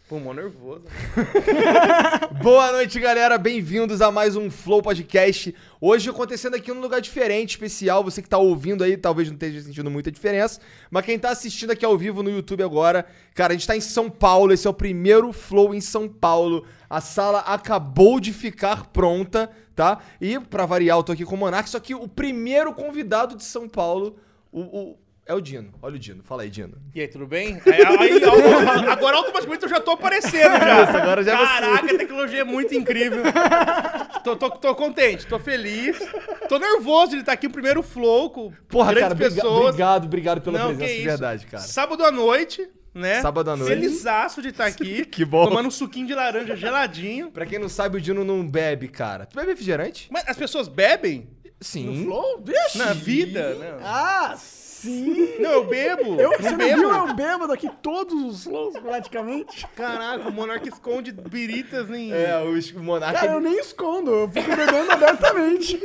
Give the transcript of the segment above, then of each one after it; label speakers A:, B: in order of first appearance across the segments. A: Ficou mó nervoso.
B: Boa noite, galera. Bem-vindos a mais um Flow Podcast. Hoje acontecendo aqui num lugar diferente, especial. Você que tá ouvindo aí, talvez não esteja sentindo muita diferença. Mas quem tá assistindo aqui ao vivo no YouTube agora, cara, a gente tá em São Paulo. Esse é o primeiro Flow em São Paulo. A sala acabou de ficar pronta, tá? E, pra variar, eu tô aqui com o Monark. Só que o primeiro convidado de São Paulo, o- o- é o Dino. Olha o Dino. Fala aí, Dino.
A: E aí, tudo bem? É, aí, au- agora automaticamente eu já tô aparecendo já.
B: Isso, agora já é você.
A: Caraca, a tecnologia é muito incrível. Tô, tô, tô contente, tô feliz. Tô nervoso de estar aqui o primeiro flow com
B: Porra,
A: grandes
B: cara, briga-
A: pessoas.
B: obrigado, obrigado pela
A: Não, que
B: presença, de
A: isso.
B: verdade, cara.
A: Sábado à noite, né?
B: Sábado à noite.
A: Felizaço de estar aqui.
B: Que bom.
A: Tomando um suquinho de laranja geladinho.
B: Pra quem não sabe, o Dino não bebe, cara. Tu bebe refrigerante?
A: Mas as pessoas bebem
B: Sim.
C: Flow? Vixe.
A: na vida, né?
C: Ah, sim!
A: Não, eu bebo.
C: Eu,
A: Eu
C: você não
A: bebo.
C: viu eu bêbado aqui todos os flows, praticamente?
A: Caraca, o Monark esconde biritas em...
B: É, o, o Monark.
C: Cara, eu nem escondo, eu fico bebendo abertamente.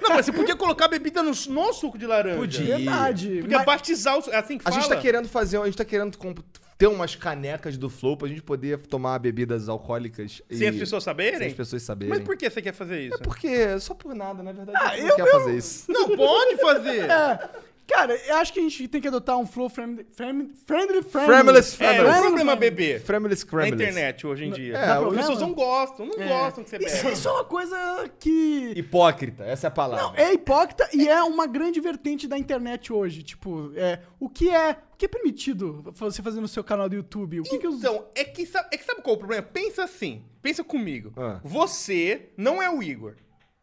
A: Não, mas você podia colocar bebida no, no suco de laranja.
B: Podia.
C: Verdade.
A: Podia
C: Mas-
A: batizar o. su- É assim que
B: A
A: fala.
B: gente tá querendo fazer. A gente tá querendo comp- ter umas canecas do Flow pra gente poder tomar bebidas alcoólicas.
A: Sem as pessoas saberem?
B: Sem as pessoas saberem. É
A: Mas por que você quer fazer isso?
B: Porque só por nada, na verdade. a gente não quer fazer isso.
A: Não pode fazer!
C: É, cara, eu acho que a gente tem que adotar um flow friendly, friendly, friendly.
B: Frameless,
A: É,
B: frameless.
A: o problema é beber
B: Frameless
A: na
B: Scramblers.
A: internet hoje em dia.
B: É,
A: As
C: problema?
A: pessoas não gostam, não
C: É.
A: gostam que você
C: Isso,
A: bebe.
C: isso é uma coisa que...
B: Hipócrita, essa é a palavra.
C: Não, é hipócrita e é uma grande vertente da internet hoje. Tipo, é, o que é o que é permitido você fazer no seu canal do YouTube? O que, que os...
A: Então, é que, sa- é que sabe qual é o problema? Pensa assim, pensa comigo.
B: Ah.
A: Você não é o Igor.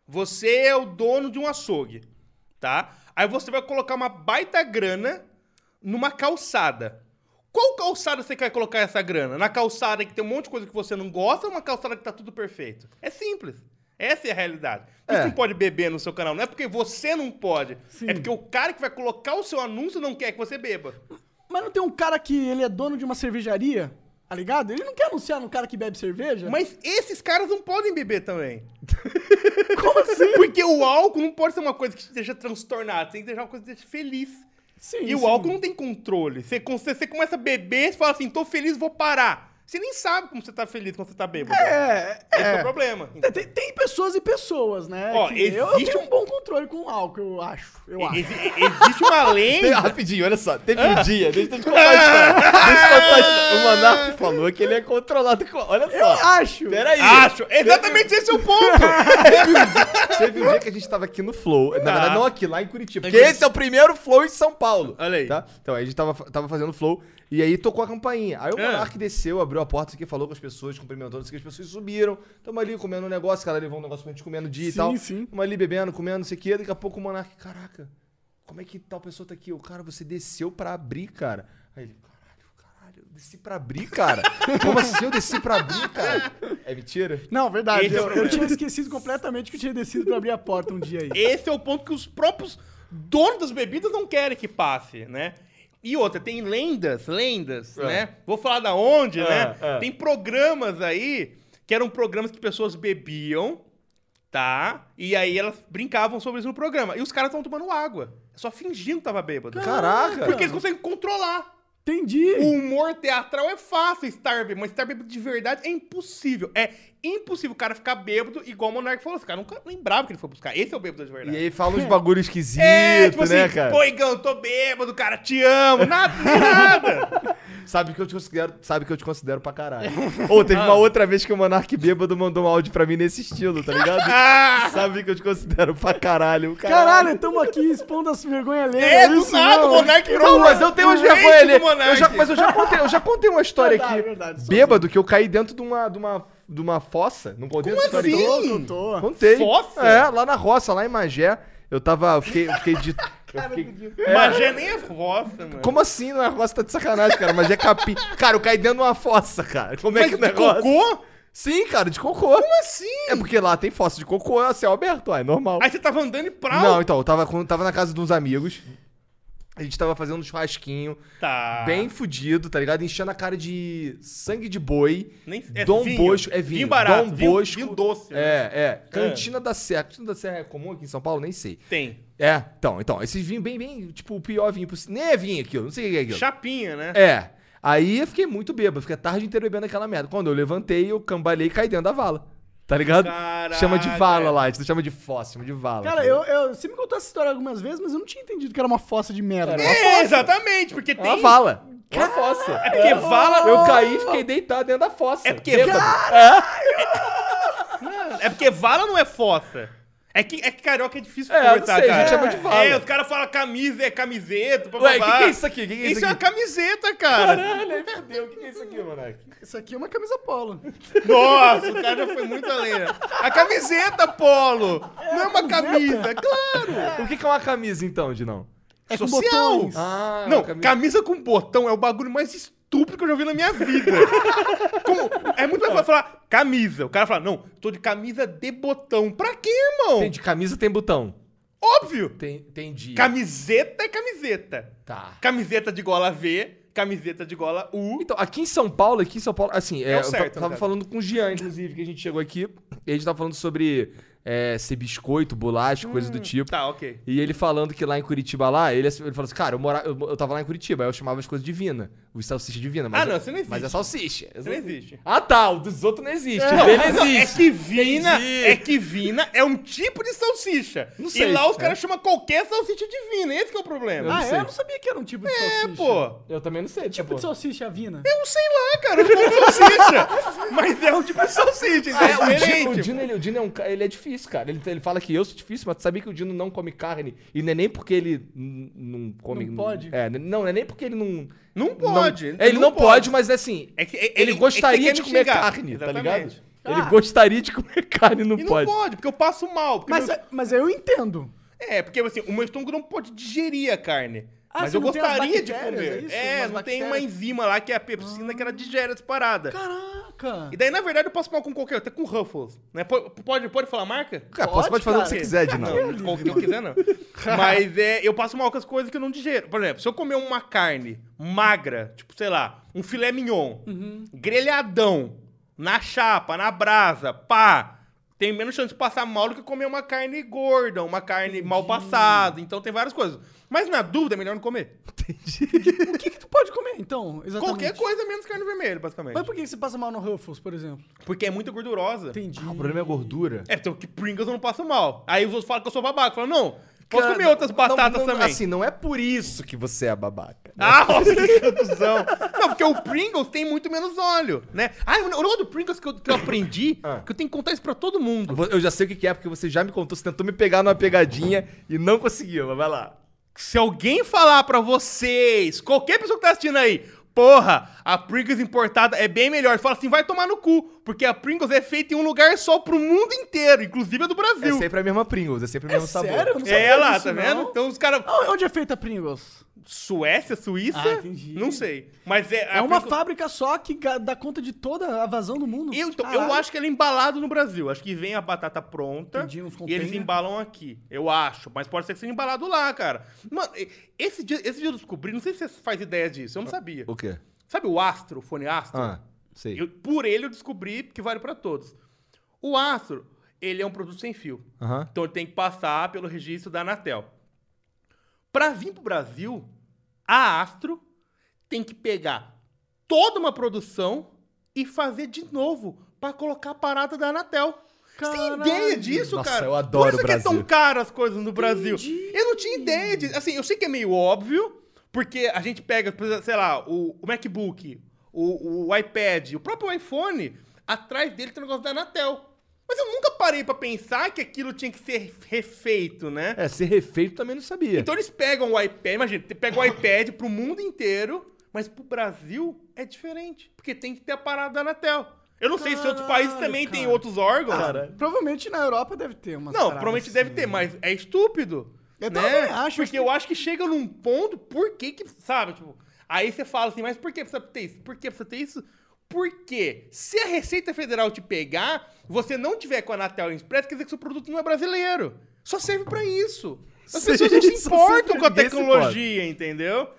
A: Você é o dono de um açougue, tá? Aí você vai colocar uma baita grana numa calçada. Qual calçada você quer colocar essa grana? Na calçada que tem um monte de coisa que você não gosta ou uma calçada que tá tudo perfeito? É simples. Essa é a realidade. Por isso
B: É.
A: que não pode beber no seu canal. Não é porque você não pode. É porque o cara que vai colocar o seu anúncio não quer que você beba.
C: Mas não tem um cara que ele é dono de uma cervejaria, tá ligado? Ele não quer anunciar num cara que bebe cerveja?
A: Mas esses caras não podem beber também.
C: como assim?
A: Porque o álcool não pode ser uma coisa que te deixa transtornado, tem que deixar uma coisa que te deixa feliz.
C: Sim,
A: e o
C: sim.
A: álcool não tem controle. Você, con- você- você começa a beber, você fala assim, tô feliz, vou parar. Você nem sabe como você tá feliz quando você tá bêbado.
C: É,
A: Esse é o problema.
C: tem, tem pessoas e pessoas, né?
A: Ó,
C: que eu, eu
A: existe
C: tenho
A: um-
C: um bom controle com o álcool, eu acho. Eu acho.
A: Exi- existe uma
B: Tem-
A: lenda.
B: rapidinho, olha só. Teve
A: Ah.
B: um dia, deixa eu te contar a história. Deixa eu te contar a história. O Monark falou que ele é controlado com. Olha
C: Eu
B: só.
C: acho.
B: Peraí.
A: Acho. Exatamente esse é o ponto.
B: Teve um dia que a gente tava aqui no Flow. Na
A: Tá.
B: verdade, não aqui, lá em Curitiba.
A: Em
B: Porque
A: Curitiba.
B: esse é o primeiro Flow em São Paulo.
A: Olha aí.
B: Tá? Então, aí a gente tava, tava fazendo Flow e aí tocou a campainha. Aí o
A: É.
B: Monark desceu, abriu a porta aqui, falou com as pessoas, cumprimentou, não sei o que, as pessoas subiram. Tamo ali comendo um negócio, cara, levou um negócio pra gente comer no dia e
C: Sim,
B: tal.
C: sim.
B: Tamo ali bebendo, comendo, não sei o que. Daqui a pouco o Monark, caraca, como é que tal pessoa tá aqui? O cara, você desceu pra abrir, cara. Aí ele, caralho, caralho, eu desci pra abrir, cara. Como assim eu desci pra abrir, cara? É mentira?
C: Não, verdade.
A: Esse é o
C: Eu, eu
A: problema.
C: tinha esquecido completamente que eu tinha descido pra abrir a porta um dia aí.
A: Esse é o ponto que os próprios donos das bebidas não querem que passe, né? E outra, tem lendas, lendas,
B: É.
A: né? Vou falar da onde,
B: É,
A: né?
B: é.
A: Tem programas aí que eram programas que pessoas bebiam, tá? E aí elas brincavam sobre isso no programa. E os caras estão tomando água. É Só fingindo que tava bêbado.
B: Caraca!
A: Porque eles conseguem controlar.
C: Entendi.
A: O humor teatral é fácil estar bêbado, mas estar bêbado de verdade é impossível. É impossível o cara ficar bêbado igual o Monark falou. Esse cara nunca lembrava que ele foi buscar. Esse é o bêbado de verdade.
B: E aí fala uns bagulho esquisito,
A: É, tipo
B: né,
A: assim,
B: cara?
A: pô, Igão, tô bêbado, cara, te amo, nada, nem nada.
B: Sabe que eu te considero, sabe que eu te considero pra caralho. Ou teve
A: Ah.
B: uma outra vez que o Monark Bêbado mandou um áudio pra mim nesse estilo, tá ligado?
A: Ah,
B: sabe que eu te considero pra caralho.
C: Caralho, estamos aqui expondo as vergonhas alheias.
A: é, do
C: isso
A: nada,
C: não.
A: o Monark
B: Não, mas eu tenho umas vergonhas ali. Eu já- mas
A: mas
B: eu já contei, eu já contei uma história
C: Verdade,
B: aqui.
C: verdade, sou
B: bêbado, que eu caí dentro de uma, de uma, de uma fossa. Não contei essa história toda?
A: assim?
C: Tô, tô, tô.
B: Contei.
A: Fossa?
B: É, lá na roça, lá em Magé. Eu tava. Eu fiquei. Eu fiquei de. Eu fiquei...
A: Magé nem é roça, mano.
B: Como assim na roça tá de sacanagem, cara? Magé é capim. Cara, eu caí dentro de uma fossa, cara. Como é
A: Mas
B: que o negócio?
A: cocô?
B: Sim, cara, de cocô. Como
A: assim?
B: É porque lá tem fóssil de cocô, é céu aberto, é normal.
A: Aí você tava andando em prau?
B: Não, então, eu tava, quando eu tava na casa de uns amigos, a gente tava fazendo um churrasquinho,
A: Tá.
B: bem fudido, tá ligado? Enchendo a cara de sangue de boi,
A: Nem- é
B: Dom
A: vinho.
B: Bosco, é vinho,
A: Vinho barato,
B: Dom
A: vinho-
B: Bosco,
A: vinho doce, né?
B: é, é, Cantina da Serra, Cantina da Serra é comum aqui em São Paulo? Nem sei.
A: Tem.
B: É, então, então, esses vinhos bem, bem, tipo, o pior vinho possível, nem é vinho aquilo, não sei o que é aquilo.
A: Chapinha, né?
B: É. Aí eu fiquei muito bêbado, fiquei a tarde inteira bebendo aquela merda. Quando eu levantei, eu cambalhei e caí dentro da vala. Tá ligado?
A: Caraca.
B: Chama de
A: é.
B: vala lá, a gente não chama de fossa, chama de vala. tá
C: Cara,
B: ligado?
C: eu, eu, você me contou essa história algumas vezes, mas eu não tinha entendido que era uma fossa de merda.
B: Era uma
A: É, exatamente, porque
B: É
A: tem.
B: uma vala. É Uma fossa.
A: É porque vala.
B: Eu caí e fiquei deitado dentro da fossa.
A: É porque- É porque vala não é fossa. É que, é que carioca é difícil
B: É, eu não sei, a gente chama de vala.
A: É, os caras falam camisa, é camiseta, papapá.
B: Ué, o que, que é isso aqui? O que, que é
A: Isso,
B: isso
A: é uma
B: aqui?
A: camiseta, cara.
B: Caralho, aí fudeu. O que, que é isso aqui, moleque?
C: Isso aqui é uma camisa polo.
A: Nossa, o cara já foi muito além. né? A camiseta, Polo. Não é uma camisa, claro.
B: O que, que é uma camisa, então, Dinão?
C: É com
A: Social.
C: botões.
B: Ah,
A: Não,
B: camisa.
A: camisa com botão é o bagulho mais estúpido que eu já vi na minha vida. Como- é muito mais fácil falar camisa. O cara fala, não, tô de camisa de botão. Pra quê, irmão?
B: Tem de camisa tem botão.
A: Óbvio.
B: Tem, tem de.
A: Camiseta é camiseta.
B: Tá.
A: Camiseta de gola V, camiseta de gola U.
B: Então, aqui em São Paulo, aqui em São Paulo, assim, é,
A: o
B: eu ta-
A: certo, no
B: tava
A: caso.
B: falando com o Jean, inclusive, que a gente chegou aqui, e a gente tava falando sobre é, ser biscoito, bolacha, coisa do tipo.
A: Tá, ok.
B: E ele falando que lá em Curitiba, lá, ele, ele falou assim, cara, eu, mora, eu, eu tava lá em Curitiba, aí eu chamava as coisas divina, os salsicha divina. Mas
A: Ah, não,
B: é-
A: isso não existe.
B: Mas é salsicha.
A: Isso não existe.
B: Ah, tá, o dos outros não existe, o
A: Não,
B: dele
A: não, é
B: existe.
A: que vina,
B: Entendi.
A: é que vina é um tipo de salsicha.
B: Não sei,
A: e lá os
B: é.
A: caras chamam qualquer salsicha de vina, esse que é o problema.
B: Eu não
C: ah,
B: sei.
C: é? Eu não sabia que era um tipo de
A: é,
C: salsicha.
A: pô. É
B: Eu também não sei,
C: Tipo
B: tipo...
C: de salsicha avina.
A: Eu sei lá, cara, eu como salsicha. mas é um tipo de salsicha, então
B: É, o
A: é
B: Dino, o
A: diferente.
B: Dino, ele, o Dino é um ca- ele é difícil, cara. Ele, ele fala que eu sou difícil, mas tu sabia que o Dino não come carne. E não é nem porque ele n- não come.
C: Não pode.
B: É, n- não, não é nem porque ele não. é,
A: Não pode.
B: Ele, não pode, mas assim.
A: É que- é-
B: ele,
A: é que
B: gostaria
A: você
B: de
A: quer me
B: comer
A: xingar.
B: carne, tá
A: Exatamente.
B: ligado?
C: Ah.
B: Ele gostaria de comer carne, não
A: E não
B: pode.
A: pode. porque eu passo mal. Porque
C: Mas, é,
A: meu-
C: mas eu entendo.
A: É, porque assim, o meu estômago não pode digerir a carne.
C: Ah,
A: mas
C: você
A: eu
C: não tem as
A: gostaria de
C: bactérias, é
A: comer.
C: isso?
A: É,
C: Umas
A: não tem uma
C: bactérias? Ah.
A: enzima lá que é a pepsina que ela digere essa parada.
C: Caraca.
A: E daí, na verdade, eu passo mal com qualquer, até com Ruffles. Né? Po- Pode, pode falar a marca?
B: Cara, posso- pode
C: Pode,
B: fazer o que
C: cara.
B: você quiser, Dino.
A: Não, não, qualquer eu quiser, não. Mas é, eu passo mal com as coisas que eu não digero. Por exemplo, se eu comer uma carne magra, tipo, sei lá, um filé mignon, grelhadão, na chapa, na brasa, pá, tem menos chance de passar mal do que comer uma carne gorda, uma carne mal passada. Então tem várias coisas. Mas na dúvida é melhor não comer.
C: O que, que tu pode comer, então? Exatamente.
A: Qualquer coisa menos carne vermelha, basicamente.
C: Mas por que que você passa mal no Ruffles, por exemplo?
A: Porque é muito gordurosa.
C: Entendi.
B: Ah, o problema é a gordura.
A: É, então que Pringles eu não passo mal. Aí os outros falam que eu sou babaca. Falam, não, posso
B: Cara,
A: comer outras
B: não-
A: batatas
B: não-
A: também.
B: Assim, né? não é por isso que você é babaca.
A: Ah, nossa, que confusão. Não, porque o Pringles tem muito menos óleo, né? Ah, o negócio do Pringles que eu, que eu aprendi,
B: Ah.
A: que eu tenho que contar isso pra todo mundo.
B: Eu já sei o que que é, porque você já me contou, você tentou me pegar numa pegadinha e não conseguiu, mas vai lá.
A: Se alguém falar pra vocês, qualquer pessoa que tá assistindo aí, porra, a Pringles importada é bem melhor, fala assim, vai tomar no cu, porque a Pringles é feita em um lugar só pro mundo inteiro, inclusive a do
B: É
A: Brasil.
B: sempre a mesma Pringles, é sempre o
C: É
B: mesmo sabor.
C: sério? Eu não
A: É,
C: sabia
A: lá,
C: disso,
A: tá
C: não.
A: vendo? Então os caras...
C: Ah, Onde é feita a Pringles?
A: Suécia, Suíça?
C: Ah, entendi.
A: Não sei. Mas é...
C: É uma fábrica só que ga- dá conta de toda a vazão do mundo.
A: Eu, então,
C: Caralho.
A: eu acho que ela é embalada no Brasil. Acho que vem a batata pronta
C: Entendi, uns
A: e eles
C: container.
A: embalam aqui. Eu acho. Mas pode ser que seja embalado lá, cara. Mano, e- esse dia, esse dia eu descobri, não sei se você faz ideia disso, eu não sabia.
B: O quê?
A: Sabe o astro, o fone astro?
B: Ah, sei.
A: Eu- por ele eu descobri que vale pra todos. O astro, ele é um produto sem fio.
B: Aham.
A: Então ele tem que passar pelo registro da Anatel. Pra vir pro Brasil, a Astro tem que pegar toda uma produção e fazer de novo pra colocar a parada da Anatel. Você tem
C: Caralho.
A: ideia disso,
B: Nossa,
A: cara?
B: eu adoro
A: Por isso
B: o
A: que é tão
B: Brasil.
A: caro as coisas no Brasil. Eu não tinha ideia disso. Assim, eu sei que é meio óbvio, porque a gente pega, por exemplo, sei lá, o, o MacBook, o, o iPad, o próprio iPhone, atrás dele tem o negócio da Anatel. Mas eu nunca parei pra pensar que aquilo tinha que ser refeito, né?
B: É, ser refeito também não sabia.
A: Então eles pegam o iPad, imagina, você pega o iPad pro mundo inteiro, mas pro Brasil é diferente, porque tem que ter a parada da Anatel. Eu não sei se outros
C: Caralho,
A: países também têm
C: cara.
A: outros órgãos.
B: Cara,
C: Provavelmente na Europa deve ter umas
A: não,
C: paradas
A: provavelmente
C: assim.
A: deve ter, mas é estúpido.
C: Eu
A: né?
C: também acho
A: Porque eu acho que chega num ponto, por que que, sabe, tipo, aí você fala assim, mas por que precisa ter isso? Por que precisa ter isso? Porque se a Receita Federal te pegar, você não tiver com a Anatel Express, quer dizer que seu produto não é brasileiro. Só serve pra isso. As
B: Sim,
A: pessoas não se
B: só serve-
A: importam com a
B: ninguém se
A: tecnologia, entendeu?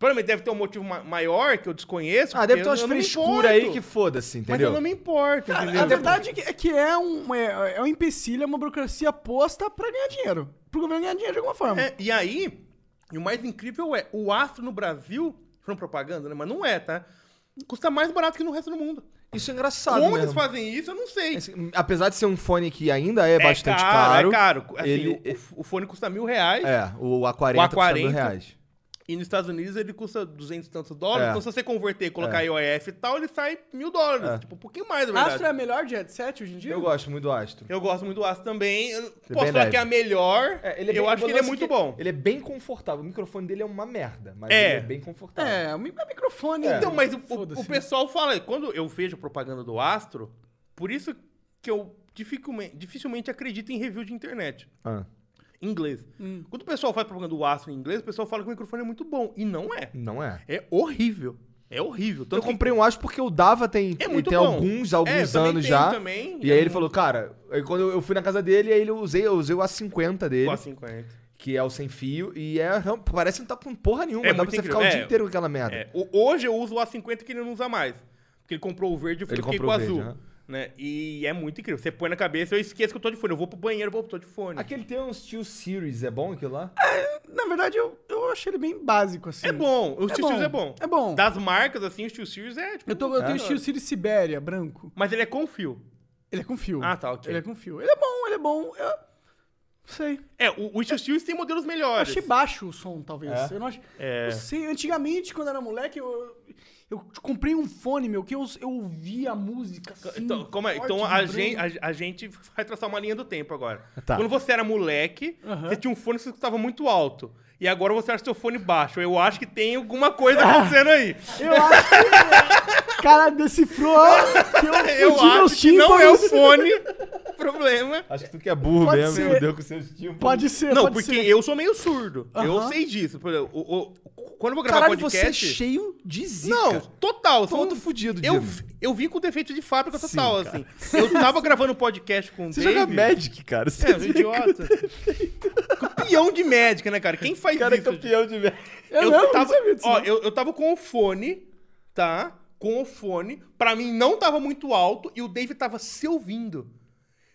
A: Provavelmente deve ter um motivo ma- maior que eu desconheço.
B: Ah, deve
A: porque
B: ter
A: eu-
B: umas
A: eu não me
B: frescuras aí
A: importo.
B: que foda-se,
A: Mas eu
B: entendeu?
A: não me importo,
C: Cara,
A: entendeu?
C: a verdade é que- é que é um, é, é um empecilho, é uma burocracia posta pra ganhar dinheiro.
B: É,
C: Pro governo ganhar dinheiro de alguma forma.
A: É, e aí, e o mais incrível é, o Astro no Brasil Foram propaganda, né? Mas não é, tá? Custa mais barato que no resto do mundo.
B: Isso é engraçado
A: Como eles
B: mesmo.
A: fazem isso, eu não sei.
B: Esse- Apesar de ser um fone que ainda é, bastante caro.
A: caro. É caro. Assim,
B: Ele-
A: o, o fone custa mil reais
B: É, o A40,
A: O
B: custa mil
A: A40.
B: reais.
A: e nos Estados Unidos ele custa 200 e tantos dólares.
B: É.
A: Então, se você converter e colocar IOF e tal, ele sai mil dólares. Tipo, um pouquinho mais, na verdade.
C: Astro é a melhor de headset hoje em dia?
B: Eu gosto muito do Astro.
A: Eu gosto muito do Astro também. Eu
B: bem
A: Posso falar
B: leve.
A: que é a melhor. eu acho que ele é muito bom.
B: Ele é bem confortável. O microfone dele é uma merda, mas
A: É.
B: ele é bem confortável.
C: É, o mi- é microfone.
A: Então, mas o, o-
C: Foda-se.
A: o pessoal fala, quando eu vejo propaganda do Astro, por isso que eu dificilme- dificilmente acredito em review de internet.
B: Ah,
A: Em inglês.
C: Hum.
A: Quando o pessoal faz propaganda do Astro em inglês, o pessoal fala que o microfone é muito bom. E não é.
B: não é.
A: É horrível. É horrível.
B: Eu
A: Tanto que-
B: comprei um Astro porque o Dava tem,
A: É muito
B: tem
A: bom.
B: alguns,
A: É, eu
B: alguns
A: também
B: anos
A: tenho
B: já.
A: Também,
B: E aí ele falou, cara, aí quando eu fui na casa dele, aí ele usei, eu usei o A50 dele,
A: Com a 50.
B: que é o sem fio, e é real- parece que não tá com porra nenhuma,
A: É
B: dá pra
A: muito
B: você
A: incrível,
B: ficar o
A: é.
B: dia inteiro com aquela merda.
A: É, o- hoje eu uso o A50 que ele não usa mais. Porque ele comprou o verde e eu
B: Ele
A: fiquei com o
B: comprou o
A: azul.
B: verde, né?
A: né? E é muito incrível. Você põe na cabeça, eu esqueço que eu tô de fone. Eu vou pro banheiro, eu vou pro tô de fone.
B: Aquele tem um Steel Series, é bom aquilo lá?
C: Na verdade, eu, eu achei ele bem básico, assim.
A: É bom. O Steel Series é bom.
C: É bom.
A: Das marcas, assim, o Steel Series é tipo.
C: Eu, tô, eu
B: É.
C: tenho estilo Siri Sibéria, branco.
A: Mas ele é com fio.
C: Ele é com fio.
A: Ah, tá, ok.
C: Ele é com fio. Ele é bom, ele é bom. Eu... Não sei.
A: É, o, o Steel Series tem modelos
C: Eu
A: melhores.
C: achei baixo o som, talvez.
B: É?
C: Eu não achei...
A: É.
C: Eu sei, antigamente, quando eu era moleque, eu, eu comprei um fone, meu, que eu, eu ouvia a música assim,
A: Então, como é?
C: forte,
A: então a, gente,
C: vibrando.
A: a, a gente vai traçar uma linha do tempo agora.
B: Tá.
A: Quando você era moleque,
C: Aham.
A: você tinha um fone que você escutava muito alto. E agora você acha seu fone baixo. Eu acho que tem alguma coisa acontecendo aí.
C: Eu acho que... cara, decifrou que eu,
A: Eu
C: fudi meus
A: acho que não é o
C: tímpanos.
A: fone. Problema.
B: Acho que tu que é burro
C: Pode
B: mesmo,
C: ser.
B: fudeu com seus tímpanos.
C: Pode ser,
A: Não,
C: pode
A: porque
C: ser.
A: eu sou meio surdo. Eu
C: Aham.
A: sei disso. Por exemplo, o- o- quando eu vou gravar
B: Caralho, você é
A: podcast...
B: cheio de zica.
A: Não, total. eu sou
B: todo
A: um-
B: fudido,
A: eu,
B: Diego.
A: eu vim com defeito de fábrica
B: Sim,
A: total,
B: cara.
A: assim. Eu tava gravando um podcast com o
B: Você
A: Dave.
B: joga Magic, cara. Você
A: É, eu sou idiota. campeão de médica, né, cara? Quem faz
B: cara é
A: isso?
B: campeão de Magic.
C: Eu,
A: Eu,
C: mesmo não
A: tava,
C: sabia disso.
A: ó, eu, eu tava com o fone, tá? Com o fone. Pra mim não tava muito alto e o Dave tava se ouvindo.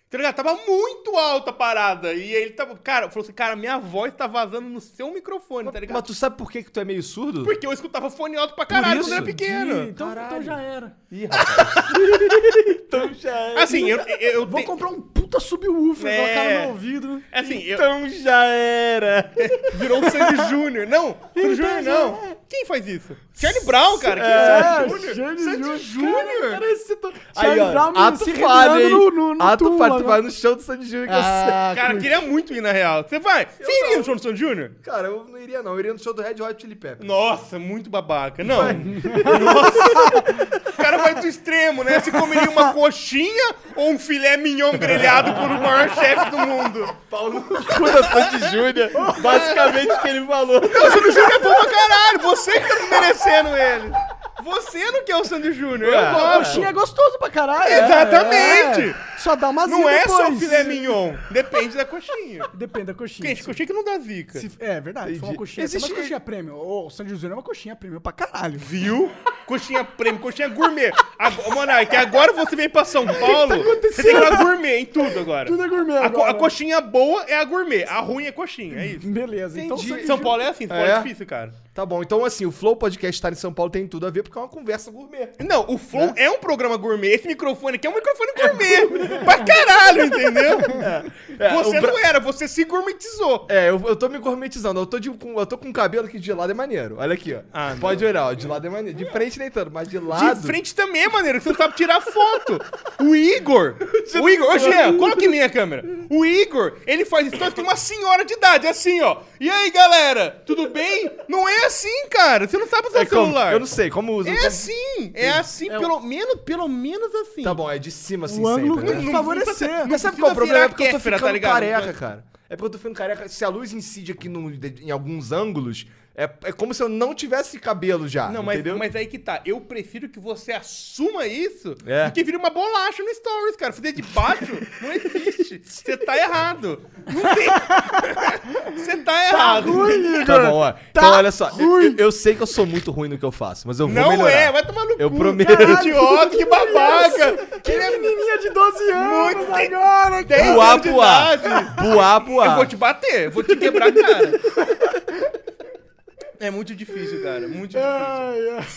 A: Tá ligado? Tava muito alta a parada. E ele tava. Cara, falou assim: cara, minha voz tá vazando no seu microfone, tá
B: Mas
A: ligado?
B: tu sabe por que, que tu é meio surdo?
A: Porque eu escutava fone alto pra caralho
B: isso?
A: quando eu era pequeno.
C: Ih, então, então
B: Caralho.
C: já era.
B: Ih, rapaz. então já era.
A: Assim, eu. eu, eu
C: Vou
A: te-
C: comprar um puta subwoofer,
A: É.
C: colocar no meu ouvido.
A: Assim, eu,
B: Então já era.
A: virou o Sandy Júnior. Não, Sandy Júnior não. Quem faz isso? Charlie Brown, cara. que tá, é o Sandy Júnior.
C: Sandy
A: Júnior?
B: tá- Aí,
C: Charlie
B: ó,
C: Brown
B: ato
C: se
B: falho, hein?
C: revirando no- no
B: ato
C: túmulo
B: falho, tu vai
C: agora.
B: no show do Sandy Júnior que
C: Ah,
A: Cara,
C: com-
A: queria muito ir na real. Você vai? Você iria no show do Sandy Júnior?
B: eu sei. Cara, eu não iria não, eu iria no show do Red Hot Chili Peppers.
A: Nossa, muito babaca. Não. Nossa. O cara vai do extremo, né? Se comeria uma coxinha ou um filé mignon grelhado por o maior chefe do mundo.
B: Paulo Cura é Sandy Júnior, basicamente o que ele falou.
A: O Sandy Júnior é bom pra caralho. Você que tá desmerecendo ele. Você não quer o Sandy Júnior. Eu
B: Ué,
A: gosto.
C: Coxinha é gostoso pra caralho.
A: Exatamente.
C: É. Só dá uma
A: Não é só o
C: depois.
A: filé mignon. Depende da coxinha.
C: Depende da coxinha.
A: Gente, coxinha que não dá zica.
C: Se- é verdade, foi
B: Entendi.
C: uma coxinha. Existe...
B: Existe-
C: Mas coxinha prêmio. Ô, o San José é uma coxinha prêmio pra caralho.
A: Viu? Coxinha prêmio, coxinha gourmet. Agora, Monark, agora você vem pra São Paulo, você tem que ir lá gourmet em tudo agora.
C: tá Tudo é gourmet
A: A, co-
C: agora.
A: a coxinha boa é a gourmet, a ruim é coxinha, é isso.
C: Beleza, então
B: Entendi.
C: San José-
A: São Paulo é assim, São Paulo é,
B: É.
A: difícil, cara.
B: Tá bom, então assim, o Flow Podcast estar em São Paulo tem tudo a ver porque é uma conversa gourmet.
A: Não, o Flow é um programa gourmet, esse microfone aqui é um microfone gourmet. pra caralho, entendeu?
C: É.
A: você
B: o Bra-
A: não era, você se gourmetizou.
B: É, eu, eu tô me gourmetizando. Eu tô, de- com, eu tô com um cabelo que de lado é maneiro. Olha aqui, ó.
A: Ah, não.
B: Pode olhar, ó. De lado é maneiro. De frente nem tanto, mas de lado.
A: De frente também, é maneiro, que você não sabe tirar foto. O Igor. o Igor. Ô, Jean, coloca em minha câmera. O Igor, ele faz stories com uma senhora de idade, assim, ó. E aí, galera? Tudo bem? Não é assim, cara. Você não sabe usar
B: É como-
A: celular.
B: eu não sei, como usa.
A: É
B: como-
A: assim. É assim,
C: É o-
A: pelo menos, pelo menos assim.
B: Tá bom, é de cima assim
C: O ângulo
B: sempre.
C: tem
B: Né?
C: que favorecer.
A: precisa-
B: Mas sabe
A: precisa
B: qual é o problema?
A: virar
B: É porque eu tô
A: Kéfera,
B: ficando
A: tá ligado?
B: careca, cara. É porque eu tô ficando careca. Se a luz incide aqui num- em alguns ângulos, é, é como se eu não tivesse cabelo já.
A: Não, mas,
B: entendeu?
A: mas aí que tá. Eu prefiro que você assuma isso
B: É.
A: do que vire uma bolacha no Stories, cara. Fazer de baixo não existe. Você tá errado. Não tem. Você tá errado.
B: Tá bom, ó. então olha só. Eu,
C: ruim.
B: eu- eu sei que eu sou muito ruim no que eu faço, mas eu vou
A: Não
B: melhorar.
A: é, vai tomar no
B: Eu
A: cu.
B: prometo.
A: Que idiota, que babaca. é
C: Que menininha de 12 anos
A: Muito-
C: agora, cara.
A: 10
B: Buá,
A: anos de
B: buá.
A: idade.
B: Buá, buá.
A: Eu vou te bater, eu vou te quebrar a cara. É muito difícil, cara. Muito difícil.
C: Ai, ai.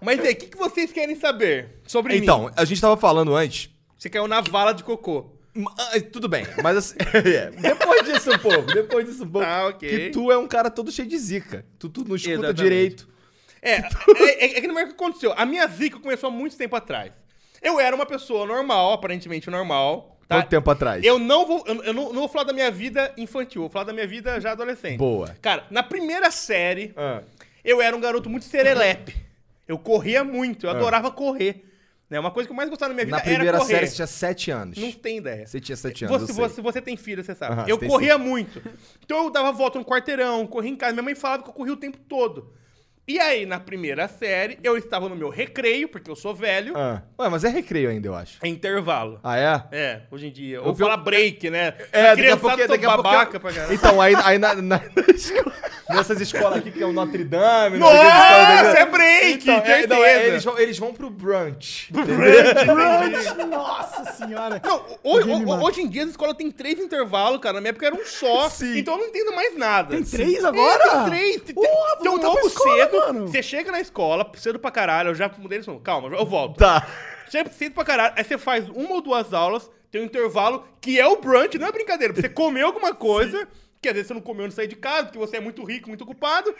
A: Mas e aí, o que, que vocês querem saber sobre mim?
B: Então, a gente tava falando antes.
A: Você caiu na vala de cocô.
B: Ma- ah, Tudo bem, mas assim, é, depois disso um pouco, depois disso um pouco,
A: Tá, ok.
B: que tu é um cara todo cheio de zica, tu, tu não escuta
A: Exatamente.
B: direito.
A: É, é, é que não é o que aconteceu. A minha zica começou há muito tempo atrás. Eu era uma pessoa normal, aparentemente normal. Tá?
B: Quanto tempo atrás?
A: Eu não vou. Eu, eu não, não vou falar da minha vida infantil, vou falar da minha vida já adolescente.
B: Boa.
A: Cara, na primeira série,
B: Ah,
A: eu era um garoto muito serelepe. Eu corria muito, eu adorava correr. Né? Uma coisa que eu mais gostava na minha vida
B: Ah. na
A: era
B: primeira
A: correr.
B: série você tinha 7 anos,
A: Não tem ideia.
B: você tinha 7 anos,
A: Você,
B: eu sei.
A: você, você tem filho, você sabe.
B: Aham,
A: eu
B: tem
A: corria muito. Então eu dava volta no quarteirão, corria em casa. Minha mãe falava que eu corria o tempo todo. E aí, na primeira série, eu estava no meu recreio, porque eu sou velho,
B: Ah. Ué, mas é recreio ainda, eu acho.
A: é intervalo.
B: Ah, é?
A: É, hoje em dia.
B: Eu
A: Ou
B: vi um-
A: fala break, né?
B: É,
A: A
B: daqui a
A: criançada
B: pouco,
A: são
B: daqui a pouco...
A: babaca pra caralho.
B: Então, aí, aí na, na- nessas escolas aqui que é o Notre Dame... não sei que escola-
A: Nossa, é break!
B: Então, é, não, é, eles,
A: certeza.
B: vão, eles vão pro brunch.
C: Crunch, nossa senhora.
A: Não, hoje,
C: Ninguém me
A: ho-
C: mata.
A: hoje em dia as escolas têm três intervalos, cara. Na minha época era um só.
B: Sim.
A: Então eu não entendo mais nada.
C: Tem três agora?
A: É, tem três. Tem,
C: Porra, vou
A: tem um
C: voltar pra
A: novo
C: escola,
A: cedo.
C: mano.
A: Você chega na escola, cedo pra caralho. Eu já mudei isso. Calma, eu volto.
B: Tá.
A: Chega cedo pra caralho. Aí você faz uma ou duas aulas, tem um intervalo, que é o brunch, não é brincadeira. Você comeu alguma coisa, que às vezes você não comeu não sai de casa, porque você é muito rico, muito ocupado.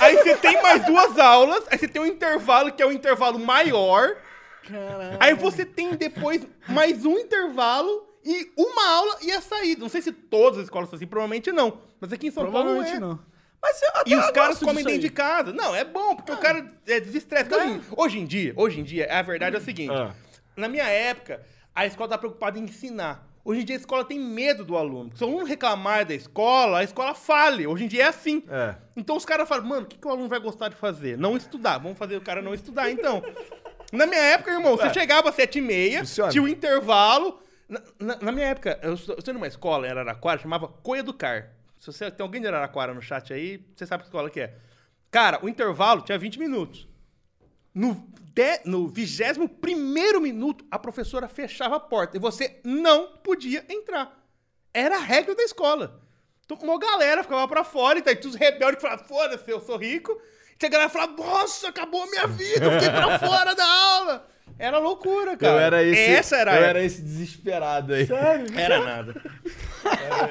A: Aí você tem mais duas aulas, aí você tem um intervalo, que é o intervalo maior.
C: Caralho.
A: Aí você tem depois mais um intervalo e uma aula e a saída. Não sei se todas as escolas são assim, provavelmente não. Mas aqui em São Paulo não
C: Provavelmente
A: é.
C: não. Mas eu até
A: E os
C: eu
A: caras
C: gosto
A: comem
C: disso aí. Ah.
A: dentro de casa. Não, é bom, porque o cara é, desestressa. Porque Hoje, hoje em dia, hoje em dia, a verdade é o seguinte.
B: Ah.
A: Na minha época, a escola tá preocupada em ensinar. Hoje em dia a escola tem medo do aluno. Se o aluno reclamar da escola, a escola fale. Hoje em dia é assim.
B: É.
A: Então os caras falam, mano, o que, que o aluno vai gostar de fazer? Não estudar. Vamos fazer o cara não estudar, então. na minha época, irmão,
C: É.
A: você chegava às sete e meia,
B: Funciona.
A: tinha um intervalo. Na, na- na minha época, eu estu- eu estudei numa escola em Araraquara, chamava Coeducar. Se você tem alguém de Araraquara no chat aí, você sabe que escola que é. Cara, o intervalo tinha 20 minutos. No, de, no 21 minuto, a professora fechava a porta e você não podia entrar. Era a regra da escola. Então, uma galera ficava pra fora, e daí tinha os rebeldes que falavam, foda-se, eu sou rico. E a galera falava, nossa, acabou a minha vida, eu fiquei pra fora da aula. Era loucura, cara.
B: eu era esse,
A: Essa era a
B: eu
A: época.
B: era esse desesperado aí.
C: Sério?
A: Era nada.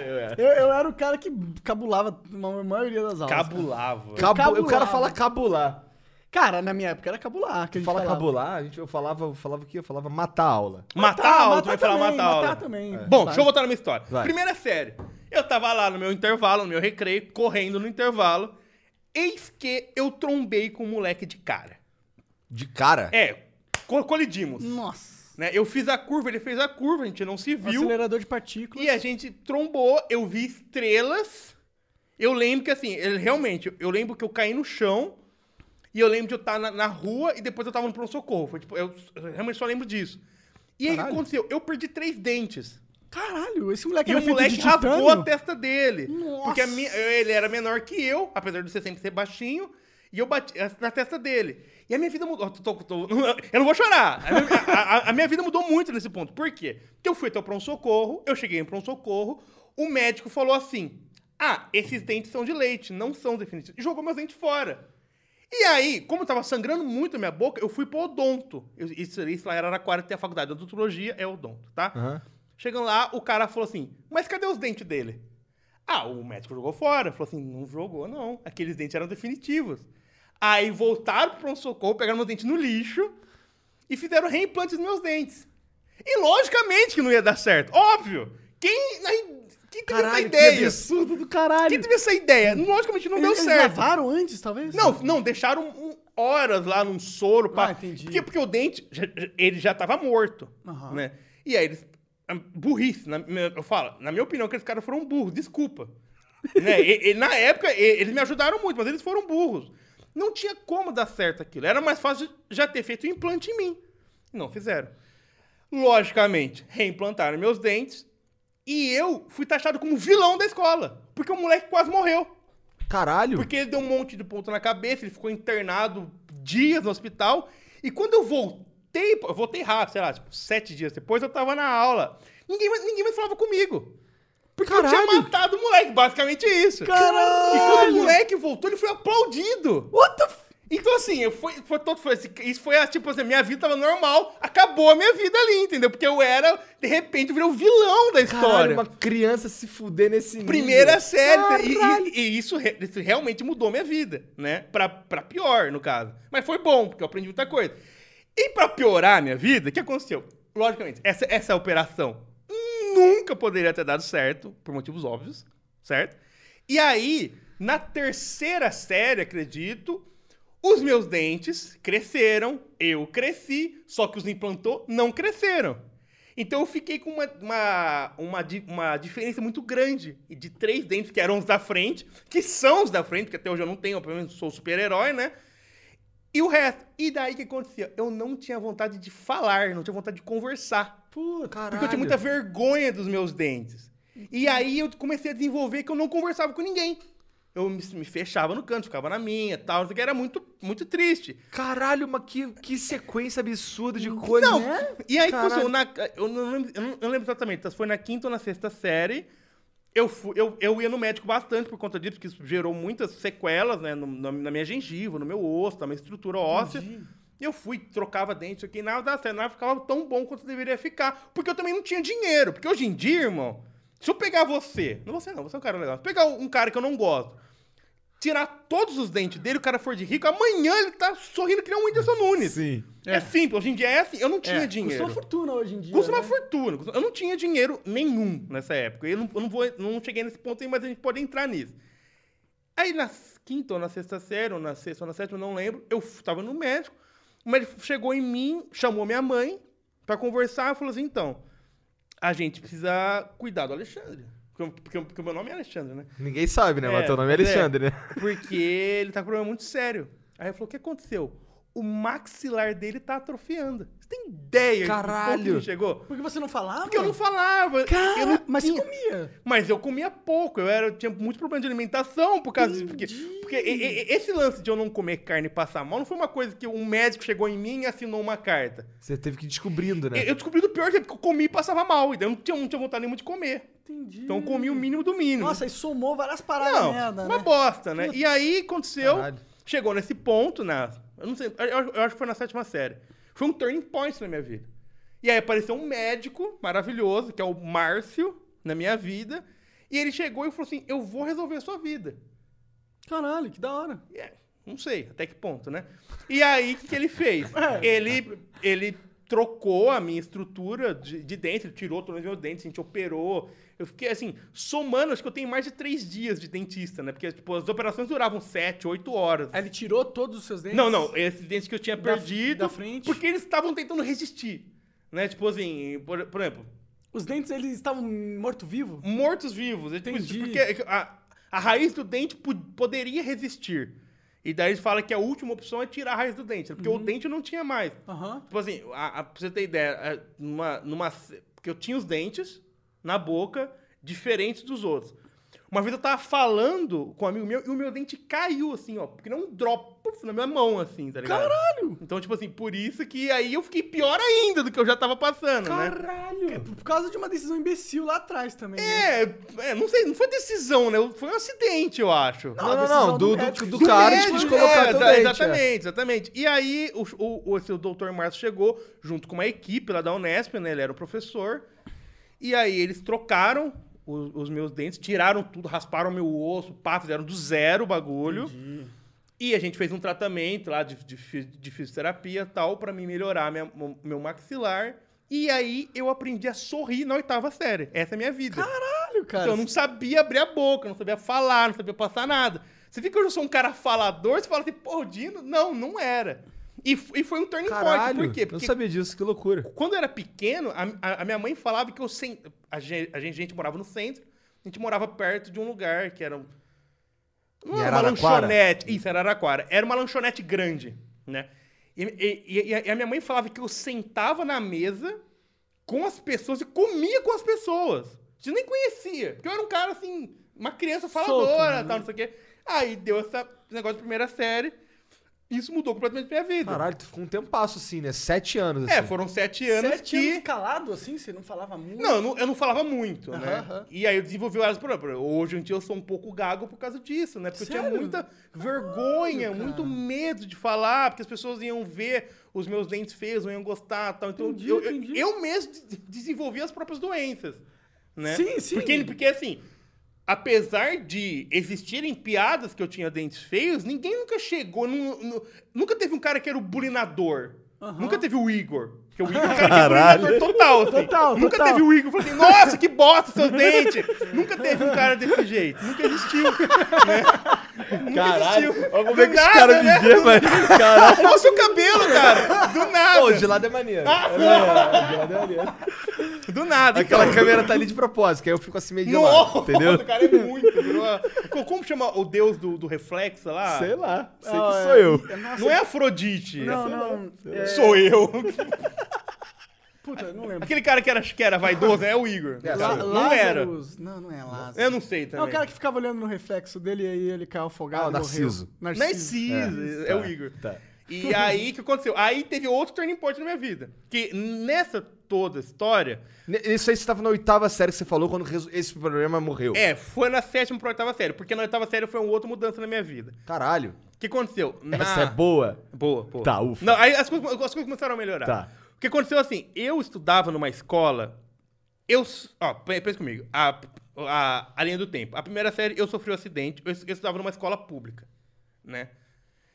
B: Eu era.
C: Eu, eu era o cara que cabulava a maioria das aulas.
A: Cabulava.
B: Cabu-
C: Cabular.
B: O cara fala cabular.
C: Cara, na minha época era cabular. Que a gente
B: Fala
C: falava.
B: cabular, a gente, eu falava, eu falava o quê? Eu falava matar a aula.
A: Matar a
C: Tá,
A: aula, tu vai falar
C: também,
A: matar É. a aula.
C: Matar também.
A: Bom,
C: Vai.
A: deixa eu voltar na minha história.
B: Vai.
A: Primeira série. Eu tava lá no meu intervalo, no meu recreio, correndo no intervalo. Eis que eu trombei com um moleque de cara.
B: De cara?
A: É, co- colidimos.
C: Nossa.
A: Né? Eu fiz a curva, ele fez a curva, a gente não se viu.
C: Acelerador de partículas.
A: E a gente trombou, eu vi estrelas. Eu lembro que assim, ele realmente, eu lembro que eu caí no chão. E eu lembro de eu estar na, na rua e depois eu tava no pronto-socorro. Foi, tipo, eu, eu realmente só lembro disso. E aí o que
B: Caralho.
A: aconteceu? Eu perdi três dentes.
C: Caralho, esse
A: E
C: moleque era
A: o
C: feito
A: moleque
C: de
A: rasgou a
C: titânio.
A: testa dele.
C: Nossa.
A: Porque a minha- ele era menor que eu, apesar de eu sempre ser baixinho. E eu bati na testa dele. E a minha vida mudou. Tô- tô- tô- eu não vou chorar. A minha, a- a- a minha vida mudou muito nesse ponto. Por quê? Porque eu fui até o pronto-socorro, eu cheguei em pronto-socorro, o médico falou assim: Ah, esses dentes são de leite, não são definitivos. E jogou meus dentes fora. E aí, como tava sangrando muito a minha boca, eu fui pro odonto. Eu- isso, isso lá era Araraquara, tem a faculdade de odontologia, é odonto, tá?
B: Aham.
A: Chegando lá, o cara falou assim: Mas cadê os dentes dele? Ah, o médico jogou fora. Falou assim: Não jogou, não. Aqueles dentes eram definitivos. Aí voltaram pro pronto-socorro, pegaram meus dentes no lixo e fizeram reimplante dos meus dentes. E logicamente que não ia dar certo. Óbvio! Quem, quem teve essa
B: Caralho, que
A: ideia?
B: absurdo do caralho.
A: quem teve essa ideia? Logicamente não deu
C: Eles
A: certo.
C: lavaram antes, talvez?
A: Não, não, deixaram um- horas lá num soro. Pra...
C: Ah, entendi.
A: Porque, porque o dente, já- já- ele já tava morto,
C: Aham.
A: né? E aí eles... ah, Burrice, na- eu falo, na minha opinião, aqueles caras foram burros, desculpa. né? E- e na época, e- eles me ajudaram muito, mas eles foram burros. Não tinha como dar certo aquilo. Era mais fácil já ter feito o implante em mim. Não fizeram. Logicamente, reimplantaram meus dentes e eu fui taxado como vilão da escola, porque o moleque quase morreu.
B: Caralho.
A: Porque ele deu um monte de ponto na cabeça, ele ficou internado dias no hospital. E quando eu voltei, eu voltei rápido, sei lá, tipo, sete dias depois eu tava na aula. Ninguém mais, ninguém mais falava comigo. Porque eu tinha
B: Caralho.
A: matado o moleque, basicamente é isso. E quando o
C: Caralho!
A: moleque voltou, ele foi aplaudido.
C: What the f...
A: Então, assim, eu fui, foi todo, foi, assim, isso foi a, tipo assim, minha vida tava normal, acabou a minha vida ali, entendeu? Porque eu era, de repente, eu virei o vilão da
B: Caralho,
A: história.
B: uma criança se fuder nesse nível.
A: Primeira
B: Ah,
A: série. E-
C: Caralho.
A: E, e isso, re- isso realmente mudou minha vida, né? Pra, pra pior, no caso. Mas foi bom, porque eu aprendi muita coisa. E pra piorar a minha vida, o que aconteceu? Logicamente, essa, essa operação nunca poderia ter dado certo, por motivos óbvios, certo? E aí, na terceira série, acredito, os meus dentes cresceram, eu cresci, só que os implantou não cresceram. Então eu fiquei com uma, uma, uma, di- uma diferença muito grande de três dentes que eram os da frente, que são os da frente, porque até hoje eu não tenho, pelo menos sou super-herói, né? E o resto. E daí o que acontecia? Eu não tinha vontade de falar, não tinha vontade de conversar.
B: Pô, caralho.
A: Porque eu tinha muita vergonha dos meus dentes. E aí eu comecei a desenvolver que eu não conversava com ninguém. Eu me, me fechava no canto, ficava na minha, tal, não sei o que era muito, muito triste.
B: Caralho, mas que, que sequência absurda de coisa.
A: Não,
B: né?
A: e aí,
B: Caralho.
A: funcionou na, eu, não lembro, eu não- eu não lembro exatamente, então, se foi na quinta ou na sexta série. Eu, fui, eu, eu ia no médico bastante por conta disso, porque isso gerou muitas sequelas, né? no- na, na minha gengiva, no meu osso, na minha estrutura óssea. E eu fui, trocava dente, isso aqui, nada dava certo, nada ficava tão bom quanto deveria ficar. Porque eu também não tinha dinheiro. Porque hoje em dia, irmão, se eu pegar você, não você não, você é um cara legal, se eu pegar um cara que eu não gosto, tirar todos os dentes dele, o cara for de rico, amanhã ele tá sorrindo que nem um Whindersson Nunes.
B: Sim.
A: É. simples, hoje em dia é assim. Eu não tinha dinheiro.
C: Custa uma fortuna hoje em dia.
A: Custa uma
C: né?
A: fortuna. custa- Eu não tinha dinheiro nenhum nessa época. Eu não, eu não vou, não cheguei nesse ponto aí, mas a gente pode entrar nisso. Aí na quinta ou na sexta série, ou na sexta ou na sétima, eu não lembro, eu f- tava no médico, o médico chegou em mim, chamou minha mãe pra conversar, falou assim, então, a gente precisa cuidar do Alexandre. Porque, porque, porque o meu nome é Alexandre, né?
B: Ninguém sabe, né?
A: É,
B: mas teu nome é
A: pois é.
B: Alexandre, né?
A: Porque ele tá com um problema muito sério. Aí ele falou: o que aconteceu? O maxilar dele tá atrofiando. Você tem ideia do ponto
B: Caralho.
A: que ele chegou?
C: Porque você não falava?
A: Porque eu não falava.
C: Cara,
A: eu não
C: mas
A: tinha-
C: você comia.
A: mas eu comia pouco, eu era, eu tinha muito problema de alimentação por causa disso. Porque, porque e- e- esse lance de eu não comer carne e passar mal não foi uma coisa que um médico chegou em mim e assinou uma carta.
B: Você teve que ir descobrindo, né?
A: Eu- Eu descobri do pior jeito, porque eu comi e passava mal. Então eu não tinha, não tinha vontade nenhuma de comer.
C: Entendi.
A: Então eu comi o mínimo do mínimo.
C: Nossa, aí somou várias paradas
A: não,
C: merda,
A: uma
C: né?
A: bosta, né? E aí aconteceu,
B: Caralho.
A: chegou nesse ponto, na, eu não sei, eu, eu- eu acho que foi na sétima série. Foi um turning point na minha vida. E aí apareceu um médico maravilhoso, que é o Márcio, na minha vida, e ele chegou e falou assim: "Eu vou resolver a sua vida".
C: Caralho, que da hora.
A: E é, não sei até que ponto, né? E aí, o que, que ele fez?
C: É.
A: Ele, ele trocou a minha estrutura de, de dente, ele tirou todos os meus dentes, a gente operou. Eu fiquei, assim, somando, acho que eu tenho mais de três dias de dentista, né? Porque, tipo, as operações duravam sete, oito horas.
C: Aí ele tirou todos os seus É dentes?
A: Não, não, esses dentes que eu tinha
C: Da-
A: perdido,
C: da frente?
A: porque eles estavam tentando resistir, né? Tipo assim, por, por exemplo,
C: Os dentes, eles estavam morto-vivo?
A: mortos-vivos. é tipo isso,
C: Entendi.
A: Porque a, a raiz do dente po- poderia resistir. E daí eles falam que a última opção é tirar a raiz do dente, né? porque
C: Uhum.
A: o dente não tinha mais.
C: Aham.
A: Tipo assim, a, a- pra você ter ideia, a- numa, numa, ce- porque eu tinha os dentes na boca, diferentes dos outros. Uma vez eu tava falando com um amigo meu e o meu dente caiu, assim, ó. Porque não um drop puf, na minha mão, assim, tá ligado?
C: Caralho!
A: Então, tipo assim, por isso que aí eu fiquei pior ainda do que eu já tava passando, né?
C: Caralho! É por causa de uma decisão imbecil lá atrás também, né?
A: É, é, não sei, não foi decisão, né? Foi um acidente, eu acho.
B: Não, não,
C: decisão
B: não.
C: do
B: Do, do,
C: médico.
B: do
A: Do
B: cara que
A: médico,
B: quis colocar
A: é,
B: teu
A: tá,
B: dente. é.
A: Exatamente, exatamente. E aí, o, o, o, esse, o doutor Márcio chegou junto com uma equipe lá da Unesp, né? Ele era o professor. E aí, eles trocaram os, os meus dentes, tiraram tudo, rasparam meu osso, pá, fizeram do zero o bagulho. E a gente fez um tratamento lá de, de, fi- de fisioterapia e tal, pra mim melhorar minha- mo- meu maxilar. E aí, eu aprendi a sorrir na oitava série. Essa é a minha vida.
C: Caralho, cara.
A: Então, eu não sabia abrir a boca, não sabia falar, não sabia passar nada. Você fica hoje eu sou um cara falador, você fala assim, pô, o Dino, não, não era. E, f- e foi um turning
B: Caralho.
A: point. Por quê?
B: Eu não
A: Porque é
B: sabia disso, que loucura.
A: quando eu era pequeno, a, a- a minha mãe falava que eu sem, a, gen- a gente, a gente morava no centro, a gente morava perto de um lugar que era um- não
B: Em
A: era uma
B: Araraquara?
A: lanchonete. Isso, era Araraquara. Era uma lanchonete grande, né? E, e- e- e a- e a minha mãe falava que eu sentava na mesa com as pessoas e comia com as pessoas. Eu nem conhecia. Porque eu era um cara, assim, uma criança faladora,
C: Solto, né?
A: tal, não sei o quê. Aí deu essa- esse negócio de primeira série. Isso mudou completamente minha vida.
B: Caralho, tu ficou um tempasso assim, né? Sete anos. Assim.
A: É, foram sete anos
C: Sete
A: que...
C: anos calado, assim? Você não falava muito?
A: Não, eu não, eu não falava muito, né?
C: Aham, aham.
A: E aí eu desenvolvi vários problemas. Hoje em dia eu sou um pouco gago por causa disso, né? Porque eu
C: Sério?
A: tinha muita vergonha,
C: cara.
A: muito medo de falar, porque as pessoas iam ver os meus dentes feios, não iam gostar tal. Então
C: Entendi,
A: eu, eu-
C: entendi.
A: eu mesmo de- desenvolvi as próprias doenças, né?
C: Sim, sim.
A: Porque, porque assim... Apesar de existirem piadas que eu tinha dentes feios, ninguém nunca chegou. num- num- nunca teve um cara que era o bulinador.
C: Aham.
A: Nunca teve o Igor. Porque o Igor era um cara que é bulinador total. assim.
C: Total,
A: Nunca
C: total.
A: teve o Igor. Falou assim, nossa, que bosta seus dentes. Nunca teve um cara desse jeito. Nunca existiu. Né? Nunca
B: Caralho,
A: existiu.
B: olha
A: Do
B: como é que os
A: nada,
B: caras
A: né?
B: me vê, velho. Caralho.
A: Olha o seu cabelo, cara. Do nada.
B: Pô, de lado é maneiro.
A: Do nada.
B: Aquela
A: Ah, então.
B: câmera tá ali de propósito, que aí eu fico assim meio de lado,
A: Nossa,
B: entendeu?
A: o cara é muito. virou uma- Co- Como chama o deus do, do reflexo lá?
B: Sei lá, sei
C: Ah,
B: que
C: é.
B: sou eu.
C: Nossa,
A: Não é Afrodite.
C: Não, não. é-
A: Sou eu.
C: Puta, eu não lembro.
A: Aquele cara que era, que era vaidoso é o Igor.
B: É,
A: Não,
B: Lá-
A: não era.
C: Lázarus. Não, não é Lázaro.
A: Eu não sei também.
C: É o cara que ficava olhando no reflexo dele e aí ele caiu
B: Ah,
C: afogado.
B: o
C: morreu.
B: Narciso.
C: Narciso.
A: Narciso, é,
B: tá,
A: o Igor.
B: tá.
A: E aí, o que aconteceu? Aí teve outro turning point na minha vida. Que nessa toda história,
B: Ne- Isso aí você tava na oitava série que você falou quando resu- esse problema morreu.
A: é, foi na sétima pra oitava série. Porque na oitava série foi uma outra mudança na minha vida.
B: Caralho.
A: O que aconteceu? Na...
B: Essa é boa.
A: Boa, boa.
B: Tá, ufa.
A: Não, aí as coisas, as coisas começaram a melhorar.
B: Tá.
A: O que aconteceu assim, eu estudava numa escola, eu... s- Ó, pe- pensa comigo, a, a, a linha do tempo. A primeira série, eu sofri um acidente, eu, es- eu estudava numa escola pública, né?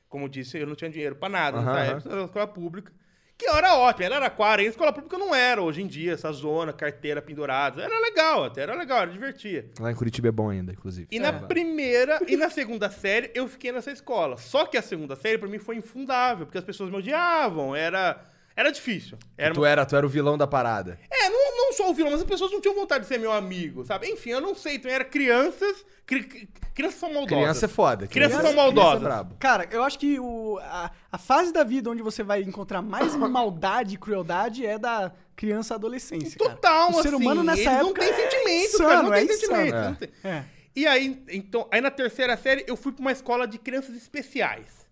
A: Como eu disse, eu não tinha dinheiro pra nada
B: Aham,
A: nessa
B: aham.
A: época, eu estudava numa escola pública. Que era ótimo, era Araquara, e escola pública não era hoje em dia, essa zona, carteira pendurada. Era legal até, era legal, era divertia.
B: Lá em Curitiba é bom ainda, inclusive. É.
A: E na primeira e na segunda série eu fiquei nessa escola. Só que a segunda série pra mim foi infundável, porque as pessoas me odiavam, era era difícil. Era
B: Tu, era, tu era o vilão da parada.
A: É, não, não só o vilão, mas as pessoas não tinham vontade de ser meu amigo, sabe? Enfim, eu não sei, então era crianças, cri- cri- crianças são maldosas.
B: Criança é foda.
A: Crianças são Tá,
B: criança
A: maldosas.
B: é brabo.
C: Cara, eu acho que o- a, a fase da vida onde você vai encontrar mais maldade e crueldade é da criança à adolescência, cara.
A: total,
C: O ser
A: assim,
C: humano nessa
A: eles
C: época
A: não tem
C: é
A: sentimento,
C: insano,
A: cara, não tem
C: é insano,
A: sentimento.
B: é.
A: não tem.
C: É.
A: E aí, então, aí na terceira série eu fui pra uma escola de crianças especiais.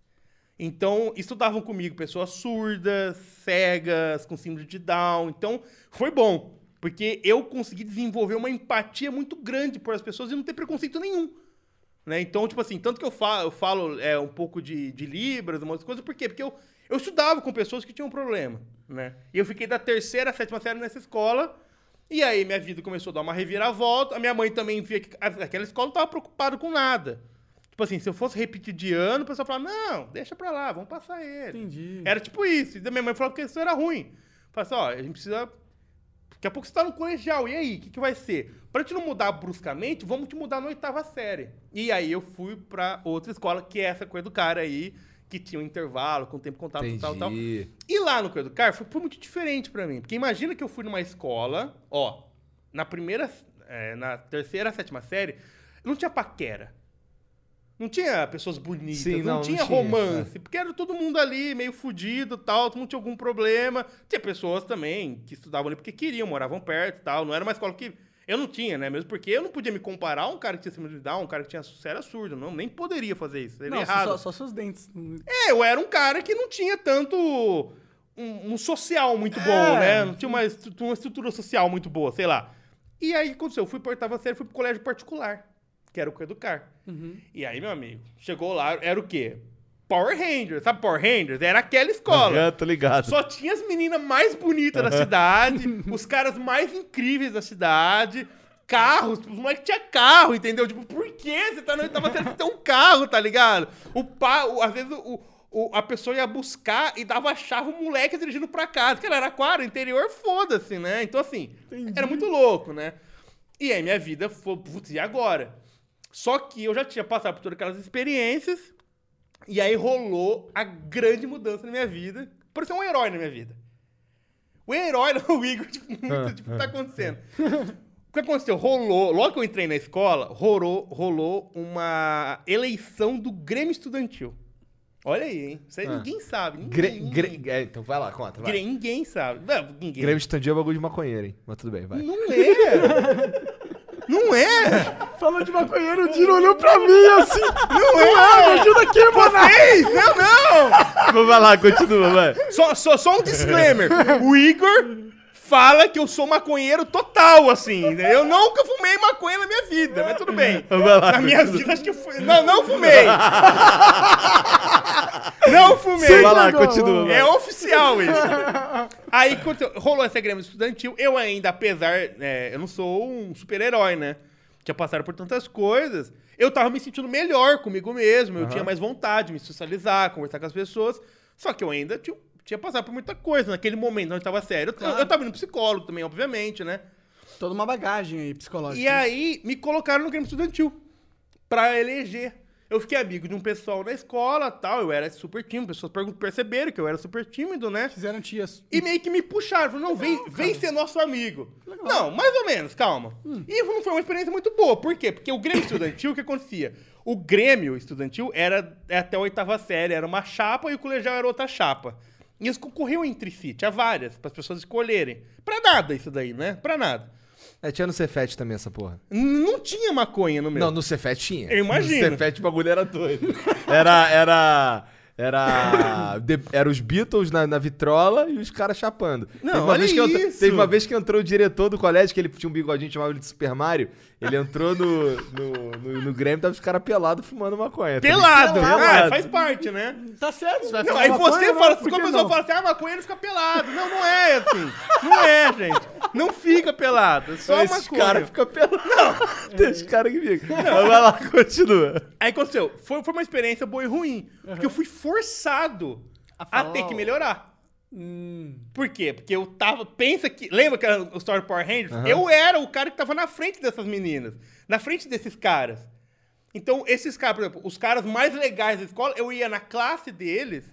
A: Então, estudavam comigo pessoas surdas, cegas, com síndrome de Down. Então, foi bom, porque eu consegui desenvolver uma empatia muito grande por as pessoas e não ter preconceito nenhum. Né? Então, tipo assim, tanto que eu falo, eu falo é, um pouco de, de Libras, umas coisas, por quê? Porque eu, eu estudava com pessoas que tinham um problema, né? E eu fiquei da terceira à sétima série nessa escola, e aí minha vida começou a dar uma reviravolta, a minha mãe também via que a- aquela escola não tava preocupada com nada. Tipo assim, se eu fosse repetir de ano, o pessoal falava, não, deixa pra lá, vamos passar ele.
C: Entendi.
A: Era tipo isso. E da minha mãe falava que isso era ruim. Falava assim, ó, a gente precisa... Daqui a pouco você tá no colegial, e aí? O que, que vai ser? Pra te não mudar bruscamente, vamos te mudar na oitava série. E aí eu fui pra outra escola, que é essa coisa do cara aí, que tinha um intervalo, com o tempo contato,
B: Entendi.
A: tal, tal. E lá no Coelho do Car foi, foi muito diferente pra mim. Porque imagina que eu fui numa escola, ó, na primeira, é, na terceira, sétima série, não tinha paquera. Não tinha pessoas bonitas,
B: Sim,
A: não,
B: não, não tinha,
A: tinha romance. Porque era todo mundo ali, meio fudido e tal, todo mundo tinha algum problema. Tinha pessoas também que estudavam ali porque queriam, moravam perto e tal. Não era uma escola que. Eu não tinha, né? Mesmo porque eu não podia me comparar a um cara que tinha síndrome de Down, um cara que tinha era surdo. Não, nem poderia fazer isso. Seria
C: Não,
A: errado.
C: só, só seus dentes.
A: É, eu era um cara que não tinha tanto. um, um social muito bom, né? Não tinha uma estrutura, uma estrutura social muito boa, sei lá. E aí o que aconteceu? Eu fui pra oitava série, fui pro colégio particular, que era o Coeducar. E aí, meu amigo, chegou lá, era o quê? Power Rangers, sabe Power Rangers? Era aquela escola.
B: Aham, tô ligado.
A: Só tinha as meninas mais bonitas da cidade, os caras mais incríveis da cidade, carros, os moleques tinham carro, entendeu? Tipo, por que você tá na oitava série você tem um carro, tá ligado? O pá, o- às vezes o, o- a pessoa ia buscar e dava a chave o moleque dirigindo pra casa. Cara, era claro, interior, foda-se, né? Então, assim, era muito louco, né? E aí minha vida foi, putz, e agora? Só que eu já tinha passado por todas aquelas experiências, e aí rolou a grande mudança na minha vida. Por ser um herói na minha vida. O herói, o Igor, tipo,
B: Ah,
A: muito, tipo, tá acontecendo. O que aconteceu? Rolou, logo que eu entrei na escola, rolou, rolou uma eleição do Grêmio Estudantil. Olha aí, hein? Isso aí
B: Ah.
A: ninguém sabe. Ninguém,
B: Gre-
A: ninguém,
B: gre- é, então vai lá, conta, vai.
A: Gre- ninguém sabe. Não, ninguém.
B: Grêmio estandia é bagulho de maconheiro, hein? Mas tudo bem, vai.
A: Não é! Não é!
C: Falou de
B: Ah,
C: maconheiro, o Dino olhou pra mim assim. Não é, me ajuda aqui, mano.
A: Vocês! Eu não!
B: Desculpa, vai lá, continua, vai.
A: Só, só, só um disclaimer. O Igor fala que eu sou maconheiro total, assim. né? Eu nunca fumei maconha na minha vida, mas tudo bem.
B: lá,
A: na minha vida, acho que eu fui. Não, não fumei. Não fumei.
B: vai lá,
C: Chegou,
B: continua.
A: É
B: Vai.
A: oficial isso. Aí quando eu- rolou essa greve estudantil, eu ainda, apesar, é, eu não sou um super-herói, né? Tinha passado por tantas coisas. Eu tava me sentindo melhor comigo mesmo, eu tinha mais vontade de me socializar, conversar com as pessoas. Só que eu ainda tinha, tinha passado por muita coisa naquele momento onde tava sério. Eu- Eu, eu tava indo psicólogo também, obviamente, né?
C: Toda uma bagagem aí psicológica.
A: E aí me colocaram no Grêmio Estudantil pra eleger. Eu fiquei amigo de um pessoal na escola tal, eu era super tímido, pessoas pergun- perceberam que eu era super tímido, né?
C: Fizeram tias.
A: E meio que me puxaram. Falaram, não, vem, vem ser nosso amigo. Não, mais ou menos, calma. E não foi uma experiência muito boa. Por quê? Porque o Grêmio Estudantil, o que acontecia? O Grêmio Estudantil era é até a oitava série, era uma chapa e o colegial era outra chapa. E eles concorriam entre si, tinha várias, para as pessoas escolherem. Pra nada isso daí, né? Pra nada.
B: É, tinha no Cefete também essa porra.
A: N- Não tinha maconha no meu.
B: Não, no Cefete tinha.
A: Eu imagino.
B: No Cefete o bagulho era doido. Era, era... Era, de- era os Beatles na, na vitrola e os caras chapando.
A: Não,
B: teve uma,
A: olha
B: vez que entrou-
A: isso.
B: teve uma vez que entrou o diretor do colégio, que ele tinha um bigodinho, chamava ele de Super Mario. Ele entrou no, no, no, no Grêmio, tava os caras pelados fumando maconha. tá ligado?
A: Pelado.
B: Pelado.
A: Ah, faz parte, né?
C: Tá certo, você vai
A: Não,
C: falar
A: aí
C: maconha, né?
A: você
C: não,
A: fala,
C: por
A: quando
C: que
A: a pessoa
C: não?
A: fala assim, ah, maconheiro fica pelado. Não, não é assim. Não é, gente. Não fica pelado. É só
B: Esses
A: maconha.
B: caras ficam pelados. Não, tem os caras que ficam. Mas vai lá, continua.
A: Aí aconteceu. Foi, foi uma experiência boa e ruim. Porque eu fui forçado
C: A
A: a,
C: falar
A: ter que
C: o-
A: melhorar.
C: Hum,
A: Por quê? Porque eu tava. Pensa que. Lembra que era o Story Power Rangers? Eu era o cara que tava na frente dessas meninas. Na frente desses caras. Então, esses caras, por exemplo, os caras mais legais da escola, eu ia na classe deles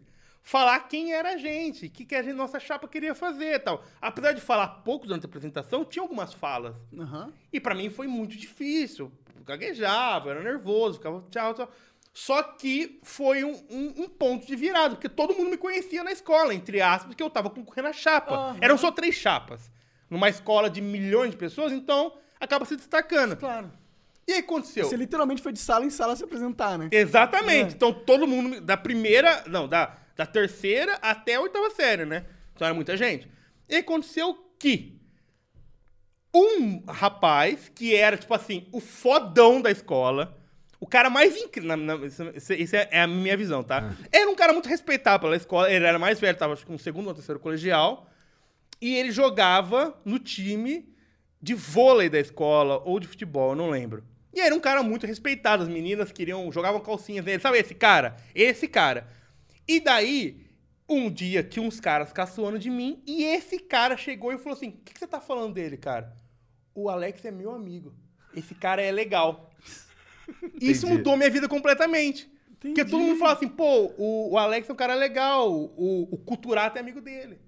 A: falar quem era a gente, o que, que a gente- nossa chapa queria fazer e tal. Apesar de falar pouco durante a apresentação, tinha algumas falas.
C: aham.
A: E pra mim foi muito difícil. Eu gaguejava, era nervoso, ficava tchau, tchau. Só que foi um, um- um ponto de virada, porque todo mundo me conhecia na escola, entre aspas, porque eu tava concorrendo à chapa.
C: Aham.
A: Eram só três chapas. Numa escola de milhões de pessoas, então acaba se destacando.
C: Claro.
A: E aí aconteceu?
C: Você literalmente foi de sala em sala se apresentar, né?
A: Exatamente.
C: É.
A: Então todo mundo, me- da primeira, não, da, da terceira até a oitava série, né? Então era muita gente. E aconteceu que um rapaz que era, tipo assim, o fodão da escola, o cara mais incrível. Isso, isso é, é a minha visão, tá?
C: Ah.
A: Era um cara muito respeitado pela escola, ele era mais velho, tava acho que no segundo ou terceiro colegial. E ele jogava no time de vôlei da escola ou de futebol, eu não lembro. E era um cara muito respeitado, as meninas queriam, jogavam calcinhas nele. Sabe esse cara? Esse cara. E daí, um dia tinha uns caras caçoando de mim e esse cara chegou e falou assim: O que, que você tá falando dele, cara? O Alex é meu amigo. Esse cara é legal. Isso
B: Entendi.
A: mudou minha vida completamente. Porque todo
C: Entendi.
A: mundo fala assim, pô, o, o Alex é um cara legal, o, o Culturato é amigo dele.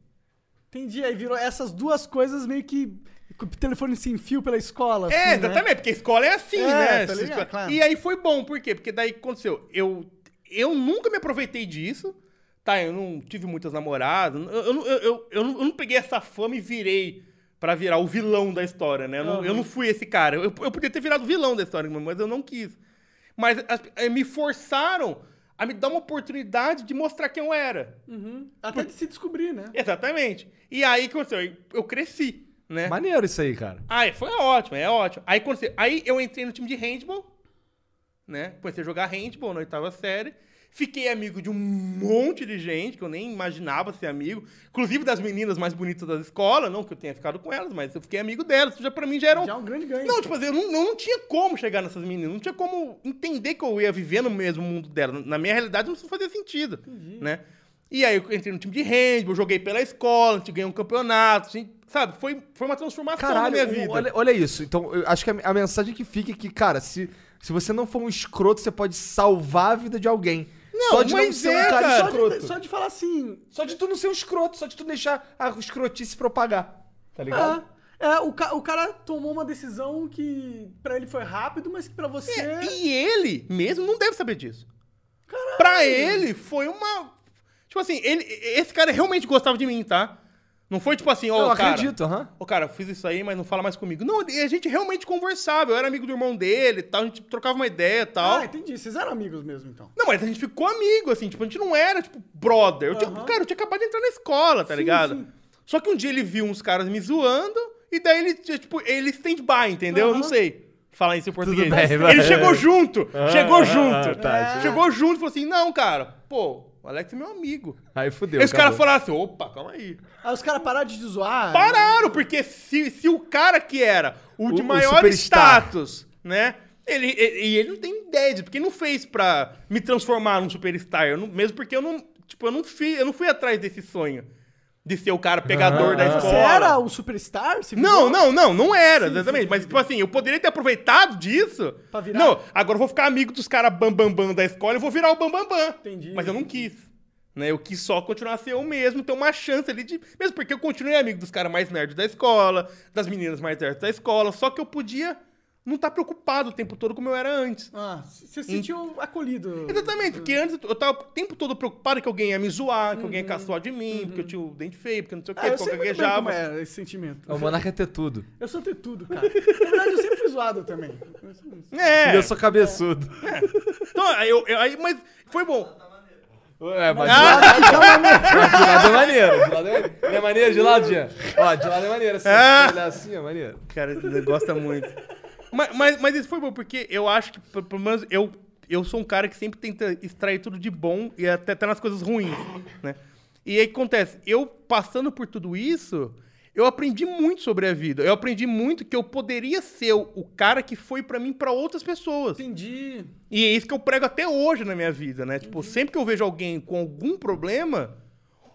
C: Entendi, aí virou essas duas coisas meio que com o telefone sem fio pela escola.
A: É,
C: assim, né?
A: exatamente, porque a escola é assim,
C: É,
A: né?
C: tá ligado,
A: Escola-
C: claro.
A: E aí foi bom, por quê? Porque daí o que aconteceu? Eu, eu nunca me aproveitei disso, tá? Eu não tive muitas namoradas, eu, eu, não- eu, eu, eu não, eu não peguei essa fama e virei pra virar o vilão da história, né? Eu não, eu não fui esse cara. Eu, eu podia ter virado vilão da história, mas eu não quis. Mas as- eh, me forçaram a me dar uma oportunidade de mostrar quem eu era.
C: Uhum. Até de se descobrir, né?
A: Exatamente. E aí o que aconteceu? Eu cresci, né?
B: Maneiro isso aí, cara.
A: Ah, é, foi ótimo, é ótimo. Aí, quando você- aí eu entrei no time de handball, né? Comecei a jogar handball na oitava série. Fiquei amigo de um monte de gente que eu nem imaginava ser amigo. Inclusive das meninas mais bonitas da escola. Não que eu tenha ficado com elas, mas eu fiquei amigo delas. isso Já, pra mim já era um...
C: Já é um grande ganho.
A: Não, tipo assim, eu não, eu não tinha como chegar nessas meninas. Não tinha como entender que eu ia viver no mesmo mundo delas. Na minha realidade, isso não fazia sentido, né? E aí eu entrei no time de handball, joguei pela escola, a gente ganhou um campeonato, assim, sabe? Foi, foi uma transformação na
B: Caralho,
A: minha
B: o-
A: vida.
B: Olha, olha isso. Então, eu acho que a, a mensagem que fica é que, cara, se, se você não for um escroto, você pode salvar a vida de alguém.
A: Não,
B: só de não
A: mas
B: ser
A: é,
B: um cara,
A: cara.
B: escroto.
C: Só de falar assim.
B: Só de tu não ser um escroto, só de tu deixar a escrotice propagar. Tá ligado?
C: Ah, é, o, ca- o cara tomou uma decisão que pra ele foi rápido, mas que pra você.
A: É, E ele mesmo não deve saber disso. Pra ele, foi uma. Tipo assim, ele, esse cara realmente gostava de mim, tá? Não foi tipo assim, ó,
B: eu
A: cara.
B: acredito, aham.
A: Ô, cara, eu fiz isso aí, mas não fala mais comigo. Não, e a gente realmente conversava. Eu era amigo do irmão dele e tal, a gente trocava uma ideia e tal.
C: Ah, entendi. Vocês eram amigos mesmo, então.
A: Não, mas a gente ficou amigo, assim, tipo, a gente não era, tipo, brother. Eu tinha-
C: Aham.
A: cara, eu tinha acabado de entrar na escola, tá ligado?
C: sim.
A: Só que um dia ele viu uns caras me zoando, e daí ele, tinha, tipo, ele stand-by, entendeu? Eu Não
C: Aham.
A: sei falar isso em português.
B: bem, vai. Ah,
A: ele chegou junto, chegou junto.
B: tá,
A: É. Chegou junto e falou assim, não, cara, pô, o Alex é meu amigo.
B: Aí fudeu.
A: Aí os caras
B: acabou.
A: falaram assim, opa, calma aí.
C: Aí os caras pararam de zoar.
A: Pararam, porque se, se o cara que era o de
B: O- o
A: maior
B: superstar.
A: status, né? Ele, e- e ele não tem ideia disso, porque ele não fez pra me transformar num superstar. Eu não- mesmo porque eu não, tipo, eu não fui, eu não fui atrás desse sonho de ser o cara pegador da
B: Ah.
A: escola.
C: Você era o superstar? Você
A: Não,
C: virou?
A: não, não, não era, exatamente. Mas, tipo assim, eu poderia ter aproveitado disso.
C: Pra virar?
A: Não, agora eu vou ficar amigo dos caras bam, bam, bam da escola e vou virar o bam, bam, bam.
C: Entendi.
A: Mas eu não quis. Né? Eu quis só continuar a ser eu mesmo, ter uma chance ali de. Mesmo porque eu continuei amigo dos caras mais nerds da escola, das meninas mais nerds da escola, só que eu podia não estar preocupado o tempo todo como eu era antes.
C: Ah, c- você se sentiu acolhido.
A: Exatamente, porque
C: Uhum.
A: antes eu tava o tempo todo preocupado que alguém ia me zoar, que alguém ia caçoar de mim, porque eu tinha o dente feio, porque não sei o quê,
C: Uhum. Ah, eu
A: porque
C: sei
A: eu
C: muito bem como
A: gaguejava.
C: é esse sentimento.
B: O Monarca é ter tudo.
C: Eu sou ter tudo, cara. Na verdade, eu sempre fui zoado também. um
A: É,
B: E eu sou cabeçudo.
A: então, aí eu- eu- aí, mas foi bom.
B: É, mas
A: Ah,
B: de lado é maneiro. De lado é maneiro. Não é maneiro de lado, Jean? Ó, de lado é maneiro. Assim,
A: Ah!
B: se olhar assim é maneiro.
A: cara, ele gosta muito. Mas, mas, mas isso foi bom, porque eu acho que, pe- pelo menos, eu, eu sou um cara que sempre tenta extrair tudo de bom e até, até nas coisas ruins, né? E aí o que acontece? Eu, passando por tudo isso, eu aprendi muito sobre a vida. Eu aprendi muito que eu poderia ser o, o cara que foi pra mim pra outras pessoas.
C: Entendi.
A: E é isso que eu prego até hoje na minha vida, né?
B: Uhum.
A: Tipo, sempre que eu vejo alguém com algum problema,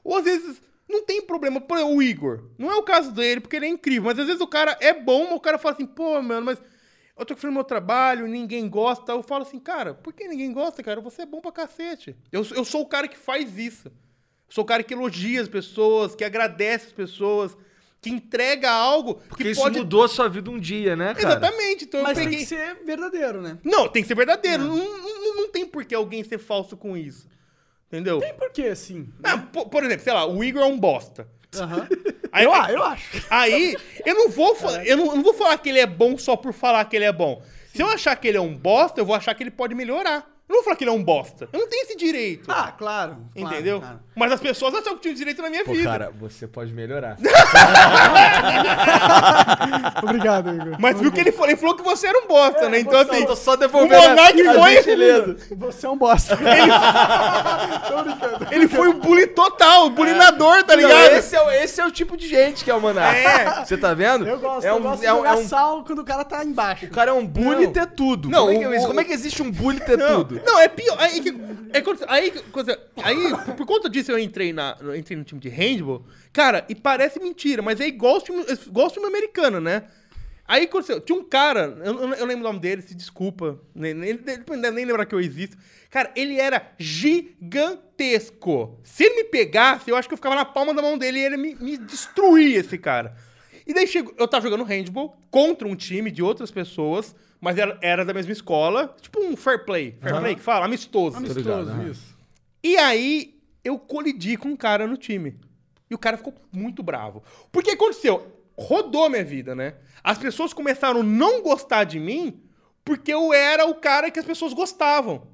A: ou às vezes não tem problema. Por exemplo, o Igor. Não é o caso dele, porque ele é incrível. Mas às vezes o cara é bom, mas o cara fala assim, pô, mano, mas eu tô fazendo meu trabalho, ninguém gosta. Eu falo assim, cara, por que ninguém gosta, cara? Você é bom pra cacete. Eu, eu sou o cara que faz isso. Eu sou o cara que elogia as pessoas, que agradece as pessoas, que entrega algo
B: Porque
A: que
B: isso
A: pode.
B: mudou a sua vida um dia, né, cara?
A: Exatamente. Então
C: Mas
A: eu
C: tem
A: peguei.
C: que ser verdadeiro, né?
A: Não, tem que ser verdadeiro. Não, não, não- não tem por que alguém ser falso com isso. Entendeu?
C: Tem porquê, assim.
A: Ah, po- por, exemplo, sei lá, o Igor é um bosta.
C: Aham.
A: Aí,
C: Eu, ah, eu acho.
A: aí eu, não vou fa- eu, não, eu não vou falar que ele é bom só por falar que ele é bom. Se eu achar que ele é um bosta, eu vou achar que ele pode melhorar. Eu não vou falar que ele é um bosta. Eu não tenho esse direito.
C: Ah, claro. claro,
A: entendeu?
C: claro.
A: Mas as pessoas acham que eu tinha o direito na minha
B: Pô,
A: vida.
B: cara, você pode melhorar.
C: Obrigado, Igor.
A: Mas viu que ele falou, ele falou que você era um bosta, né? Então,
C: É, você-
A: assim,
C: eu
B: só
A: o
B: devolvendo
A: Monark foi.
C: Você é um bosta. tá
A: Ele foi o bully
C: É.
A: total, o bulinador, tá ligado?
B: esse, é, o- esse é o tipo de gente que é o Monarca.
A: É.
B: Você tá vendo?
C: Eu gosto,
B: É
C: eu gosto
B: é
C: de
B: um,
C: jogar
B: é um-
C: sal quando o cara tá embaixo.
B: O cara é um bully
C: Não.
B: ter tudo.
A: Não,
B: como, é
A: o-
B: que,
A: o-
B: como é que existe um bully ter
A: Não,
B: tudo?
A: Não, é pior. Aí, que- é quando- aí, que- coisa- aí, por- por conta disso, eu entrei, na, eu entrei no time de handball. Cara, e parece mentira, mas é igual os time, igual os time americano, né? Aí aconteceu, tinha um cara, eu, eu- eu lembro o nome dele, se desculpa, nem, nem, ele não deve nem lembrar que eu existo. Cara, ele era gigantesco. Se ele me pegasse, eu acho que eu ficava na palma da mão dele e ele me, me destruía, esse cara. E daí chegou, eu tava jogando handball contra um time de outras pessoas, mas era, era da mesma escola, tipo um fair play, fair play que fala, amistoso.
B: ligado, aham.
C: é isso.
A: E aí eu colidi com um cara no time. E o cara ficou muito bravo. Porque aconteceu, rodou minha vida, né? As pessoas começaram a não gostar de mim porque eu era o cara que as pessoas gostavam.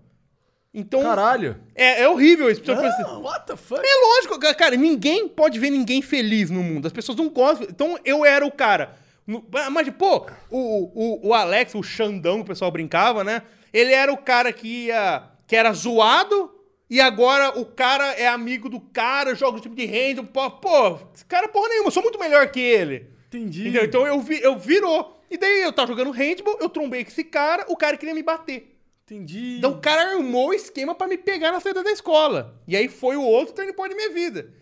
A: Então,
B: Caralho.
A: é, é horrível isso. Porque eu pensei-
C: Não, what the fuck?
A: é lógico, ca- cara, ninguém pode ver ninguém feliz no mundo. As pessoas não gostam. Então eu era o cara. No- ah, Mas, pô, o, o, o Alex, o Xandão, que o pessoal brincava, né? Ele era o cara que ia. que era zoado. E agora o cara é amigo do cara, joga o time de handball. Pô, pô, esse cara é porra nenhuma, eu sou muito melhor que ele.
C: Entendi.
A: Entendeu? Então eu, vi, eu virou. E daí eu tava jogando handball, eu trombei com esse cara, o cara queria me bater.
C: Entendi.
A: Então o cara armou o esquema pra me pegar na saída da escola. E aí foi o outro turning point da minha vida.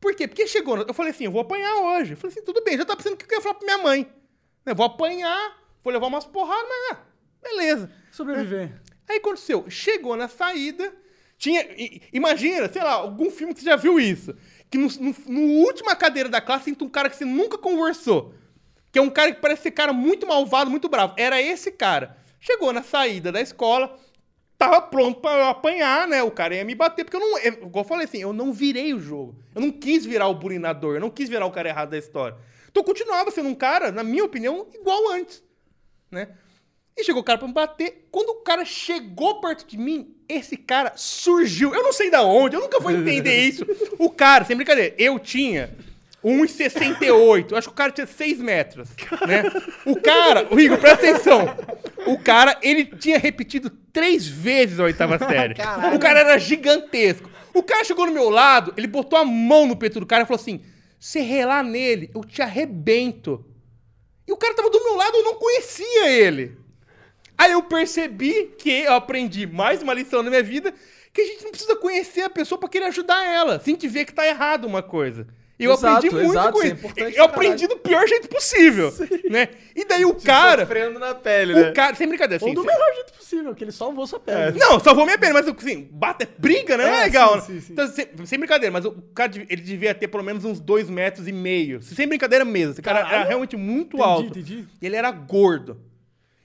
A: Por quê? Porque chegou. na- Eu falei assim, eu vou apanhar hoje. Eu falei assim, tudo bem, já tá pensando o que eu ia falar pra minha mãe. né? Vou apanhar, vou levar umas porradas, mas ah, beleza.
C: Sobreviver.
A: Aí aconteceu, chegou na saída, tinha. i- Imagina, sei lá, algum filme que você já viu isso. Que no, no, no última cadeira da classe entra um cara que você nunca conversou. Que é um cara que parece ser cara muito malvado, muito bravo. Era esse cara. Chegou na saída da escola, tava pronto pra apanhar, né? O cara ia me bater, porque eu não. é, Igual eu falei assim, eu não virei o jogo. Eu não quis virar o bulinador, eu não quis virar o cara errado da história. Então eu continuava sendo um cara, na minha opinião, igual antes, né? E chegou o cara pra me bater. Quando o cara chegou perto de mim, esse cara surgiu. Eu não sei da onde, eu nunca vou entender isso. O cara, sem brincadeira, eu tinha 1,68. Eu acho que o cara tinha 6 metros, né? O cara, o Igor, presta atenção. O cara, ele tinha repetido três vezes a oitava série. O cara era gigantesco. O cara chegou no meu lado, ele botou a mão no peito do cara e falou assim: se relar nele, eu te arrebento. E o cara tava do meu lado, eu não conhecia ele. Aí eu percebi que eu aprendi mais uma lição na minha vida, que a gente não precisa conhecer a pessoa pra querer ajudar ela, sem te ver que tá errado uma coisa. Eu
B: Exato,
A: aprendi muito
B: exato,
A: com
B: isso é
A: isso.
B: importante
A: eu
B: pra caralho.
A: aprendi do pior jeito possível, né? E daí o cara,
B: Sofrendo na pele, né?
A: o cara, sem brincadeira,
C: Ou
A: assim,
C: do
A: sem-
C: melhor jeito possível, que ele salvou sua perna.
A: É. não, salvou minha pena, mas assim, bate, briga, né? Não é,
C: É,
A: legal,
C: sim,
A: né?
C: sim, sim.
A: Então, sem, sem brincadeira, mas o cara de- ele devia ter pelo menos uns dois metros e meio. Sem brincadeira mesmo. Esse cara era
C: Caralho.
A: realmente muito
C: Entendi,
A: alto.
C: entendi.
A: E ele era gordo.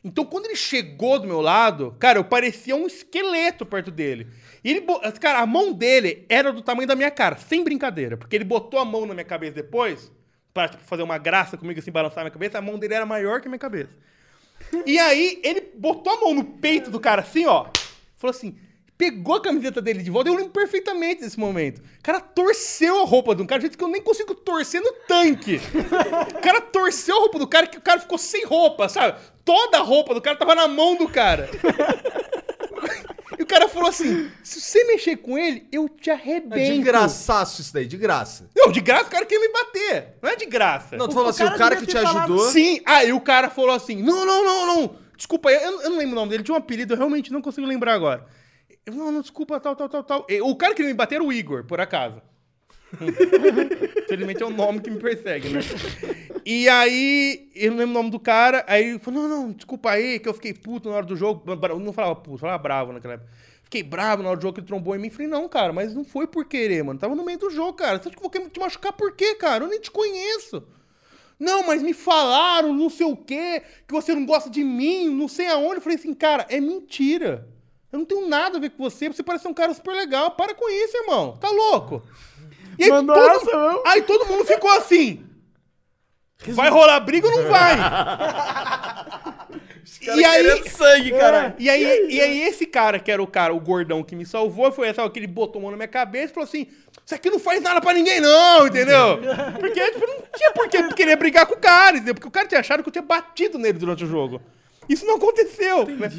A: Então, quando ele chegou do meu lado, cara, eu parecia um esqueleto perto dele. E ele, bo- cara, a mão dele era do tamanho da minha cara, sem brincadeira. Porque ele botou a mão na minha cabeça depois, pra tipo, fazer uma graça comigo, assim, balançar a minha cabeça. A mão dele era maior que a minha cabeça. E aí, ele botou a mão no peito do cara, assim, ó. Falou assim, pegou a camiseta dele de volta. Eu lembro perfeitamente desse momento. O cara torceu a roupa de um cara, do jeito que eu nem consigo torcer no tanque. O cara torceu a roupa do cara, que o cara ficou sem roupa, sabe? Toda a roupa do cara tava na mão do cara. E o cara falou assim: se você mexer com ele, eu te
B: É
A: arrebento.
B: de graçaço isso daí, de graça.
A: Não, de graça o cara quer me bater. Não é de graça.
B: Não, tu
C: O-
B: falou
C: o
B: assim, o
C: cara
B: cara que
C: devia
B: te
C: ter falado
B: ajudou...
A: Sim, aí o cara falou assim: não, não, não, não. Desculpa, eu, eu não lembro o nome dele, tinha um apelido, eu realmente não consigo lembrar agora. Eu, não, não, desculpa, tal, tal, tal, tal. E O cara que me bater era o Igor, por acaso. Infelizmente é o nome que me persegue, né? E aí, eu não lembro o nome do cara, aí ele falou: não, não, desculpa aí, que eu fiquei puto na hora do jogo. Bra- Eu não falava puto, falava bravo naquela época. Fiquei bravo na hora do jogo que ele trombou em mim. Falei, não, cara, mas não foi por querer, mano. Tava no meio do jogo, cara. Você acha que eu vou te machucar por quê, cara? Eu nem te conheço. Não, mas me falaram, não sei o quê, que você não gosta de mim, não sei aonde. Eu falei assim, cara, é mentira. Eu não tenho nada a ver com você, você parece ser um cara super legal. Para com isso, irmão. Tá louco? E aí,
C: Mandou
A: todo,
C: essa, não?
A: aí todo mundo ficou assim. Vai rolar briga ou não vai? E aí, É.
B: sangue, caralho.
A: e aí, e aí esse cara, que era o cara, o gordão que me salvou, foi essa que ele botou a mão na minha cabeça e falou assim: Isso aqui não faz nada pra ninguém, não, entendeu? Porque tipo, não tinha por que querer brigar com o cara, entendeu? Porque o cara tinha achado que eu tinha batido nele durante o jogo. Isso não aconteceu. né?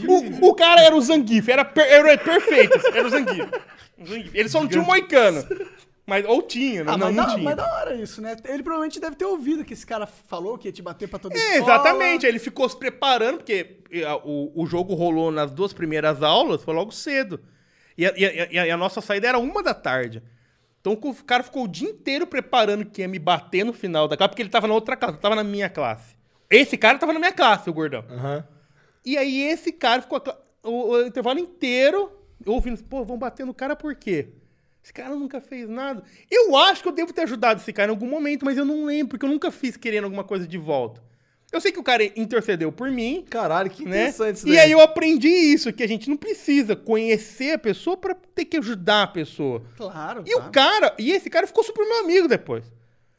A: O, o cara era o Zangief, era, per- era perfeito. Era o Zangief. O Um Zangief. Ele só não tinha o Moicano. Mas, ou tinha, né?
C: Ah,
A: não,
C: mas,
A: não
C: da,
A: tinha.
C: mas da hora isso, né? Ele provavelmente deve ter ouvido que esse cara falou que ia te bater pra toda
A: É,
C: escola.
A: exatamente. Ele ficou se preparando, porque eh, a- o, o jogo rolou nas duas primeiras aulas, foi logo cedo. E a, e a- e a- e a nossa saída era uma da tarde. Então o cara ficou o dia inteiro preparando que ia me bater no final da classe, porque ele tava na outra classe, tava na minha classe. Esse cara tava na minha classe, o gordão.
B: Aham.
A: E aí esse cara ficou a cla- o, o intervalo inteiro eu ouvindo, pô, vão bater no cara por quê? Esse cara nunca fez nada. Eu acho que eu devo ter ajudado esse cara em algum momento, mas eu não lembro, porque eu nunca fiz querendo alguma coisa de volta. Eu sei que o cara intercedeu por mim,
B: Caralho, que
A: né?
B: interessante isso daí.
A: E aí eu aprendi isso, que a gente não precisa conhecer a pessoa pra ter que ajudar a pessoa.
C: Claro.
B: Tá.
A: E o cara, e esse cara ficou super meu amigo depois.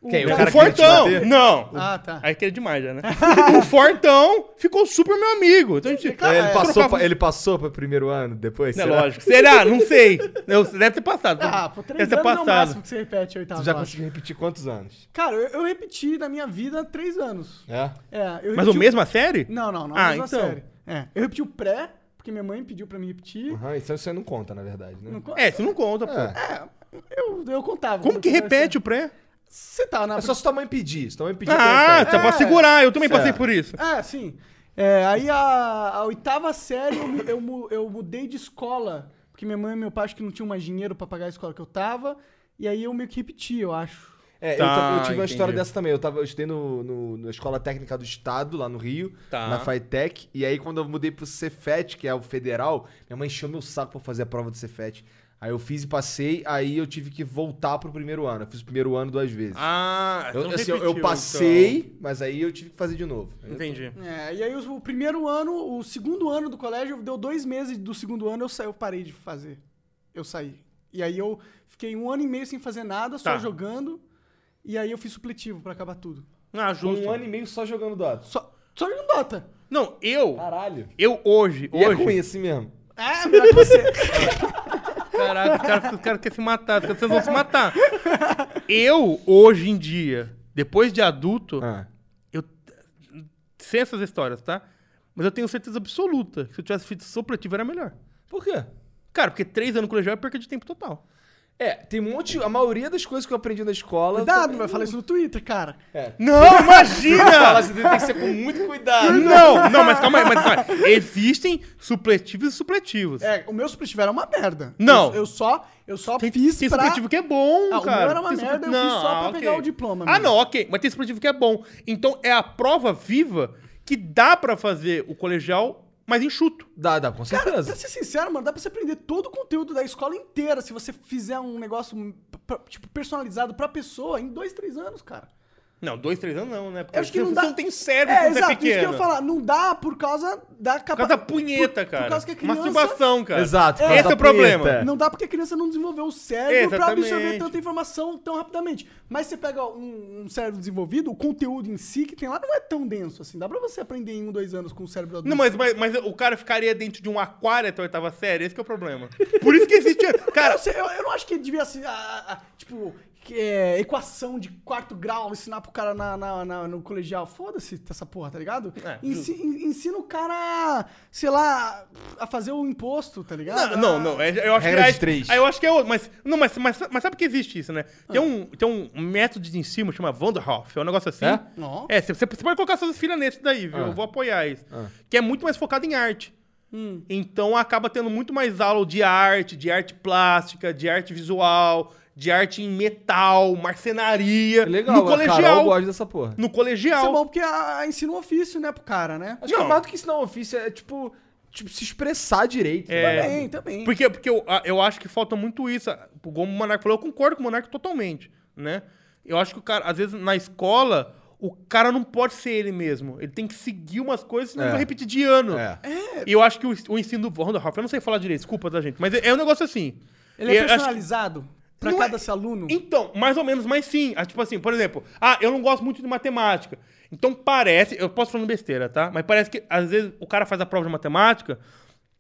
B: Quem? O
A: O,
B: cara que queria te
A: Fortão!
B: bater?
A: Não!
C: Ah, tá.
A: Aí que é demais já, né? o Fortão ficou super meu amigo. Então a gente.
B: É, ele, passou
A: trocava- um-
B: pra, ele passou pra primeiro ano depois?
A: não é
B: será?
A: lógico. Será? Não sei. Eu, deve ter passado.
C: Ah, por três
A: deve ter
C: anos é o
A: passado.
C: máximo que você repete a oitava.
A: Ah,
B: Tu já
C: eu acho.
B: conseguiu repetir quantos anos?
C: Cara, eu, eu repeti na minha vida três anos.
B: É?
C: É, eu
A: Mas
C: repeti
A: o mesmo a série?
C: Não, não, não.
A: Ah,
C: Ah, então.
A: então.
C: Série. É, eu repeti o pré, porque minha mãe pediu pra me repetir.
B: Aham, isso aí não conta, na verdade, né?
C: Não co-
A: Uhum. É, você não conta, pô.
B: É.
C: Eu, eu contava.
A: Como que repete o pré?
C: Você tá na.
B: É só se tua mãe pedir. Se tua mãe pedir,
A: Ah,
B: tu
A: tá
B: repete.
A: pra segurar. Eu também
B: Certo.
A: passei por isso.
C: É, sim. É, aí a, a oitava série eu, mu- eu, mu- eu mudei de escola, porque minha mãe e meu pai acho que não tinham mais dinheiro pra pagar a escola que eu tava, e aí eu meio que repeti, eu acho.
B: É, eu
A: Tá,
B: tam- eu, tive uma
A: entendi.
B: história dessa também. Eu, tava, eu estudei no, no- na Escola Técnica do Estado, lá no Rio,
A: Tá.
B: na FITEC. E aí, quando eu mudei pro Cefet, que é o federal, minha mãe encheu meu saco pra eu fazer a prova do Cefet. Aí eu fiz e passei, aí eu tive que voltar pro primeiro ano. Eu fiz o primeiro ano duas vezes.
A: Ah,
B: eu,
A: então
B: assim, eu- eu
A: repetiu,
B: passei, mas aí eu tive que fazer de novo.
A: então. Entendi.
C: É, e aí os- o primeiro ano, o segundo ano do colégio, deu dois meses do segundo ano, eu, sa- eu parei de fazer. Eu saí. E aí eu fiquei um ano e meio sem fazer nada, só
A: Tá.
C: jogando. E aí eu fiz supletivo pra acabar tudo.
A: Ah,
B: Com
A: justo.
B: Um ano e meio só jogando Dota.
C: Só, só jogando Dota.
A: Não, eu,
B: Caralho.
A: eu hoje,
B: E é
A: hoje...
B: com isso mesmo.
C: É, melhor que você.
A: Caraca, os caras cara querem se matar, os caras vocês vão se matar. Eu, hoje em dia, depois de adulto,
B: Ah.
A: eu. Sem essas histórias, tá? Mas eu tenho certeza absoluta que se eu tivesse feito supletivo era melhor.
B: Por quê?
A: Cara, porque três anos no colegial é perca de tempo total.
B: É, tem um monte. A maioria das coisas que eu aprendi na escola.
C: Cuidado,
B: eu
C: vai falar isso no Twitter, cara.
B: É.
A: Não,
B: Fala,
A: imagina!
B: você tem que ser com muito cuidado.
A: não, não, mas calma aí, mas calma aí. Existem supletivos e supletivos.
C: É, o meu supletivo era uma merda.
A: Não.
C: Eu, eu só, eu só
A: Tem,
C: fiz
A: tem
C: pra...
A: supletivo que é bom,
C: Ah, o meu
A: cara.
C: era uma
A: Tem
C: merda,
A: supletivo-
C: eu fiz só
A: Não,
C: pra
A: ok.
C: pegar o diploma
A: Ah,
C: mesmo.
A: não, ok. Mas tem supletivo que é bom. Então é a prova viva que dá pra fazer o colegial, mas enxuto.
B: Dá, dá, com
C: Cara,
B: certeza.
C: pra ser sincero, mano, dá pra você aprender todo o conteúdo da escola inteira se você fizer um negócio, pra- pra- tipo, personalizado pra pessoa em dois, três anos, cara.
A: Não, dois, três anos não, né? Porque
C: Eu acho que
A: você
C: não dá-
A: não tem cérebro
C: É,
A: quando você é
C: exato,
A: pequeno.
C: isso que eu ia falar. Não dá por causa da
A: Por causa da
C: capacidade.
A: punheta, cara.
C: Por causa que a criança...
A: Masturbação, cara.
B: Exato.
A: Esse é o problema.
C: Não dá porque a criança não desenvolveu o cérebro pra
A: Exatamente.
C: absorver tanta informação tão rapidamente. Mas você pega um, um cérebro desenvolvido, o conteúdo em si que tem lá não é tão denso assim. Dá pra você aprender em um, dois anos com o cérebro adulto.
A: Não, mas, mas, mas o cara ficaria dentro de um aquário até a oitava série, esse que é o problema. Por isso que existe.
C: Cara,
A: Cara,
C: eu, sei, eu- eu não acho que devia ser, a- a- tipo, que é, equação de quarto grau, ensinar pro cara na, na- na- no colegial. Foda-se essa porra, tá ligado?
A: É,
C: Ensi- en- ensina o cara, sei lá, a fazer o imposto, tá ligado?
A: Não, não, não. é- Eu acho
B: Regra
A: que é,
B: de três. Ah.
A: Aí eu acho que é outro. Mas, não, mas, mas, mas sabe que existe isso, né? Tem, um, tem um método de ensino chama Vanderhoff. É um negócio assim.
B: É?
C: Não.
A: É, você, você pode colocar suas filhas nesse daí, viu?
B: Ah.
A: Eu vou apoiar isso.
B: Ah.
A: Que é muito mais focado em arte.
C: Hum.
A: Então acaba tendo muito mais aula de arte, de arte plástica, de arte visual, de arte em metal, marcenaria.
B: É Legal,
A: no
B: A Carol
A: colegial.
B: gosta dessa porra.
A: No
C: Isso é
A: colegial.
C: bom porque a- a- ensina o ofício, né, pro cara, né?
B: Acho que
A: Não.
B: mais do que ensinar um ofício é tipo, tipo se expressar direito.
A: É.
C: Também, também.
A: Porque, porque eu, a- eu acho que falta muito isso. A- Como o Monarco falou, eu concordo com o Monarco totalmente, né? Eu acho que o cara, às vezes, na escola, o cara não pode ser ele mesmo. Ele tem que seguir umas coisas, senão
B: É.
A: ele vai repetir de ano.
B: É.
A: E eu acho que o, ens- o ensino do Randolph, eu não sei falar direito, desculpa, tá, gente? Mas é, é um negócio assim.
C: Ele
A: Eu
C: é
A: acho que-
C: personalizado pra
A: Não
C: cada
A: é-
C: aluno.
A: então, mais ou menos, mas sim. Ah, Tipo assim, por exemplo, ah, eu não gosto muito de matemática. Então parece, eu posso falando besteira, tá? Mas parece que às vezes o cara faz a prova de matemática,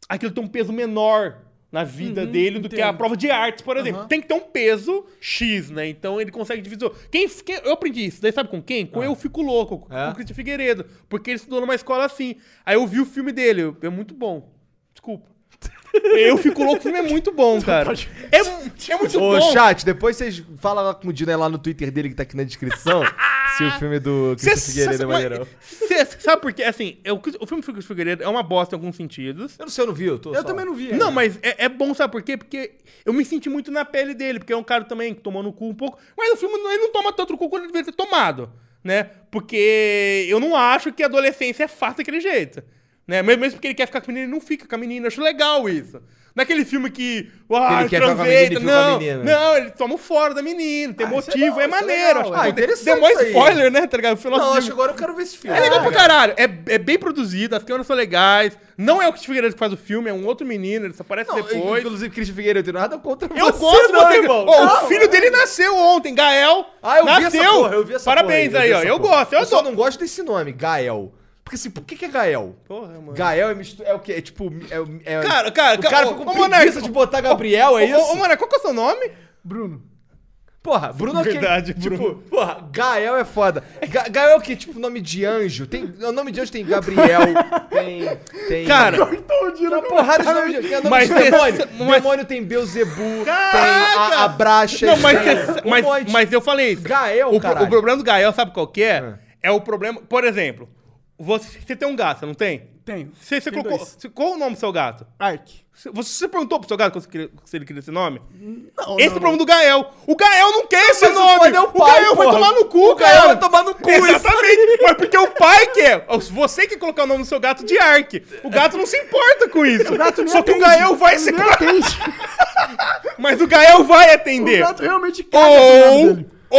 A: aquilo tem um peso menor na vida dele do que a
C: entendo.
A: prova de artes, por exemplo.
C: Aham.
A: Tem que ter um peso X, né? Então ele consegue dividir. Quem, quem- eu aprendi isso, daí sabe com quem? Com Eu Fico Louco, com,
B: É?
A: o Cristian Figueiredo. Porque ele estudou numa escola assim. Aí eu vi o filme dele, eu- é muito bom. Desculpa. Eu Fico Louco, o filme é muito bom, cara. É, mu- é muito
B: Ô,
A: bom.
B: chat, depois vocês falam lá com o Dino lá no Twitter dele que tá aqui na descrição. se o filme do
A: Cê-
B: Cristo Figueiredo é
A: mas-
B: maneirão.
A: cê- cê Sabe por quê? Assim, eu- o filme do Figueiredo é uma bosta em alguns sentidos.
B: Eu não sei, eu não vi. Eu, tô
C: Eu
B: só-
C: também não vi.
A: Não, mas é, é bom, sabe por quê? Porque eu me senti muito na pele dele, porque é um cara também que tomou no cu um pouco. Mas o filme não- ele não toma tanto no cu quanto ele deveria ter tomado, né? Porque eu não acho que a adolescência é fácil daquele jeito. Né? Mesmo mesmo porque ele quer ficar com a menina, ele não fica com a menina. Eu acho legal isso. Naquele filme que. Ah,
B: ele quer ficar com a
A: transei,
B: menina e fica com a
A: não,
B: menina.
A: não, ele toma o fora da menina, tem
C: Ah, isso é
A: motivo,
C: bom,
A: é,
C: isso é
A: maneiro.
C: legal,
A: acho
B: é.
A: que
B: Ah, interessante
A: Deu mó
B: isso aí.
A: spoiler, né? Tá ligado? O final do
B: Não, acho
A: filme.
B: que agora eu quero ver esse filme.
A: É legal pra caralho. É, é bem produzido, as câmeras são legais. Não é o Kit Figueiredo que faz o filme, é um outro menino, ele só aparece
B: Não,
A: depois. Eu,
B: Inclusive, Cristo Figueiredo, eu tenho nada contra você,
A: gosto
B: não,
A: do irmão.
B: Não,
A: o filho dele nasceu ontem, Gael.
B: Ah, eu
A: nasceu.
B: vi essa porra, eu vi essa
A: é Parabéns
B: porra
A: aí,
B: eu
A: ó.
B: vi essa
A: Eu
B: porra.
A: gosto, eu
B: Eu só
A: adoro.
B: não gosto desse nome, Gael. Porque assim, por que que é Gael?
A: Porra, mano.
B: Gael é, mistu... é o quê? É tipo... É, é...
A: Cara, cara,
B: o cara
A: ô,
B: ficou com
A: ô,
B: preguiça
A: Monark,
B: de botar Gabriel, é
A: ô, ô,
B: isso?
A: Ô, mano, qual que é o seu nome?
C: Bruno.
B: Porra, Bruno é
A: Verdade,
B: quem?
A: Bruno.
B: Tipo, porra, Gael é foda. Ga Gael é o quê? Tipo, nome de anjo. Tem, o nome de anjo tem Gabriel, tem... tem...
A: Cara,
B: Tem uma porrada de nome de, tem nome
A: Mas
B: de
A: esse-
B: demônio.
A: mas-
B: Demônio tem Beuzebu, tem
A: Caraca!
B: a, Abraxas,
A: não, mas,
B: tem
A: cê-
B: um
A: mas,
B: monte.
A: mas eu falei isso.
B: Gael,
A: o, pro-
B: caralho.
A: o problema do Gael, sabe qual que é?
B: Ah.
A: É o problema... Por exemplo, você, você tem um gato, você não tem?
C: tenho.
A: Você, você
C: Tem
A: colocou-
C: dois.
A: você- qual o nome do seu gato?
C: Ark.
A: Você, você perguntou pro seu gato quando você queria- se ele queria esse nome?
C: Não,
A: esse é o problema do Gael. O Gael não quer esse
B: Mas o
A: nome.
B: pai é o
A: O,
B: pai,
A: Gael vai
B: porra.
A: tomar no cu,
B: O Gael vai
C: tá
A: cara.
B: tomar no cu isso.
A: Exatamente. Mas porque é o pai quer. Você que colocar o nome do seu gato de Ark. O gato não se importa com isso.
C: O gato não
A: Só que o
C: atende.
A: Gael vai se...
C: Ele não atende.
A: Mas o Gael vai
C: O
A: atender.
C: gato realmente caga pro nome
A: Ou... um.
C: dele.
B: Que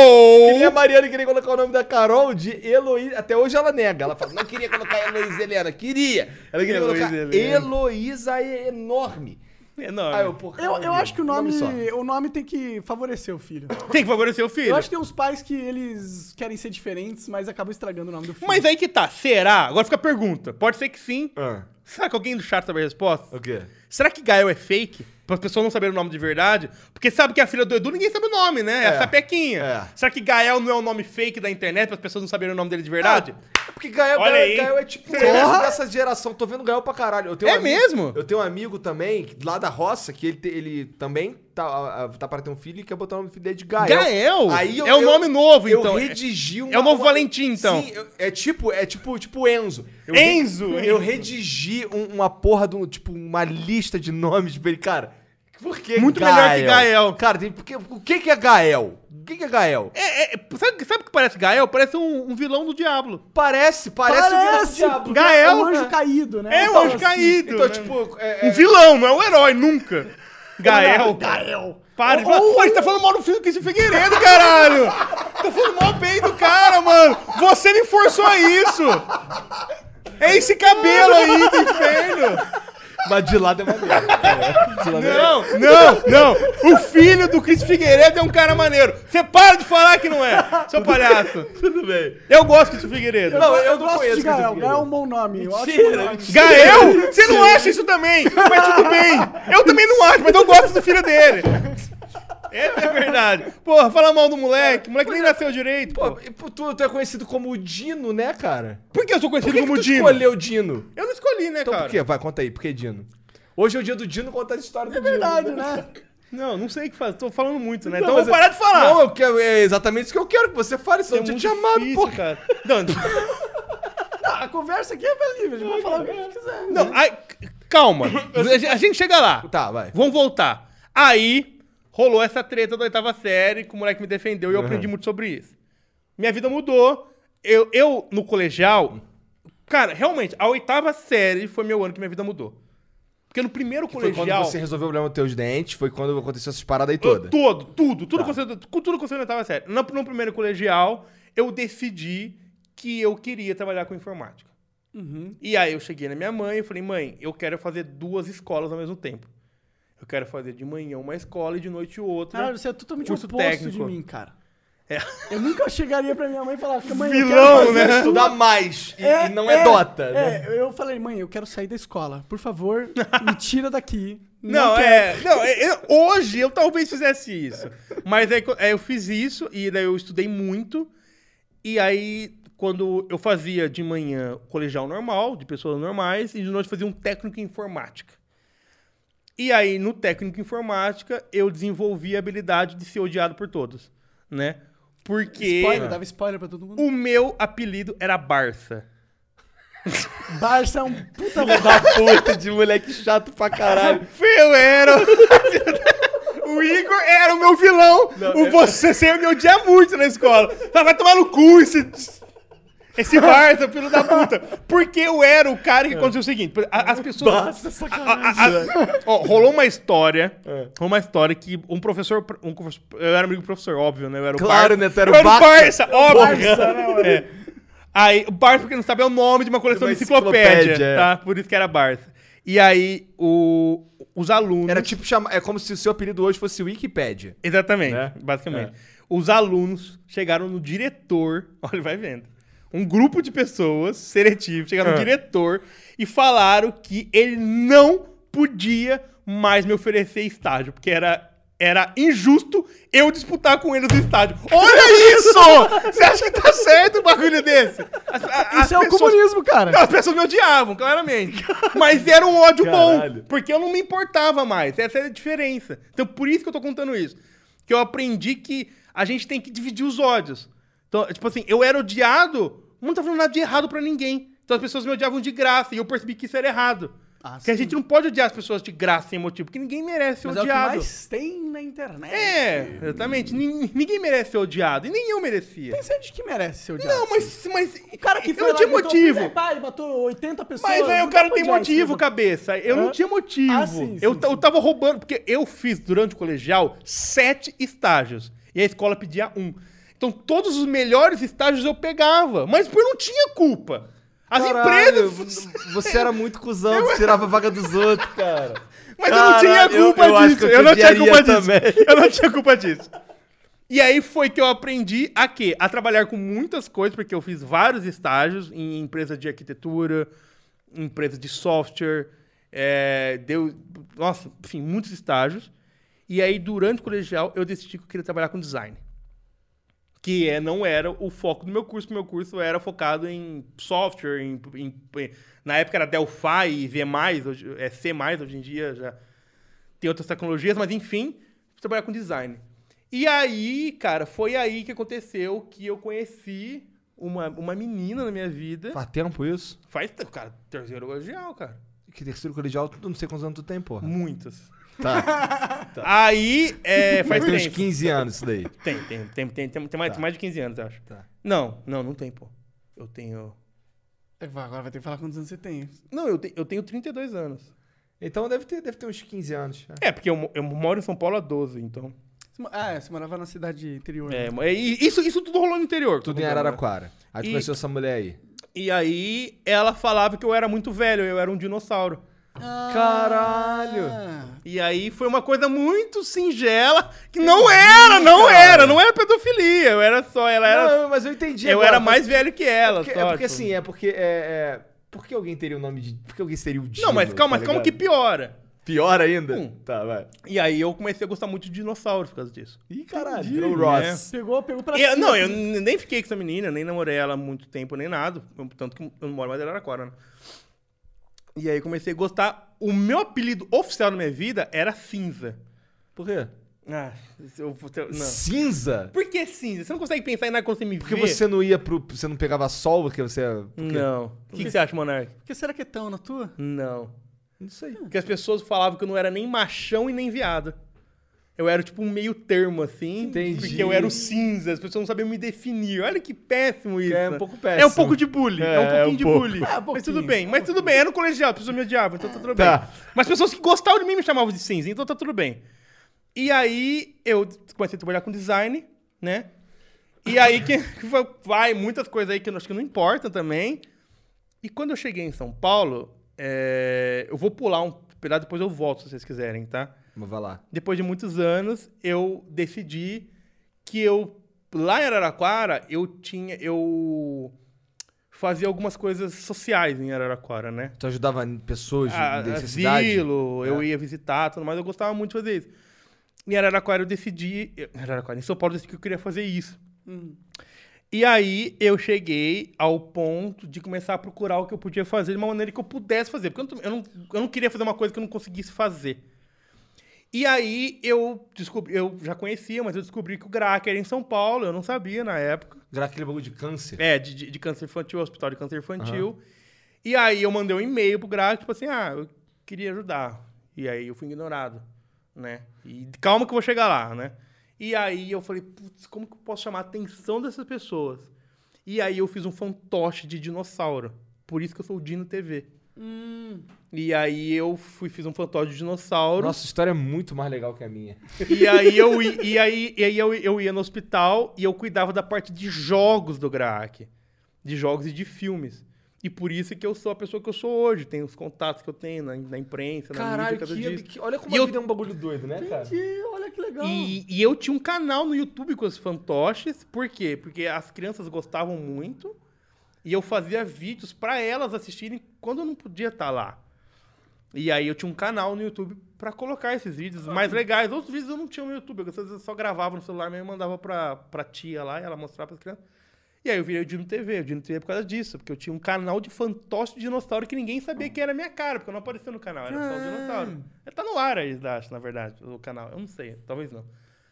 B: nem a
A: Ou...
B: Mariana queria colocar o nome da Carol de Heloísa. Até hoje ela nega. Ela fala, não queria colocar Heloísa Helena. Queria. Ela queria
A: Heloísa
B: colocar
A: Helena.
B: Heloísa é enorme.
A: Enorme.
B: Aí eu, pô,
C: Eu, eu
B: Carol,
C: acho que o nome,
B: só.
C: o nome tem que favorecer o filho.
A: Tem que favorecer o filho.
C: Eu acho que tem uns pais que eles querem ser diferentes, mas acabam estragando o nome do filho.
A: Mas aí que tá. Será? Agora fica a pergunta. Pode ser que sim.
B: Ah,
A: Será que alguém do chat sabe a resposta?
B: o quê?
A: Será que Gael é fake? Para as pessoas não saberem o nome de verdade? Porque sabe que a filha do Edu ninguém sabe o nome, né? É,
B: É.
A: a Sapequinha.
B: É.
A: Será que Gael não é um nome fake da internet para as pessoas não saberem o nome dele de verdade?
B: É porque Gael,
A: Olha
B: Gael,
A: aí.
B: Gael é tipo o
A: Porra!
B: resto dessa geração. Tô vendo Gael pra caralho. Eu tenho
A: É
B: amigo-
A: mesmo?
B: Eu tenho um amigo também, lá da roça, que ele, te- ele também tá, tá para ter um filho e quer botar o nome do filho dele de Gael.
A: Gael?
B: Aí eu-
A: é o
B: eu-
A: nome novo,
B: Eu
A: então.
B: redigi uma,
A: é o novo
B: uma-
A: Valentim, então.
B: Sim, eu- é tipo, é tipo, tipo Enzo. Eu re-
A: Enzo!
B: Eu redigi um- uma porra de um, tipo, uma lista de nomes pra ele, cara. Por que
A: Muito melhor que Gael.
B: Cara, tem, porque, o que que é Gael? O que que é Gael?
A: É, é, sabe, sabe o que parece Gael? Parece um, um vilão do Diablo.
B: Parece, parece, o vilão do
C: Parece,
B: diabo.
C: porque
A: Gael,
C: é um anjo
A: né?
C: caído, né?
A: É um
C: Então,
A: anjo
C: assim,
A: caído.
B: Então,
A: né?
B: tipo,
A: Um
B: é, é,
A: vilão, não é um herói, nunca. Gael.
C: Gael.
A: Para de falar. Pô,
C: um
A: a gente tá falando mal do filho do Cristian Figueiredo, caralho! Tá falando mal bem do cara, mano! Você me forçou a isso! É esse cabelo aí, que inferno!
B: mas de lado é maneiro. É, de lado é-
A: Não, não, não! O filho do Cristian Figueiredo é um cara maneiro! Você para de falar que não é, seu palhaço!
B: Tudo bem.
A: Eu gosto do Cristian Figueiredo.
B: Não, eu
C: eu,
B: não
C: gosto
B: conheço
C: de
B: esse
C: Gael.
B: filho.
C: Gael é um bom nome. eu acho um
B: Mentira,
C: bom nome.
A: Gael? Você não acha isso também? Mas tudo bem. Eu também não acho, mas eu gosto do filho dele. Essa é a verdade. Porra, fala mal do moleque. O moleque nem nasceu direito.
B: é. Pô,
A: Pô,
B: e pô, tu, tu é conhecido como o Dino, né, cara?
A: por que eu sou
B: Por
A: conhecido
B: que, que
A: como
B: tu
A: Dino?
B: escolheu Dino?
A: Eu não escolhi, né,
B: Então
A: cara?
B: por quê? Vai, conta aí, por que Dino? Hoje é o dia do Dino contar a história do
C: É verdade, né?
A: Não, não sei o que fazer. Tô falando muito, né?
B: Não,
A: Então eu
B: mas
A: vou
B: eu-
A: parar de falar. É
B: Não, eu quero, é exatamente isso que eu quero que você fale, senão eu tinha te chamado,
A: difícil,
B: porra.
A: cara. Não,
C: Ah, a conversa aqui é livre, a gente pode falar o que a gente quiser.
A: não ai, calma. A gente- A gente chega lá.
B: Tá, vai.
A: Vamos voltar. Aí, rolou essa treta da oitava série, que o moleque me defendeu
B: Uhum.
A: e eu aprendi muito sobre isso. Minha vida mudou. Eu, eu, no colegial... Cara, realmente, a oitava série foi meu ano que minha vida mudou. Porque no primeiro
B: Foi quando
A: colegial...
B: você resolveu o problema dos teus dentes, foi quando aconteceu essas paradas aí todas.
A: Todo, tudo, tudo aconteceu, tudo aconteceu na oitava série. No, no primeiro colegial, eu decidi que eu queria trabalhar com informática. E aí eu cheguei na minha mãe e falei, mãe, eu quero fazer duas escolas ao mesmo tempo. Eu quero fazer de manhã uma escola e de noite outra.
C: Caralho, você é totalmente
A: Curso
C: oposto de
A: técnico.
C: mim, cara.
A: É.
C: Eu nunca chegaria pra minha mãe e falar, mãe,
A: Vilão,
C: eu quero fazer
A: né?
C: isso."
B: Estudar mais, e, e não é,
C: é,
B: dota, né?
C: É, eu falei, mãe, eu quero sair da escola. Por favor, me tira daqui.
A: Não,
C: quero.
A: é. Não, é- eu- hoje eu talvez fizesse isso. Mas aí co- aí eu fiz isso e daí eu estudei muito. E aí, quando eu fazia de manhã o colegial normal, de pessoas normais, e de noite eu fazia um técnico em informática. E aí, no técnico em informática, eu desenvolvi a habilidade de ser odiado por todos, né? Porque
C: Spoiler, dava spoiler pra todo mundo.
A: o meu apelido era Barça.
C: Barça é um puta lugar.
B: Da puta de moleque chato pra caralho.
A: Eu era. O Igor era o meu vilão.
B: é-
A: o você, você ia me odiar muito na escola. Tá, vai tomar no cu esse. Esse Barça, filho da puta. Porque eu era o cara que aconteceu o seguinte: a- as pessoas.
B: Nossa, É. sacanagem.
A: A- a- ó, rolou uma história.
B: É.
A: Rolou uma história que um professor. Um, professor- eu era amigo do professor, óbvio, né? Eu era o
B: Claro,
A: Barça.
B: né? Tu era
A: Eu
B: o
A: era o
B: Barça.
A: Barça, óbvio.
C: Barça, né, mano?
A: É. Aí, o Barça, porque não sabe, é o nome de uma coleção
B: Uma
A: de enciclopédia,
B: enciclopédia, é.
A: tá? Por isso que era Barça. E aí, o, os alunos.
B: Era tipo, chama... é como se o seu apelido hoje fosse Wikipédia.
A: Exatamente,
B: Né?
A: basicamente. Os alunos chegaram no diretor, olha, vai vendo. Um grupo de pessoas seletivo chegaram
B: É.
A: no diretor e falaram que ele não podia mais me oferecer estágio, porque era era injusto eu disputar com eles no estádio. Olha isso! Você acha que tá certo um bagulho desse? As- a- as
C: Isso é o
A: pessoas-
C: comunismo, cara.
A: não, as pessoas me odiavam, claramente. Mas era um ódio
B: Caralho.
A: bom, porque eu não me importava mais. Essa é a diferença. Então, por isso que eu tô contando isso. Que eu aprendi que a gente tá tem que dividir os ódios. Então, tipo assim, eu era odiado, mas não tava falando nada de errado pra ninguém. Então as pessoas me odiavam de graça e eu percebi que isso era errado.
C: Ah,
A: que a
C: sim.
A: gente não pode odiar as pessoas de graça sem motivo, porque ninguém merece ser
C: Mas é o que
A: odiado.
C: mais tem na internet.
A: É, exatamente. Nin- Ninguém merece ser odiado. E nem eu merecia.
C: Tem gente que merece ser odiado.
A: Não, mas. mas
C: assim. O cara que
A: eu
C: foi
A: não
C: lá
A: tinha
C: e gritou,
A: motivo.
C: "Pá, Ele matou 80 pessoas.
A: Mas aí
C: não
A: o
C: dá
A: cara
C: pra
A: tem
C: odiar né?
A: motivo,
C: esse
A: cabeça. Eu
C: Hã?
A: não tinha motivo.
C: Ah, sim,
A: eu,
C: sim,
A: ta- eu
C: sim.
A: tava roubando, porque eu fiz durante o colegial sete estágios. E a escola pedia um. Então todos os melhores estágios eu pegava. Mas eu não tinha culpa. As
B: Caralho,
A: empresas.
B: Você era muito cuzão, você tirava a vaga dos outros, cara.
A: Mas
B: Caralho,
A: eu não tinha culpa
B: eu- eu acho
A: disso.
B: que eu
A: Eu,
B: te
A: não tinha
B: odiaria
A: culpa disso.
B: também.
A: Eu não tinha culpa disso. E aí foi que eu aprendi a quê? A trabalhar com muitas coisas, porque eu fiz vários estágios em empresa de arquitetura, em empresa de software, é, deu, nossa, enfim, muitos estágios. E aí, durante o colegial, eu decidi que eu queria trabalhar com design. Que é, não era o foco do meu curso, meu curso era focado em software, em, em- em- na época era Delphi e V+, hoje, é C+, hoje em dia já tem outras tecnologias, mas enfim, trabalhar com design. E aí, cara, foi aí que aconteceu que eu conheci uma, uma menina na minha vida.
B: Faz tempo isso?
A: Faz, tempo, cara, terceiro colegial, cara.
B: Que terceiro colegial, tu não sei quantos anos tu tem, porra.
A: Muitas.
B: Tá,
A: Aí, é, faz
B: faz uns
A: tempo.
B: 15 anos isso daí.
A: Tem, tem, tem, tem, tem, tem mais,
B: Tá.
A: mais de 15 anos, eu acho.
B: Tá.
A: Não, não, não tem, pô. Eu tenho...
C: É, vai- Agora vai ter que falar quantos anos você tem.
A: Não, eu, te, eu tenho 32 anos.
B: Então deve ter, deve ter uns 15 anos. é.
A: É, porque eu, mo- eu moro em São Paulo há 12, então...
C: Você mo- Ah, é, você morava na cidade interior.
A: É,
C: né?
A: e isso, isso tudo rolou no interior. que eu tô
B: Tudo em
A: contando, né?
B: Araraquara. Aí tu
A: E-
B: conheceu essa mulher aí.
A: E aí, ela falava que eu era muito velho, eu era um dinossauro.
C: Ah,
B: Caralho!
A: E aí foi uma coisa muito singela, que não era, não era, não era pedofilia, eu era só, ela era.
B: Não, mas eu entendi
A: eu
B: agora,
A: era
B: mas-
A: mais velho que ela,
B: Porque-
A: só,
B: é porque
A: tipo.
B: assim, é porque. É, é- Por que alguém teria o nome de. Por que alguém seria o Dino?
A: Não, mas calma,
B: tá
A: calma que
B: ligado?
A: piora.
B: Pior ainda?
A: Hum.
B: Tá, vai.
A: E aí eu comecei a gostar muito de dinossauros por causa disso.
B: Ih, caralho.
A: Entendi,
B: Virou
A: né?
B: Ross.
C: Pegou, pegou pra
A: Eu-
C: cima. né?
A: não, eu n- nem fiquei com essa menina, nem namorei ela há muito tempo, nem nada. Eu- Tanto que eu não moro mais em Araraquara, né? E aí comecei a gostar. O meu apelido oficial na minha vida era Cinza.
B: Por quê?
A: Ah, eu vou ter- Não.
B: Cinza?
A: Por que cinza? Você não consegue pensar em nada quando você me
B: Porque
A: vê?
B: você é não ia pro. Você não pegava sol porque você. Porque...
A: Não. O que, que você acha, Monark?
C: Por que será que é tão na tua?
A: Não.
B: Não sei.
A: Porque as pessoas falavam que eu não era nem machão e nem viado. Eu era tipo um meio termo, assim.
B: Entendi.
A: Porque eu era o cinza, as pessoas não sabiam me definir. Olha que péssimo isso.
B: É um pouco péssimo.
A: É um pouco de bullying. É,
B: É,
A: um pouquinho
B: é um
A: de
B: pouco.
A: bullying.
C: É, um
A: mas
C: pouquinho,
A: tudo bem. Mas tudo bem, era no colegial, as pessoas me odiavam, então tá tudo bem.
B: Tá.
A: Mas pessoas que gostavam de mim me chamavam de cinza, então tá tudo bem. E aí eu comecei a trabalhar com design, né? E aí que que foi- vai muitas coisas aí que eu acho que não importa também. E quando eu cheguei em São Paulo, é, eu vou pular um pedaço, depois eu volto se vocês quiserem, tá?
B: Mas vai lá.
A: Depois de muitos anos, eu decidi que eu lá em Araraquara eu tinha eu fazia algumas coisas sociais em Araraquara, né?
B: Tu ajudava pessoas de
A: a-
B: necessidade?
A: Ah, asilo, eu
B: É.
A: ia visitar, tudo mais, eu gostava muito de fazer isso. Em Araraquara eu decidi, eu- Araraquara, em São Paulo eu decidi que eu queria fazer isso.
C: Hum.
A: E aí eu cheguei ao ponto de começar a procurar o que eu podia fazer de uma maneira que eu pudesse fazer, porque eu não, eu não, eu não queria fazer uma coisa que eu não conseguisse fazer. E aí eu descobri, eu já conhecia, mas eu descobri que o Graca era em São Paulo, eu não sabia na época.
B: Graças aquele bagulho de câncer.
A: É, de, de, de câncer infantil, hospital de câncer infantil. E aí eu mandei um e-mail pro Graça, tipo assim, ah, eu queria ajudar. E aí eu fui ignorado, né? E calma que eu vou chegar lá, né? E aí eu falei, putz, como que eu posso chamar a atenção dessas pessoas? E aí eu fiz um fantoche de dinossauro. Por isso que eu sou o Dino TV.
C: Hum.
A: E aí eu fui, fiz um fantoche de dinossauro.
B: Nossa, a história é muito mais legal que a minha.
A: E aí eu, i- e aí, e aí eu, eu ia no hospital e eu cuidava da parte de jogos do Graak. De jogos e de filmes. E por isso que eu sou a pessoa que eu sou hoje. Tenho os contatos que eu tenho na, na imprensa, na mídia, é cada dia.
B: olha
A: E eu-
B: é um bagulho doido, né, cara?
C: Entendi, olha que legal.
A: E, e eu tinha um canal no YouTube com os fantoches. Por quê? Porque as crianças gostavam muito. E eu fazia vídeos pra elas assistirem quando eu não podia estar lá. E aí eu tinha um canal no YouTube pra colocar esses vídeos mais legais. Outros vídeos eu não tinha no YouTube. Eu só- só gravava no celular mesmo e mandava pra, pra tia lá e ela mostrava pras crianças. E aí eu virei o Dino TV. O Dino TV por causa disso. Porque eu tinha um canal de fantoche de dinossauro que ninguém sabia que era a minha cara. Porque eu não aparecia no canal. Era só o dinossauro. Tá no ar aí, acho, na verdade, o canal. Eu não sei. Talvez não.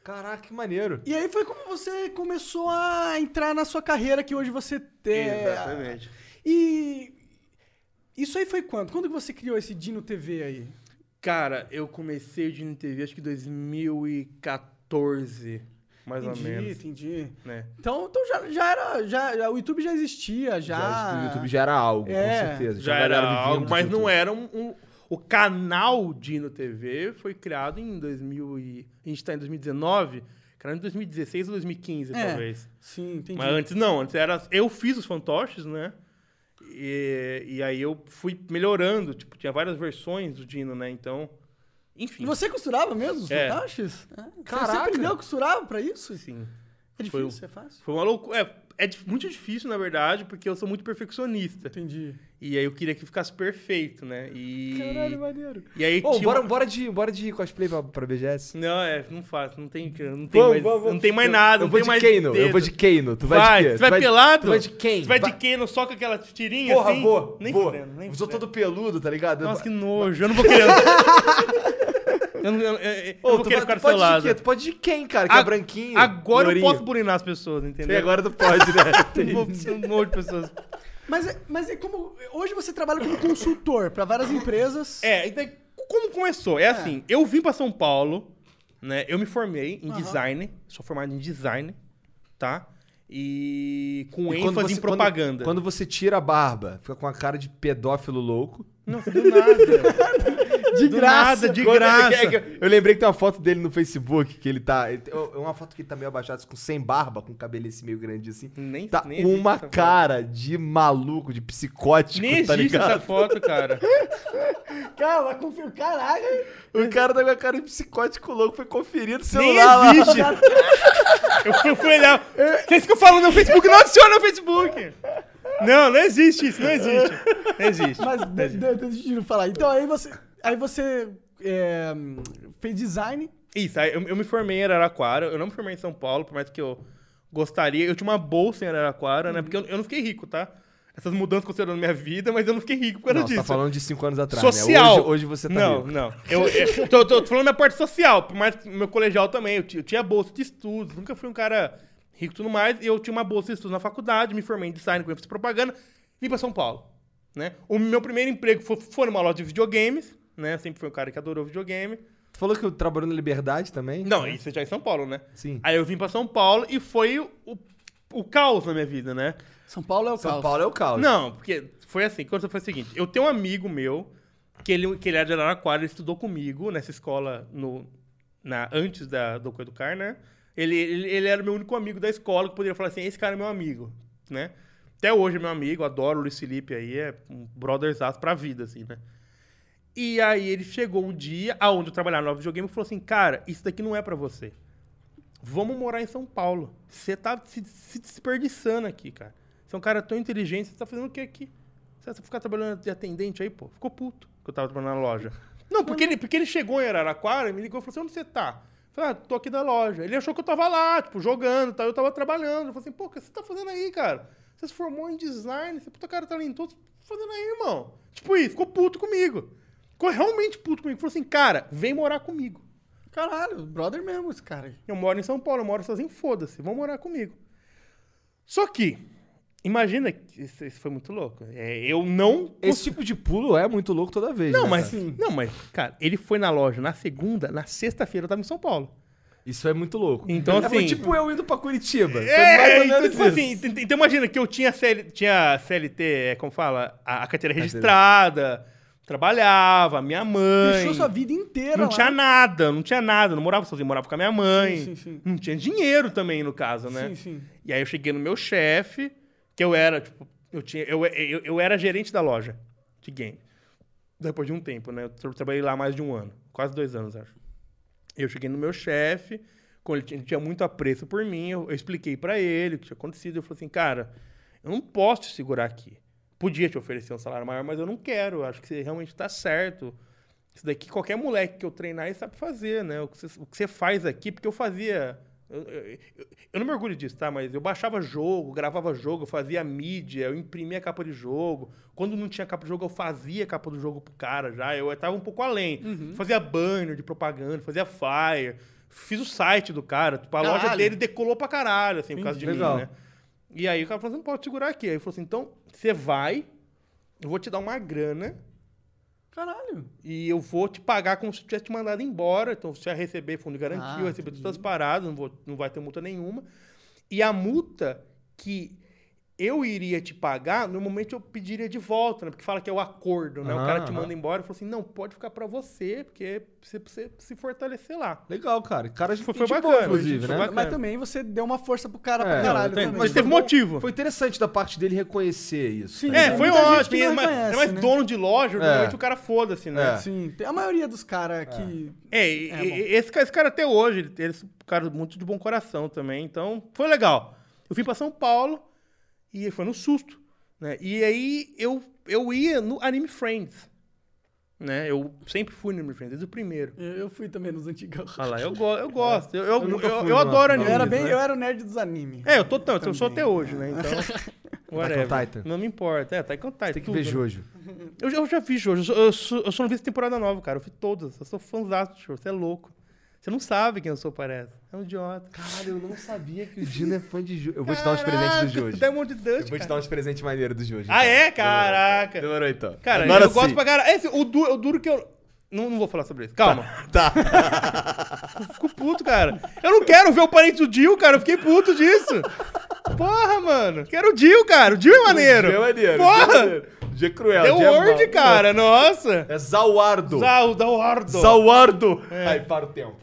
B: Caraca, que maneiro.
C: E aí foi como você começou a entrar na sua carreira que hoje você tem.
A: Exatamente.
C: E Isso aí foi quando? Quando que você criou esse Dino TV aí?
A: Cara, eu comecei o Dino TV acho que em 2014, mais
C: entendi,
A: ou menos.
C: entendi.
A: Né?
C: Então, então já, já era. Já, já- o YouTube já existia, já.
B: Já, o YouTube já era algo,
C: É.
B: com certeza.
A: Já
B: a galera
A: era
B: vivia
A: algo,
B: do
A: mas
B: YouTube.
A: não era um, um- O canal Dino TV foi criado em 2000 e... A gente tá em 2019, criado em 2016 ou 2015,
C: É,
A: talvez.
C: Sim, entendi.
A: Mas antes não, antes era. Eu fiz os fantoches, né? E, e aí eu fui melhorando, tipo, tinha várias versões do Dino, né? Então. Enfim.
C: E você costurava mesmo os
A: É.
C: fantoches? É. Você
B: Caraca.
C: aprendeu a costurar pra isso?
A: Sim.
C: É
A: Foi
C: difícil,
A: um-
C: é fácil?
A: Foi uma loucura. É, é dif- muito difícil, na verdade, porque eu sou muito perfeccionista.
C: Entendi.
A: E aí eu queria que ficasse perfeito, né? E.
C: Caralho, maneiro.
A: E aí
B: Ô,
A: tinha
B: bora,
A: uma-
B: bora, de, bora de cosplay pra, pra BGS.
A: Não, é, não faço, não tem, não tem mais, não tem mais
B: Eu-
A: nada,
B: eu
A: não
B: vou
A: tem
B: de
A: mais
B: Kano, eu
A: dedo.
B: vou de Kano. Tu vai,
A: Vai,
B: de quê?
A: você vai pelado?
B: Tu vai de quem?
A: Você vai de
B: quem?
A: Kano só com aquela tirinha
B: Porra,
A: assim?
B: vou,
A: nem
B: vou.
A: fudendo, nem
B: Sou
A: fudendo.
B: todo peludo, tá ligado?
A: Nossa, que nojo, eu não vou querer. eu não, eu, eu-
B: Ô,
A: eu não
B: tu
A: vou
B: vai-
A: querer ficar
B: tu
A: do seu
B: pode de
A: lado.
B: quê? Tu pode de quem, cara? Que
A: A-
B: é branquinho,
A: Agora
B: lourinho.
A: eu posso burinar as pessoas, entendeu?
B: E agora tu pode, né?
A: eu não vou ser um nojo de pessoas.
C: Mas, é- mas é como. Hoje você trabalha como consultor pra várias empresas.
A: É, então, como começou? É assim, eu vim pra São Paulo, né? Eu me formei em design, sou formado em design, tá? E com
B: E quando
A: ênfase em
B: você-
A: propaganda.
B: Quando, quando você tira a barba, fica com a cara de pedófilo louco.
A: Não, do nada.
C: de
A: do
C: graça.
A: nada, de
B: Quando-
A: graça.
B: é que- é que eu lembrei que tem uma foto dele no Facebook que ele tá. ele- É uma foto que ele tá meio abaixado, assim, com sem barba, com o cabelo esse meio grande assim.
A: Hum, Nem,
B: Tá
A: nem existe
B: uma
A: essa foto.
B: cara de maluco, de psicótico,
A: Nem
B: tá
A: existe essa
B: ligado?
A: foto, cara.
C: Calma, confio. Caraca.
B: O cara tá com a cara de psicótico louco, foi conferir no
A: Nem
B: celular Então lá.
A: existe. Eu fui, fui olhar. Vocês ficam falando no Facebook, não adiciona no Facebook. Não, não existe isso, não existe. Não existe.
C: Mas de- de- deixa eu falar. Então aí você. Aí você é, fez design.
A: Isso, aí eu, eu me formei em Araraquara, eu não me formei em São Paulo, por mais que eu gostaria. Eu tinha uma bolsa em Araraquara,
B: Uhum.
A: né? Porque eu, eu não fiquei rico, tá? Essas mudanças aconteceram na minha vida, mas eu não fiquei rico por causa
B: Não, você
A: disso.
B: tá falando de 5 anos atrás,
A: social.
B: né? Hoje, hoje você tá
A: Não,
B: rico.
A: não. Eu, eu tô, tô- tô falando da parte social, por mais que meu colegial também. Eu, ti- eu tinha bolsa de estudos, nunca fui um cara rico e tudo mais. E eu tinha uma bolsa de estudos na faculdade, me formei em design com ênfase em propaganda, vim pra São Paulo. Né? O meu primeiro emprego foi, foi numa loja de videogames, né? Sempre fui um cara que adorou videogame.
B: Tu falou que eu trabalhou na Liberdade também?
A: Não, isso já é em São Paulo, né?
B: Sim.
A: Aí eu vim pra São Paulo e foi o, o, o caos na minha vida, né?
C: São Paulo é o
B: São
C: caos.
B: Paulo é o caos.
A: Não, porque foi assim, quando foi o seguinte, eu tenho um amigo meu, que ele, que ele era de Araraquara, ele estudou comigo nessa escola no, na, antes da, do Coeducar, né? Ele, ele, ele era o meu único amigo da escola, que poderia falar assim, esse cara é meu amigo, né? Até hoje é meu amigo, adoro o Luiz Felipe aí, é um brotherzaço pra vida, assim, né? E aí ele chegou um dia, aonde eu trabalhava no videogame, e falou assim, cara, isso daqui não é pra você. Vamos morar em São Paulo. Você tá se, se desperdiçando aqui, cara. Você é um cara tão inteligente, você tá fazendo o que aqui? Você vai ficar trabalhando de atendente aí, pô? Ficou puto que eu tava trabalhando na loja. Não, porque ele, porque ele chegou em Araraquara e me ligou e falou assim, onde você tá? Eu falei, ah, tô aqui da loja. Ele achou que eu tava lá, tipo, jogando, e tal, eu tava trabalhando. Ele falou assim, pô, o que você tá fazendo aí, cara? Você se formou em design, você é puta cara talentoso, o que você tá fazendo aí, irmão? Tipo, isso, ficou puto comigo. Ficou realmente puto comigo. Falou assim, cara, vem morar comigo.
C: Caralho, brother mesmo esse cara. aí.
A: Eu moro em São Paulo, eu moro sozinho, foda-se, vão morar comigo. Só que, imagina, que isso, isso foi muito louco. É, eu não.
B: Esse tipo de pulo é muito louco toda vez.
A: Não,
B: né,
A: mas.
B: cara?
A: Não, mas, cara, ele foi na loja na segunda, na sexta-feira eu tava em São Paulo.
B: Isso é muito louco.
A: Então,
B: É, foi
A: assim-
B: tipo eu indo pra Curitiba. Foi mais
A: É,
B: ou
A: então,
B: menos
A: tipo
B: isso.
A: assim, ent- então imagina que eu tinha, CL, tinha CLT, é, como fala? A, a carteira registrada, trabalhava, minha mãe.
C: Fechou sua vida inteira.
A: Não
C: lá.
A: tinha nada, não tinha nada. Não morava sozinho, morava com a minha mãe.
C: sim, sim.
A: Não tinha dinheiro também, no caso, né?
C: Sim, sim.
A: E aí eu cheguei no meu chefe, que eu era, tipo, eu tinha. Eu, eu, eu era gerente da loja de game. Depois de um tempo, né? Eu tra- trabalhei lá mais de um ano, quase dois anos, acho. Eu cheguei no meu chefe, quando ele tinha, ele tinha muito apreço por mim, eu, eu expliquei pra ele o que tinha acontecido. Eu falei assim, cara, eu não posso te segurar aqui. Podia te oferecer um salário maior, mas eu não quero. Eu acho que você realmente tá certo. Isso daqui qualquer moleque que eu treinar ele sabe fazer, né? O que você, o que você faz aqui, porque eu fazia. Eu, eu- eu- eu não me orgulho disso, tá? Mas eu baixava jogo, gravava jogo, eu fazia mídia, eu imprimia a capa de jogo. Quando não tinha capa de jogo, eu fazia a capa do jogo pro cara já. Eu tava um pouco além. Fazia banner de propaganda, fazia flyer. Fiz o site do cara. Tipo, a loja
C: Caralho.
A: dele decolou pra caralho, assim, por causa de
B: Legal.
A: mim, né? E aí o cara falou assim, não pode segurar aqui. Aí ele falou assim, então, você vai, eu vou te dar uma grana
C: Caralho.
A: e eu vou te pagar como se eu tivesse te mandado embora. Então você vai receber fundo de garantia,
C: Ah,
A: vai receber todas
C: entendi.
A: as paradas, não, vou- não vai ter multa nenhuma. E a multa que eu iria te pagar, normalmente eu pediria de volta, né? Porque fala que é o acordo, né? o
B: Aham,
A: cara te
B: aham.
A: manda embora e falou assim: não, pode ficar pra você, porque você precisa se fortalecer lá.
B: Legal, cara. Cara,
A: Foi-
B: gente
A: foi
B: boa,
A: bacana,
B: inclusive,
A: gente,
B: né?
A: foi bacana.
C: Mas também você deu uma força pro cara
B: É,
C: pra caralho.
A: tem-
C: também.
A: mas teve um motivo.
B: Foi interessante da parte dele reconhecer isso.
C: Sim.
B: tá
A: É,
B: ligado?
A: foi
C: Muita gente
A: ótimo.
C: que não
A: é mais-
C: reconhece,
A: é mais
C: né?
A: dono de loja, normalmente
B: É.
A: o cara foda-se, né?
B: É.
C: Sim, tem- a maioria dos caras que.
A: É, e-
C: É,
A: e-
C: bom.
A: esse, cara- esse cara até hoje, ele, ele é um cara muito de bom coração também, então foi legal. Eu vim pra São Paulo e foi no susto, né? E aí eu, eu ia no Anime Friends, né? Eu sempre fui no Anime Friends, desde o primeiro.
C: Eu eu fui também nos antigos.
A: Olha Ah lá, eu, go eu gosto, eu, eu,
B: Eu
A: eu,
B: nunca fui
A: eu
B: lá,
A: adoro
B: não.
A: anime.
C: Eu era, bem,
B: Ah, né?
C: eu era o nerd dos animes.
A: É, eu tô tanto, eu sou
C: Também.
A: até hoje, né? Então, whatever.
B: Titan.
A: Não me importa, é, Taikon Titan.
B: Tem que
A: tudo,
B: ver
A: né?
B: Jojo.
A: Eu, já- eu já vi Jojo. Eu, sou- eu, sou- eu só não vi essa temporada nova, cara. Eu vi todas. Eu sou fãzão de Jojo. Você é louco. Você não sabe quem eu sou, parece. É um idiota.
B: Cara, eu não sabia que o Dino é fã de Jojo. Eu vou te dar uns presentes do Jojo.
A: Demon um de
B: Eu
A: Dutch,
B: vou te
A: cara.
B: dar uns presentes maneiros do Jojo.
A: Ah, é?
B: então. Demorou,
A: Caraca.
B: então. Demorou, então.
A: Cara,
B: Agora
A: eu gosto
B: sim.
A: pra caralho. Esse, o, du, o duro que eu... Não, não vou falar sobre isso. Calma.
B: Tá.
A: Eu Fico puto, cara. Eu não quero ver o parente do Dio, cara. Eu fiquei puto disso. Porra, mano. Quero o Dio, cara. O Dio é um maneiro.
B: Dia maneiro. Dia,
A: Porra.
B: maneiro. Dia cruel.
A: The
B: dia
A: Word,
B: mau.
A: cara. Nossa.
B: É Zauardo.
A: Zal, da Ordo.
B: Zauardo.
A: É.
B: Aí para o tempo.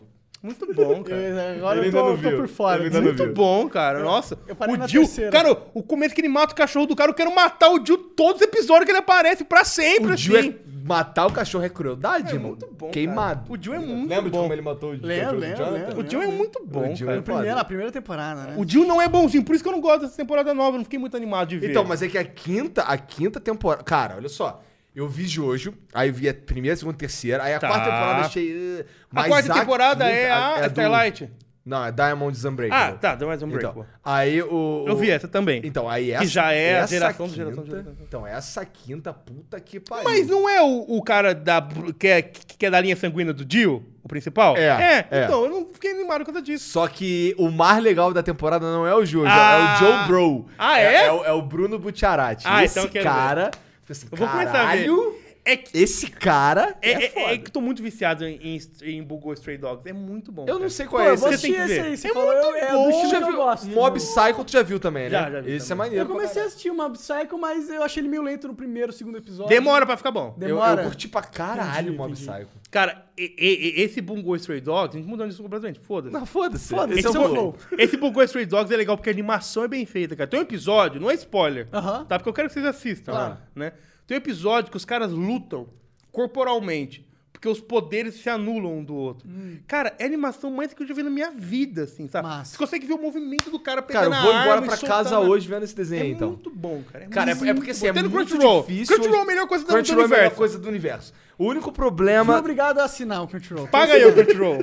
A: Muito bom, cara.
C: Eu- Agora
B: Ele
C: eu
B: ainda
C: tô,
B: não
C: tô
B: viu.
C: por fora.
B: Ele ainda não
C: Muito
B: viu.
A: Muito bom, cara. Nossa.
C: eu parei
A: o
C: na
A: Jill,
C: terceira.
A: cara, o começo que ele mata o cachorro do cara, eu quero matar o Jill todos os episódios que ele aparece pra sempre,
B: O
A: assim.
B: Jill é... Matar o cachorro é crueldade,
A: É
B: mano.
A: muito bom,
B: Queimado.
A: cara. O Jill é muito
B: Lembra de
A: bom.
B: como ele matou o
C: Lembro,
B: o
C: lembro,
B: Jonathan?
C: lembro.
A: O Jill é muito bom,
B: O Jill
A: cara.
B: é foda.
C: Primeira, a primeira temporada, né?
A: O Jill não é bonzinho, por isso que eu não gosto dessa temporada nova, eu não fiquei muito animado de ver.
B: Então, mas é que a quinta, a quinta temporada. Cara, olha só. Eu vi Jojo, aí eu vi a primeira, segunda, terceira, aí a
A: Tá.
B: quarta temporada eu achei. eh,
A: a
B: mas
A: quarta temporada é
B: quinta-
A: a,
B: é do-
A: Starlight.
B: Não, é Diamond Unbreakable.
A: Ah, tá, deu mais um break.
B: Então, aí o.
A: eu vi essa também.
B: Então, aí essa.
A: já é a
B: essa
A: geração do
B: quinta,
A: geração do geração.
B: Então, essa quinta, puta que pariu.
A: Mas não é o, o cara da, que, é, que é da linha sanguínea do Jill, o principal?
B: É, é.
A: então, eu não fiquei animado por causa disso.
B: Só que o mais legal da temporada não é o Jojo,
A: Ah.
B: é o Joe Bro.
A: Ah, é?
B: É, o, é o Bruno Butiarati.
A: Ah,
B: esse
A: então eu quero ver.
B: cara. fica Assim,
A: Eu vou começar a ver.
B: caralho,
A: É que
B: Esse cara é,
A: É, é,
B: foda.
A: é que eu tô muito viciado em, em, em Bugou Stray Dogs. É muito bom.
B: Eu
A: cara.
B: não sei
C: Pô,
B: qual é
C: eu
B: esse.
C: vou
A: você
B: Esse
A: tem
C: assistir
A: que
C: esse
A: ver.
C: aí, você
A: É
C: falou, eu, é do
B: tu
C: estilo
B: já
C: que eu
B: viu?
C: gosto.
B: Mob
C: né?
B: Psycho tu já viu também, né?
A: Já, já vi
B: Esse
A: também.
B: é maneiro.
C: Eu comecei a assistir o Mob Psycho, mas eu achei ele meio lento no primeiro, segundo
B: é.
C: episódio.
A: Demora pra ficar bom.
B: Eu,
C: Demora.
B: eu curti pra caralho o
C: Entendi,
B: Mob
C: entendi.
B: Psycho.
A: Cara, e- e- e- esse Bugou Stray Dogs, a gente mudando isso completamente. Foda-se.
B: Não, foda-se.
C: Foda-se,
B: Esse
A: Esse,
B: é
C: eu
B: o
C: vou-
B: flow.
A: Bugou- esse Bugou Stray Dogs é legal porque a animação é bem feita, cara. Tem um episódio, não é spoiler,
C: Aham.
A: tá? Porque eu quero que vocês assistam,
C: Claro.
A: né? Tem um episódio que os caras lutam corporalmente, porque os poderes se anulam um do outro.
B: Hum.
A: Cara, é a animação mais que eu já vi na minha vida, assim, sabe?
C: Massa.
A: Você consegue ver o movimento do cara
B: Cara,
A: pegando
B: eu vou
A: a
B: embora
A: arma e
B: pra
A: soltando
B: casa
A: a-
B: hoje vendo esse desenho,
A: É
B: então.
A: muito bom, cara. É
B: Cara, é, é
A: muito
B: porque assim,
A: bom.
B: é
A: Tem no
B: muito
A: Crunchyroll.
B: difícil.
A: Crunchyroll é a
B: hoje-
A: melhor coisa do
B: Crunchyroll é a
A: universo.
B: melhor coisa do universo. O único
C: Fui
B: problema...
C: obrigado a assinar o Crunchyroll.
A: Paga eu, Crunchyroll.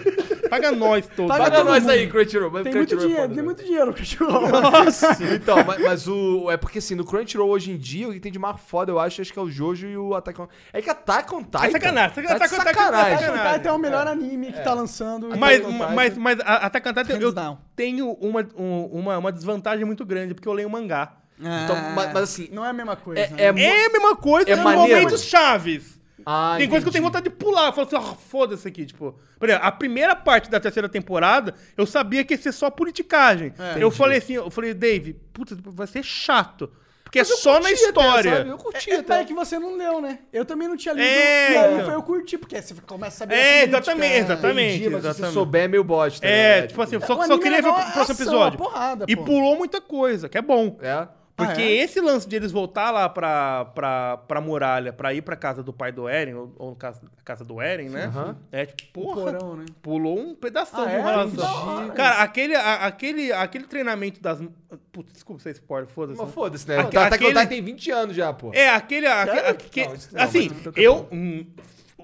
A: Paga nós todos.
C: Paga
B: Paga
C: todo
B: nós
C: mundo.
B: aí, Crunchyroll. Mas
C: Tem muito
B: Crunchyroll é
C: dinheiro,
B: foda,
C: tem
B: né?
C: muito dinheiro o Crunchyroll.
B: Então, mas, mas o. É porque assim, no Crunchyroll hoje em dia, o que tem de mais foda, eu acho, acho que é o Jojo e o Attack on É que Attack on Titan.
A: É sacanagem,
B: tá de
A: Attack on Titan é
B: sacanagem.
A: sacanagem.
C: Até o melhor anime que tá
B: É.
C: lançando.
A: Mas,
B: Attack on Titan.
A: mas, mas a- Attack on Titan, eu
C: Hands down.
A: tenho uma, um- uma, uma desvantagem muito grande, porque eu leio mangá.
B: Então, mas- mas assim,
C: Não é a mesma coisa.
B: É,
C: né?
B: é, mu-
A: É a mesma coisa
B: É
A: em
B: maneiro.
A: momentos chaves.
B: Ah,
A: Tem coisa que eu
B: entendi.
A: tenho vontade de pular. Eu falo assim, ah, foda-se aqui, tipo... Por exemplo, a primeira parte da terceira temporada, eu sabia que ia ser só politicagem.
B: É.
A: eu falei assim, eu falei, Dave, puta, vai ser chato. Porque é
B: Mas eu
A: só na
B: curti até,
A: história.
B: sabe? eu curti
C: É, é,
B: até.
C: pera que você não leu, né? Eu também não tinha lido.
A: É,
C: e aí
A: então.
C: foi eu curti, porque você começa a saber.
A: É,
C: a política.
A: exatamente, exatamente.
B: Entendi, mas se você
A: exatamente.
B: souber é meio bosta.
A: É,
B: né?
A: tipo assim,
C: é,
A: só,
C: o
A: só
C: anime
A: queria ver o
C: leva
A: próximo
C: uma ação,
A: episódio.
C: uma porrada,
A: e
C: pô.
A: pulou muita coisa, que é bom.
B: É.
A: Porque
C: Ah, é?
A: esse lance de eles voltar lá pra, pra, pra muralha, pra ir pra casa do pai do Eren, ou, ou casa, casa do Eren, né?
B: Aham.
A: É tipo,
C: O
A: porra,
C: porão, né?
A: pulou um pedação
C: Ah,
A: de
C: é?
A: relação.
C: Entendi.
A: Cara, aquele, a- aquele, aquele treinamento das... Putz, desculpa se é spoiler, foda-se.
B: Mas
A: né?
B: foda-se, né?
A: Aque-
B: Attack on
A: aquele-
B: Titan tem 20 anos já, pô.
A: É, aquele. aque-
C: Sério?
A: aque-
B: Não, isso não,
A: assim,
B: mas não tem
A: eu. hum,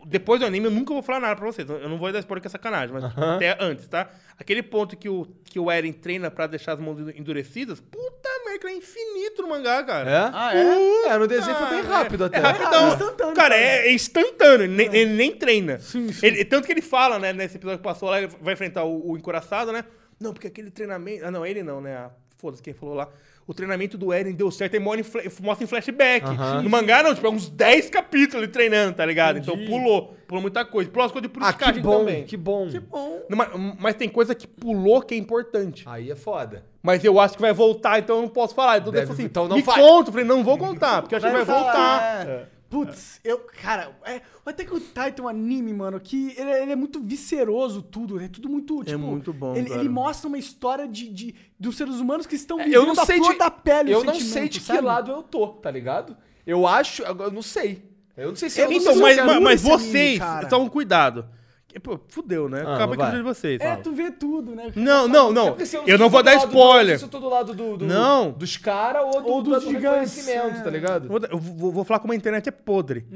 A: Depois do anime, eu nunca vou falar nada pra vocês. Eu não vou dar spoiler que é sacanagem, mas até antes, tá? Aquele ponto que o, que o Eren treina pra deixar as mãos endurecidas, puta merda, é infinito no mangá, cara.
C: Ah, é?
B: É, no desenho foi bem
A: Ah,
B: rápido
A: é.
B: até.
A: É rapidão.
C: É instantâneo,
A: cara,
C: cara.
A: é é instantâneo. Ele, nem- ele nem treina.
C: Sim, sim.
A: Ele- tanto que ele fala, né? Nesse episódio que passou lá, ele vai enfrentar o, o encuraçado, né? Não, porque aquele treinamento... Ah, não, ele não, né? A Foda-se quem falou lá. O treinamento do Eren deu certo e mostra em fla- mostra em flashback.
B: Aham.
A: No mangá, não, tipo, é uns 10 capítulos ele treinando, tá ligado? Então
C: Entendi.
A: pulou. Pulou muita coisa. Pulou as coisas de
B: Ah,
A: politicagem
B: que bom,
A: também.
B: que bom.
C: Que bom.
A: Não, Mas, mas tem coisa que pulou que é importante.
B: Aí é foda.
A: Mas eu acho que vai voltar, então eu não posso falar. Então
B: Deve-
A: eu falei assim,
B: então não
A: me
B: fale.
A: conta. Eu falei, não vou contar, porque eu acho que vai
C: falar,
A: voltar.
C: é. Putz, eu, cara, é, até que o Titan é um anime, mano, que ele, ele é muito visceroso tudo, é tudo muito, tipo...
A: muito bom,
C: Ele,
A: cara.
C: ele mostra uma história de, de- dos seres humanos que
A: É,
C: estão vivendo
B: Eu não sei
C: a flor
B: de,
C: da pele
B: eu
C: o
B: não sei
C: sentimento,
B: de que
C: sabe?
B: lado eu tô, tá ligado? Eu acho, agora eu não sei. Eu não sei se eu, não sei
A: Então,
B: se
A: mas,
B: eu
A: mas,
B: quero-
A: mas
C: esse anime,
A: vocês,
C: cara.
A: tomam cuidado. Que, Pô, fudeu, né?
B: Ah,
A: Acaba que
B: vai.
A: eu de vocês.
C: É,
A: fala.
C: tu vê tudo, né?
A: Não, não, não.
B: É Porque se
A: Eu não
B: sou
A: vou
B: do
A: dar
B: lado do-
A: spoiler.
B: se eu tô do lado do, do-
A: Não.
B: dos caras ou, do,
C: Ou dos
B: do
C: gigantes,
B: reconhecimento,
C: é.
B: tá ligado?
A: Vou, eu vou, vou falar como a internet é podre.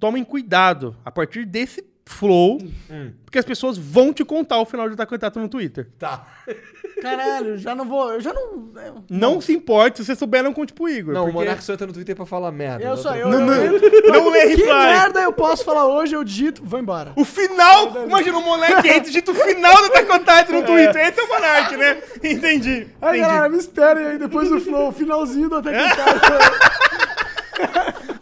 A: Tomem cuidado a partir desse flow,
B: Hum.
A: porque as pessoas vão te contar o final de Attack on Titan no Twitter.
B: Tá.
C: Caralho, já não vou, eu já não... né? Eu,
A: Não se importe se vocês souberam com tipo o Igor.
B: Não, o
A: porque...
B: Monark só entra no Twitter pra falar merda.
C: É, eu só, eu...
A: Não,
C: eu-
A: não,
C: eu-
A: não lê
C: Que
A: reply.
C: merda eu posso falar hoje, eu digito, vou embora.
A: O final! Imagina o moleque aí digita o final do Attack on Titan no Twitter. Esse é o Monark, né? Entendi.
C: Aí, galera,
A: entendi.
C: me esperem aí, depois do flow, finalzinho do Até que Cara.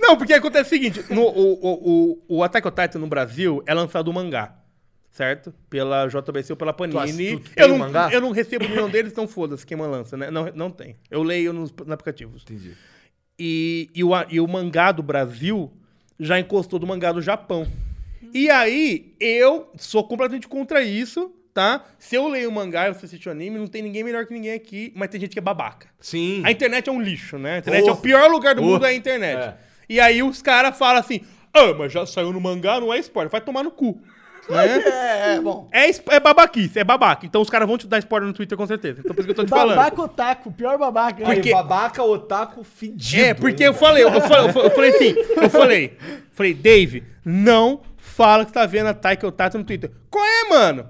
A: Não, porque acontece o seguinte: no- o, o, o, o Attack on Titan no Brasil é lançado o mangá. Certo? Pela JBC ou pela Panini.
B: assi- tu tem
A: eu,
B: o mangá?
A: não, eu não recebo nenhum deles, então foda-se quem lança, né? Não, não tem. Eu leio nos, nos aplicativos.
B: Entendi.
A: E, e o, a- e o mangá do Brasil já encostou do mangá do Japão. E aí, eu sou completamente contra isso, tá? Se eu leio o mangá e você assiste o anime, não tem ninguém melhor que ninguém aqui, mas tem gente que é babaca.
B: Sim.
A: A internet é um lixo, né? A internet
B: Oh.
A: é o pior lugar do
B: Oh.
A: mundo, é a internet.
B: É.
A: E aí os caras falam assim, ah, mas já saiu no mangá, não é spoiler, vai tomar no cu. Né?
C: É, é, bom.
A: É, es- é babaquice, é babaca. Então os caras vão te dar spoiler no Twitter com certeza. Então por isso que eu tô te falando.
C: Babaca otaku, pior babaca.
B: Aí,
A: porque-
B: babaca, otaku, fedido.
A: É, porque eu falei, eu falei, eu falei- eu falei assim, eu falei, falei, Dave, não fala que você tá vendo a Taika Otata no Twitter. Qual é, mano?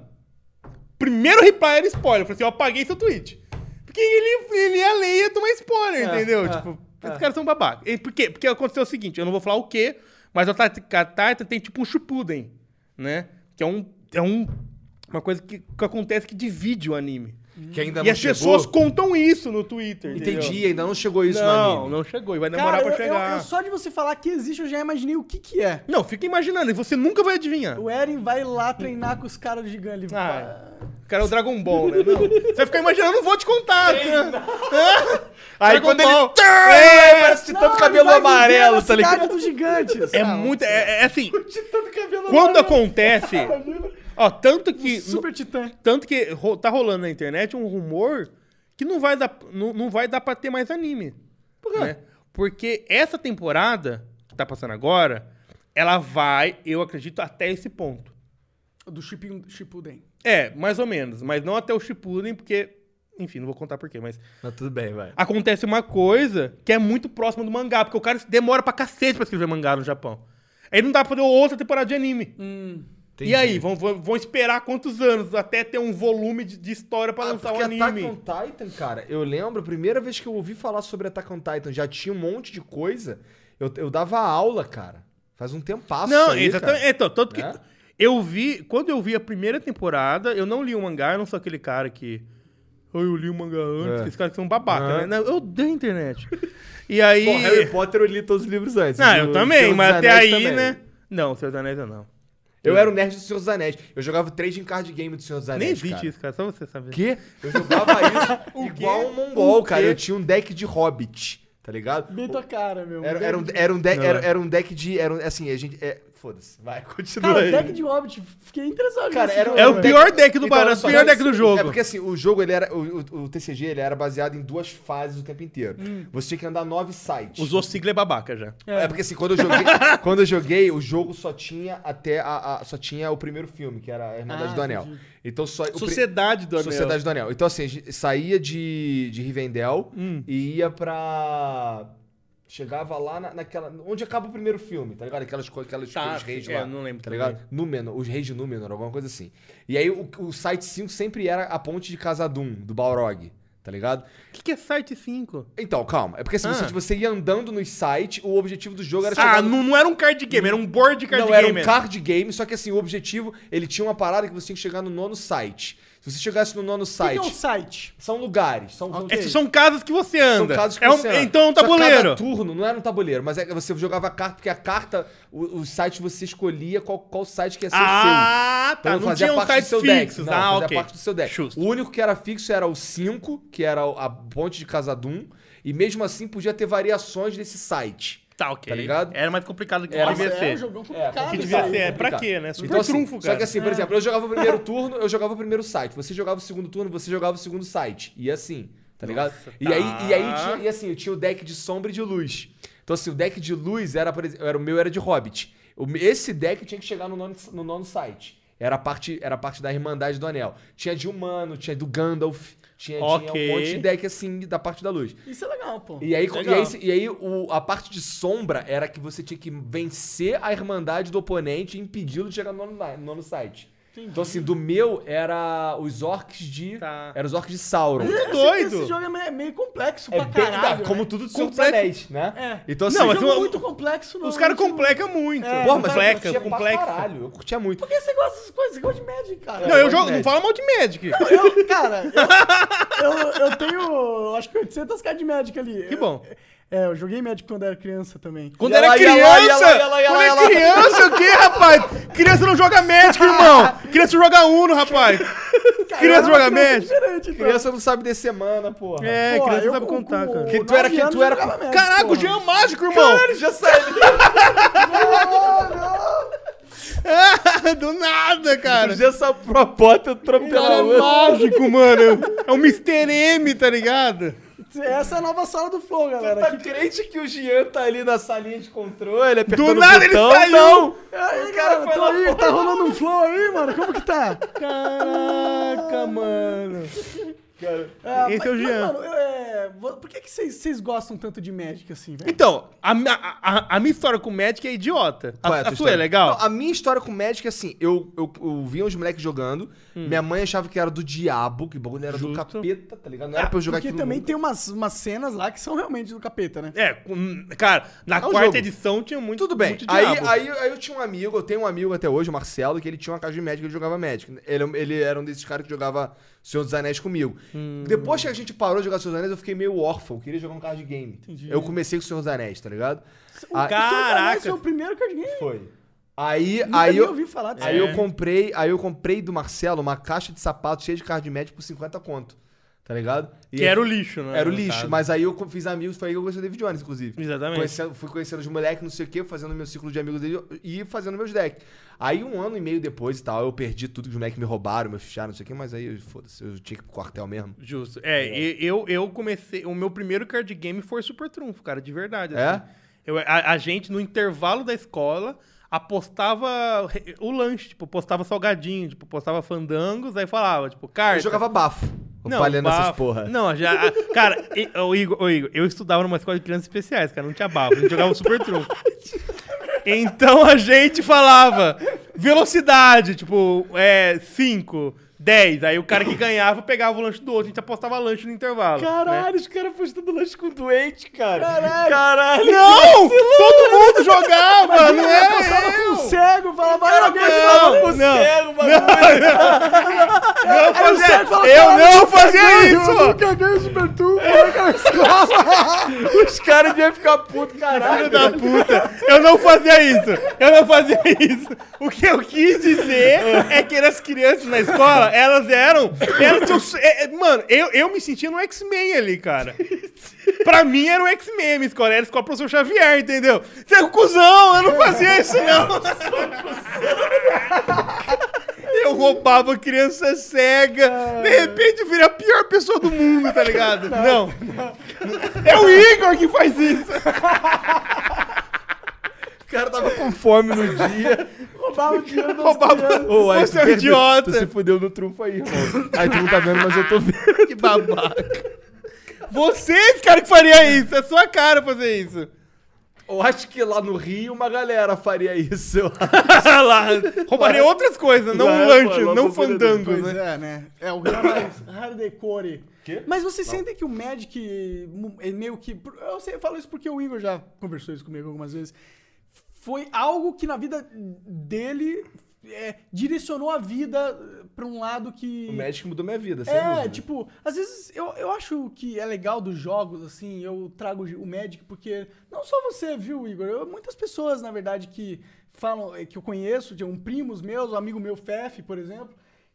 A: Primeiro reply era spoiler. Eu falei assim, eu apaguei seu tweet. Porque ele, ele é ia ler e ia tomar spoiler, entendeu?
B: é,
A: tipo, esses caras são babacas. E Por quê? Porque aconteceu o seguinte, eu não vou falar o quê, mas a Taika Titan tem tipo um Shippuden, né? Que é um... É um uma coisa que, que acontece que divide o anime.
B: Que ainda
A: e as pessoas contam isso no Twitter. entendeu?
B: Entendi, ainda não chegou isso no
A: Não,
B: anime.
A: não chegou. E vai demorar
C: Cara,
A: pra
C: eu,
A: chegar.
C: eu- eu só de você falar que existe, eu já imaginei o que que é.
A: Não, fica imaginando. E você nunca vai adivinhar.
C: O Eren vai lá treinar com os caras do gigante. Ele
A: Ah,
C: fala,
A: o cara é o Dragon Ball, né? Não. Você vai ficar imaginando, eu não vou te contar. né?
B: Aí
A: Dragon
B: quando ele...
A: Ball.
B: É, parece
C: "Não,
B: titã do
C: ele
B: cabelo
C: vai viver
B: amarelo,
C: na
B: tá ligado?
C: cidade dos gigantes.
A: É
C: Ah,
A: muito... É, é assim,
B: Titã do cabelo
A: quando acontece... Ó, tanto que...
C: Um Super titã.
A: Tanto que ro- tá rolando na internet um rumor que não vai dar, não, não vai dar pra ter mais anime. Por quê? Porque essa temporada que tá passando agora, ela vai, eu acredito, até esse ponto.
C: Do Shippuden. Shippuden.
A: É, mais ou menos. Mas não até o Shippuden, porque... Enfim, não vou contar por quê, mas...
B: Mas tudo bem, vai.
A: acontece uma coisa que é muito próxima do mangá, porque o cara demora pra cacete pra escrever mangá no Japão. Aí não dá pra fazer outra temporada de anime.
B: Entendi.
A: E aí, vão, vão- vão esperar quantos anos até ter um volume de, de história pra
B: Ah,
A: lançar o
B: porque Attack
A: anime?
B: on Titan, cara, eu lembro, a primeira vez que eu ouvi falar sobre Attack on Titan, já tinha um monte de coisa. Eu, eu dava aula, cara. Faz um tempasso.
A: Não,
B: isso aí,
A: exatamente.
B: cara.
A: Então, tanto que
B: Né?
A: eu vi, quando eu vi a primeira temporada, eu não li o mangá, eu não sou aquele cara que. "Ah, eu li o mangá antes,
B: É.
A: esses caras são babaca,
B: Aham.
A: né? Não, eu odeio a internet. E aí.
B: Pô, Harry Potter eu li todos os livros antes.
A: não,
B: O
A: eu
B: Senhor
A: também,
B: dos
A: mas até
B: Anéis
A: aí,
B: também.
A: né? Não, Senhor dos Anéis eu não.
B: Eu era o nerd do Senhor dos Anéis. Eu jogava trading card game do Senhor dos Anéis.
A: Nem existe
B: cara.
A: isso, cara, só você sabe.
B: quê? Eu jogava isso igual um mongol,
A: O
B: cara.
A: quê?
B: Eu tinha um deck de hobbit, tá ligado?
C: Bem tua cara, meu.
B: Era, era um,
C: Deck-
B: era, um deck,
A: Não.
B: era, era um deck de. Era um- assim, a gente. É, Foda-se, vai, continua.
C: Cara,
B: aí.
C: deck de Hobbit. Fiquei interessado.
B: Cara,
C: nesse
B: era um então,
C: jogo,
A: É o
C: velho.
A: pior deck do Barão,
B: olha
A: o
B: só,
A: pior deck do jogo.
B: É porque assim, o jogo ele era. O, o- o TCG ele era baseado em duas fases o tempo inteiro.
A: Hum.
B: Você tinha que andar nove sites.
A: Usou sigla é babaca já.
B: É. porque assim, quando eu joguei, quando eu joguei, o jogo só tinha até a, a- só tinha o primeiro filme, que era a Irmandade
C: Ah,
B: do Anel.
C: entendi.
B: Então só o pri-
A: Sociedade do Anel.
B: Sociedade do Anel. Então assim, a gente saía de de Rivendell
A: Hum.
B: e ia pra... chegava lá na- naquela onde acaba o primeiro filme, tá ligado? Aquelas co- aquelas
A: Tá,
B: aqueles reis
A: é,
B: lá,
A: eu não lembro
B: tá
A: também.
B: ligado? Númenor, os reis de Númenor, alguma coisa assim. E aí o, o site 5 sempre era a ponte de Casadum do Balrog, tá ligado?
A: O que, que é site 5?
B: Então, calma. É porque assim,
A: Ah.
B: você, você ia andando nos sites, o objetivo do jogo era
A: Ah,
B: chegar no-
A: não, não era um card game, era um board de card
B: não,
A: game.
B: era um card game, só que assim, o objetivo, ele tinha uma parada que você tinha que chegar no nono site. Se Se você chegasse no nono
C: O que que
B: site,
C: é o site?
B: são lugares, são, são
A: Esses É, são casas que você
B: São
A: anda.
B: casos que
A: é um,
B: você anda.
A: Então é um
B: Só que
A: tabuleiro.
B: Cada turno, não era um tabuleiro, mas é que você jogava carta, porque a carta, o, o site você escolhia qual, qual site que ia ser o é seu.
A: Ah,
B: Então
A: tá. Não tinha um
B: parte do
A: site
B: seu
A: fixo.
B: Deck. Não,
A: Ah,
B: fazia
A: ok.
B: parte do seu deck.
A: Justo.
B: O único que era fixo era o 5, que era a ponte de Casadum, e mesmo assim podia ter variações desse site.
A: Tá, ok.
B: Tá ligado?
A: Era mais complicado que
B: Era
A: devia
C: Nossa,
A: ser.
C: É um jogão complicado.
A: que devia
C: cara.
A: ser. é, pra
B: complicado.
A: quê, né? Super
B: assim,
A: trunfo,
B: Só
A: cara.
B: que assim, por exemplo, eu jogava o primeiro turno, eu jogava o primeiro site. Você jogava o segundo turno, você jogava o segundo site. E assim, tá ligado? E aí, e aí
A: tá.
B: tinha, e assim, eu tinha o deck de sombra e de luz. Então assim, o deck de luz era, por exemplo, era o meu era de Hobbit. O me- Esse deck tinha que chegar no nono, no nono site. Era a parte, era a parte da Irmandade do Anel. Tinha de humano, tinha do Gandalf, tinha,
A: Ok.
B: tinha um monte de deck assim da parte da luz.
C: Isso é legal, pô.
B: E aí,
A: Legal.
B: e aí- e aí o- a parte de sombra era que você tinha que vencer a irmandade do oponente e impedi-lo de chegar no nono, nono site.
C: Entendi.
B: Então, assim, do meu era os orcs de.
A: Tá.
B: Era os orcs de Sauron.
A: É
C: Esse-
A: doido.
C: Esse jogo é meio, meio complexo
B: É
C: pra
B: bem.
C: caralho.
B: como
C: né?
B: tudo do Senhor dos
A: Complexo.
B: Anéis, né?
C: É.
B: Então, assim.
A: Não,
C: Esse
A: mas
C: jogo
A: o-
C: muito complexo. não,
A: Os caras
C: não tinha-
A: complexam muito.
C: É,
B: Porra, mas eu
A: complexa,
B: curtia pra
A: complexa.
B: caralho. Eu curtia muito.
C: Por que você gosta dessas coisas? Você gosta de Magic, cara.
A: Não, eu
B: Magic.
A: jogo. Não fala mal de Magic.
C: Eu- cara, eu, eu, eu tenho acho que 800 cartas de Magic
A: Que
C: ali.
A: bom.
C: É, eu joguei Magic quando era criança também.
A: Quando
B: Ia
A: era
B: lá, ia
A: criança!
B: lá, ia lá, ia lá, ia
A: quando
B: lá, ia
A: era
B: lá.
A: criança, o quê, rapaz? Criança não joga Magic, irmão! Criança joga Uno, rapaz! criança joga Magic!
C: é Diferente, então.
B: Criança não sabe descer mana, porra.
A: É,
C: Pô,
A: criança
C: eu
A: sabe
C: com-
A: contar,
C: com
A: cara.
B: Que tu era.
C: nove
B: Que
C: anos
B: tu era
C: eu jogava Magic,
A: Caraca, o
C: porra.
A: Jean é mágico, irmão!
B: já sabe.
A: Do nada, cara!
B: Já sabe pra porta, eu troco
A: Cara,
B: pela
A: é
B: outra.
A: mágico, mano! É um Mr. M, tá ligado?
C: Essa é a nova sala do Flow, galera.
B: Tá crente que o Jean tá ali na salinha de controle, apertando
A: Do nada
B: o
A: ele
B: botão,
A: saiu!
B: Não.
C: Aí,
B: cara foi
C: tá
B: lá
C: aí,
B: fora.
C: tá rolando um flow aí, mano? Como que tá?
A: Caraca, mano!
C: Ah,
A: Esse é o
C: mas-
A: Jean.
C: mas, mano, eu, é, vo- por que que vocês vocês gostam tanto de Magic assim, velho?
A: Então, a, mi- a- a- a minha história com o Magic é idiota. A,
B: Qual tua
A: a sua é
B: história?
A: legal?
B: Não, a minha história com o Magic é assim: eu, eu, eu via uns moleques jogando, minha mãe achava que era do diabo, que o bagulho era do
A: Hum. Justo. Ah,
B: capeta, tá ligado? Não era pra eu jogar
C: Porque
B: aquilo
C: também
B: nunca.
C: tem umas, umas cenas lá que são realmente do capeta, né?
A: É, com- cara, na
B: É um
A: quarta
B: jogo.
A: edição tinha muito.
B: Tudo bem.
A: muito
B: Aí,
A: diabo.
B: aí, aí eu tinha um amigo, eu tenho um amigo até hoje, o Marcelo, que ele tinha uma casa de Magic, ele jogava Magic. Ele, ele era um desses caras que jogava Senhor dos Anéis comigo.
A: Hum.
B: Depois que a gente parou de jogar Senhor dos Anéis, eu fiquei meio órfão, eu queria jogar um card game. Eu comecei com o Senhor dos Anéis, tá ligado? Ah,
A: Caraca.
C: Esse foi o primeiro card game.
B: Foi. Aí,
C: Nunca
B: aí
C: nem
B: eu,
C: ouvi falar disso.
B: aí
A: É.
B: eu comprei, aí eu comprei do Marcelo uma caixa de sapato cheia de card match por 50 conto. Tá ligado? E
A: Que era o lixo, né?
B: era o
A: no
B: lixo,
A: caso.
B: mas aí eu co- fiz amigos, foi aí que eu conheci o David Jones, inclusive.
A: Exatamente.
B: Conhecendo- fui conhecendo os moleques, não sei o quê, fazendo meu ciclo de amigos dele e fazendo meus decks. Aí um ano e meio depois e tal, eu perdi tudo que os moleques me roubaram, me ficharam, não sei o quê, mas aí, eu- foda-se, eu tinha que ir pro quartel mesmo.
A: Justo. É, e- Eu, eu comecei. O meu primeiro card game foi Super Trunfo, cara, de verdade.
B: É?
A: assim. Eu, a, a gente, no intervalo da escola, apostava re- o lanche, tipo, postava salgadinho, tipo, postava fandangos, aí falava, tipo, cara.
B: Eu jogava bafo, palhando
A: bafo.
B: essas porra.
A: Não, já. a- Cara, e- ô, Igor, ô, Igor, eu estudava numa escola de crianças especiais, cara, não tinha bafo, a gente jogava super trunfo. Então a gente falava velocidade, tipo, é, 5, 10. Aí o cara que ganhava pegava o lanche do outro, a gente apostava lanche no intervalo. né?
B: os caras postando lanche com doente, cara.
C: Caralho.
B: Caralho.
A: Não! Todo mundo jogava, né? não
C: Eu
A: era
C: passava com um
A: eu!
C: cego, falava, vai alguém
A: Não,
C: falava,
A: não, não,
B: Cego, bagulho.
A: não fazia,
C: cego fala,
A: eu
C: "Cara,
A: não fazia
C: eu
A: isso!
C: nunca ganhei Super Turbo.
B: Os caras deviam ficar putos,
A: Filho
B: caralho.
A: da puta! Eu não fazia isso! Eu não fazia isso! O que eu quis dizer é que as crianças na escola, elas eram. Elas tinham- é, é, mano, eu, eu me sentia no X-Men ali, cara. Pra mim era um X-Men, a minha escola era a escola professor Xavier, entendeu? Você é um cuzão, eu não fazia isso, não! Eu roubava criança cega, de repente eu virei a pior pessoa do mundo, tá ligado? Ah. Não. É o Igor que faz isso!
B: O cara tava com fome no dia.
C: Roubava o dinheiro das
A: Roubava.
C: crianças.
B: Ô, aí
A: Você
B: tu
A: é um
B: perdeu.
A: idiota.
B: Tu se fudeu no trunfo aí, irmão. Aí tu não tá vendo, mas eu tô vendo.
A: Que babaca. Vocês, é cara, que faria isso. É sua cara fazer isso.
B: Eu acho que lá no Rio uma galera faria isso. eu acho.
A: lá. Roubaria outras coisas, não
B: Lá,
A: um
B: pô,
A: lanche,
B: lá
A: não
B: procura
A: fandangos,
C: Pois
A: né?
C: é, né? É o Real mais hardcore.
B: Quê?
C: Mas vocês sentem que o Magic mu- é meio que. Eu, sei, eu falo isso porque o Igor já conversou isso comigo algumas vezes. Foi algo que na vida dele é, direcionou a vida pra um lado que.
B: O Magic mudou minha vida, sem
C: É,
B: dúvida.
C: tipo, às vezes eu, eu acho que é legal dos jogos, assim, eu trago o Magic, porque não só você, viu, Igor? Eu- muitas pessoas, na verdade, que falam, eh, que eu conheço, de um primos meus, um amigo meu, Fef, por exemplo,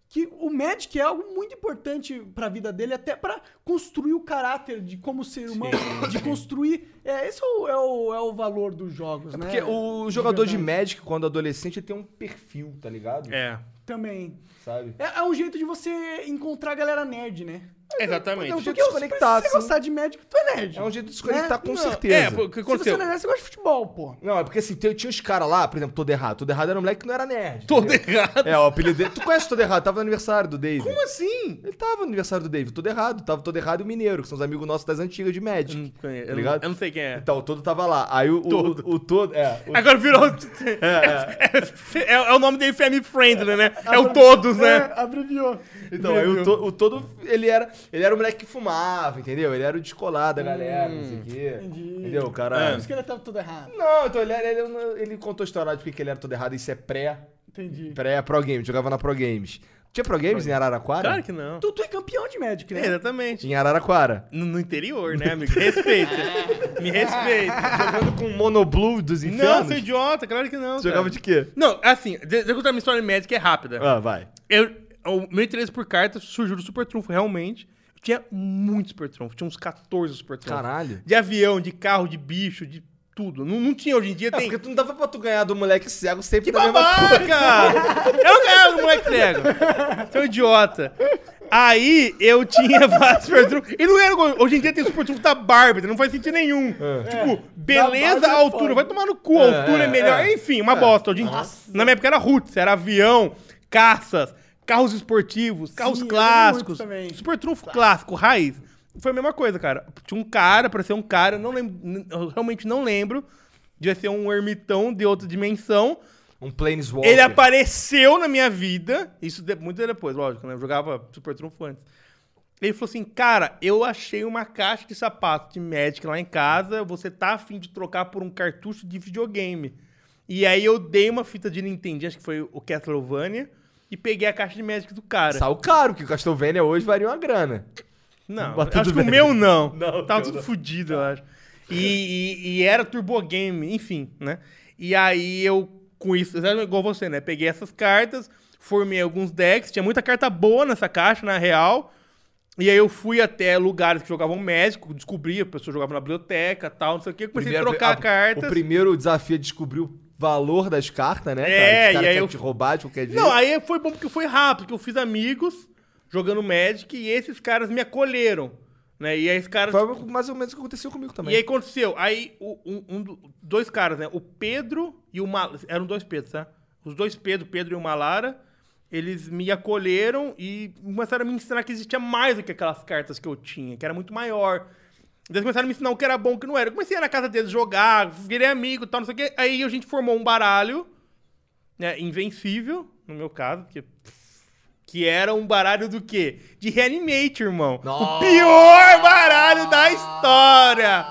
C: que o Magic é algo muito importante pra vida dele, até pra construir o caráter de como ser humano, de construir. É, esse é o, é o, é o valor dos jogos, né?
B: É Porque o jogador de
C: verdade.
B: Magic, quando adolescente, ele tem um perfil, tá ligado?
A: É.
C: Também.
B: Sabe?
C: É, é um jeito de você encontrar a galera nerd, né?
A: Exatamente.
B: É um jeito
C: Porque
B: de
C: se você
B: desconectar, assim.
C: gostar de médico, tu é nerd.
B: É um jeito de desconectar,
C: Né?
B: com
C: Não,
B: certeza.
A: É, porque
C: Se você
A: aconteceu.
C: não é nerd, você gosta de futebol, pô.
B: Não, é porque assim, tem- tinha uns caras lá, por exemplo, Todo Errado. Todo Errado era um moleque que não era nerd.
A: Todo
B: entendeu?
A: errado.
B: É, o apelido dele. Tu conhece o Todo Errado? Tava no aniversário do Dave.
A: Como assim?
B: Ele tava no aniversário do Dave, todo errado. Tava todo errado e o Mineiro, que são os amigos nossos das antigas de Magic.
A: Eu não, conheço,
B: Tá
A: eu, não,
B: ligado?
A: eu não sei quem é.
B: Então, o todo tava lá. Aí o, o-
A: Hum. Todo.
B: o, o todo. É, o-
A: Agora virou.
B: é, é.
A: É, é o nome dele Family Friend, né? É o todos, né?
C: abreviou.
B: Então, aí o, to- o todo, ele era, ele era o moleque que fumava, entendeu? Ele era o descolado da galera, não sei o quê.
C: entendi.
B: Entendeu, o
A: É.
B: cara.
C: Por isso que ele tava tudo errado.
B: Não, então ele, era- ele, era- ele contou a história de porque ele era todo errado, isso é pré,
C: Entendi.
B: pré Pro Games, jogava na Pro Games. Tinha Pro Games em Araraquara?
A: Claro que não.
C: Tu, tu é campeão de médico,
A: É,
C: né?
A: exatamente.
B: Tinha em Araraquara.
A: No, no interior, né, amigo? Respeita.
C: É.
A: Me respeita.
B: Jogando com monoblue dos
A: Não,
B: infernos.
A: sou idiota, claro que não.
B: Você jogava
A: cara.
B: de quê?
A: Não, assim, de- deixa eu contar minha história médica, é rápida.
B: Ah, vai.
A: Eu, o meu interesse por carta surgiu do Super Trunfo, realmente. Eu tinha muito Super Trunfo, tinha uns 14 Super Trunfo.
B: Caralho.
A: De avião, de carro, de bicho, de tudo. Não, não tinha hoje em dia,
B: É,
A: tem.
B: porque tu não dava pra tu ganhar do moleque cego sempre
A: Que
B: da mesma coisa.
A: babaca! Eu não ganhava do moleque cego. Seu idiota. Aí eu tinha vários super trunfos. E não era. igual- Hoje em dia tem super trunfo da Barbie, tá não faz sentido nenhum. Tipo,
C: Da Barbie
A: beleza,
C: é
A: altura.
C: foda.
A: Vai tomar no cu, a altura é,
B: é,
A: melhor.
B: é.
A: Enfim, uma bosta. Hoje em dia. Na minha época era Roots, era avião, caças, carros esportivos, carros
C: eu lembro muito
A: clássicos.
C: também. Tá.
A: Super trunfo clássico, raiz. Foi a mesma coisa, cara. Tinha um cara, parecia um cara, não lembro, eu realmente não lembro. Devia ser um ermitão de outra dimensão.
B: Um Planeswalker.
A: Ele é apareceu na minha vida, isso de- muito depois, lógico, né? Eu jogava Super Trunfo antes. Ele falou assim, cara, eu achei uma caixa de sapato de Magic lá em casa, você tá afim de trocar por um cartucho de videogame. E aí eu dei uma fita de Nintendo, acho que foi o Castlevania, e peguei a caixa de Magic do cara.
B: Saiu caro, que o Castlevania hoje varia uma grana.
A: Não,
B: Mas tudo
A: acho que o
B: bem.
A: meu não.
B: Não, o teu
A: Tava tudo
B: não. Tá.
A: fudido, eu acho. E, e- e era Turbo Game, enfim, né? E aí eu, com isso, exatamente igual você, né? Peguei essas cartas, formei alguns decks, tinha muita carta boa nessa caixa, na real. E aí eu fui até lugares que jogavam médico, descobri, a pessoa jogava na biblioteca tal, não sei o quê. Comecei a Tipo assim, trocar cartas.
B: O primeiro desafio é descobrir o valor das cartas, né,
A: É,
B: cara? Os
A: e aí
B: quer
A: eu-
B: te roubar de qualquer jeito.
A: Não, aí foi bom porque foi rápido, que eu fiz amigos jogando Magic e esses caras me acolheram, né? E aí esses caras...
B: Foi mais ou menos o que aconteceu comigo também.
A: E aí aconteceu, aí o- um, um do- dois caras, né? O Pedro e o Malara. Eram dois Pedros, tá? Os dois Pedro, Pedro e o Malara, eles me acolheram e começaram a me ensinar que existia mais do que aquelas cartas que eu tinha, que era muito maior. Eles começaram a me ensinar o que era bom e o que não era. Eu comecei a ir na casa deles jogar, virei amigo e tal, não sei o quê. Aí a gente formou um baralho, né? Invencível, no meu caso, porque. Que era um baralho do quê? De Reanimate, irmão. O
B: Nossa!
A: pior baralho da história!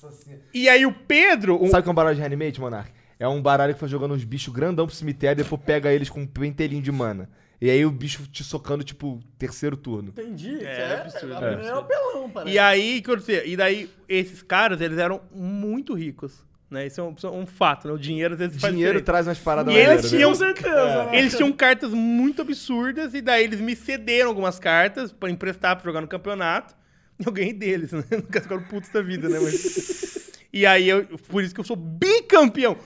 B: Nossa senhora.
A: E aí o Pedro. o-
B: Sabe o que é um baralho de reanimate, Monark? É um baralho que foi jogando uns bichos grandão pro cemitério e depois pega eles com um pentelinho de mana. E aí o bicho te socando, tipo, terceiro turno.
C: Entendi. isso
A: É,
C: É,
A: absurdo,
C: absurdo.
A: é.
C: É o pelão, parece.
A: E aí, o que acontecia? E daí, esses caras, eles eram muito ricos. Né? Isso é um, isso é um fato, né? O dinheiro às vezes faz
B: Dinheiro
A: diferença.
B: traz umas paradas
A: E eles
B: maneiras, né?
A: tinham- um É.
C: Com certeza, né?
A: Eles tinham cartas muito absurdas, e daí eles me cederam algumas cartas pra emprestar pra jogar no campeonato. E eu ganhei deles, né? Nunca ficaram putos da vida, né? Mas- E aí, eu, por isso que eu sou bicampeão!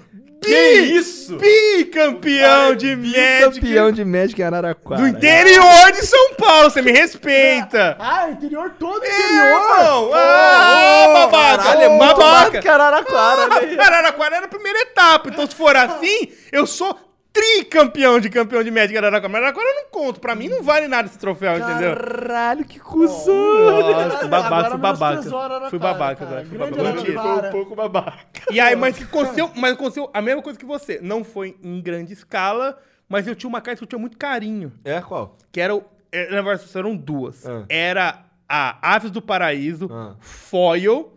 A: Bi,
B: isso?
A: Bicampeão de Magic!
B: um Campeão de Magic em Araraquara.
A: Do interior de São Paulo, você me respeita!
C: Ah, interior todo
A: É,
C: interior.
A: Não! Ah, babaca!
B: Caralho, é muito
A: babaca!
B: mais que Araraquara, né?
A: Ah, Araraquara era a primeira etapa, então se for assim, eu sou tricampeão de campeão de médica Araraquara. Mas Araraquara eu não conto, pra mim não vale nada esse troféu, entendeu?
B: Caralho, que cuzão!
A: Nossa, babaca,
C: Agora
A: fui babaca.
C: menosprezou Araraquara,
A: Fui babaca,
C: cara.
A: agora, fui
C: Grande
A: babaca. Mentira.
C: Araraquara.
B: um pouco babaca.
A: E aí, mas que aconteceu, mas aconteceu a mesma coisa que você. Não foi em grande escala, mas eu tinha uma carta que eu tinha muito carinho.
B: É, qual?
A: Que era, o- é, na verdade, eram duas.
B: Ah.
A: Era a Aves do Paraíso,
B: Ah.
A: Foil,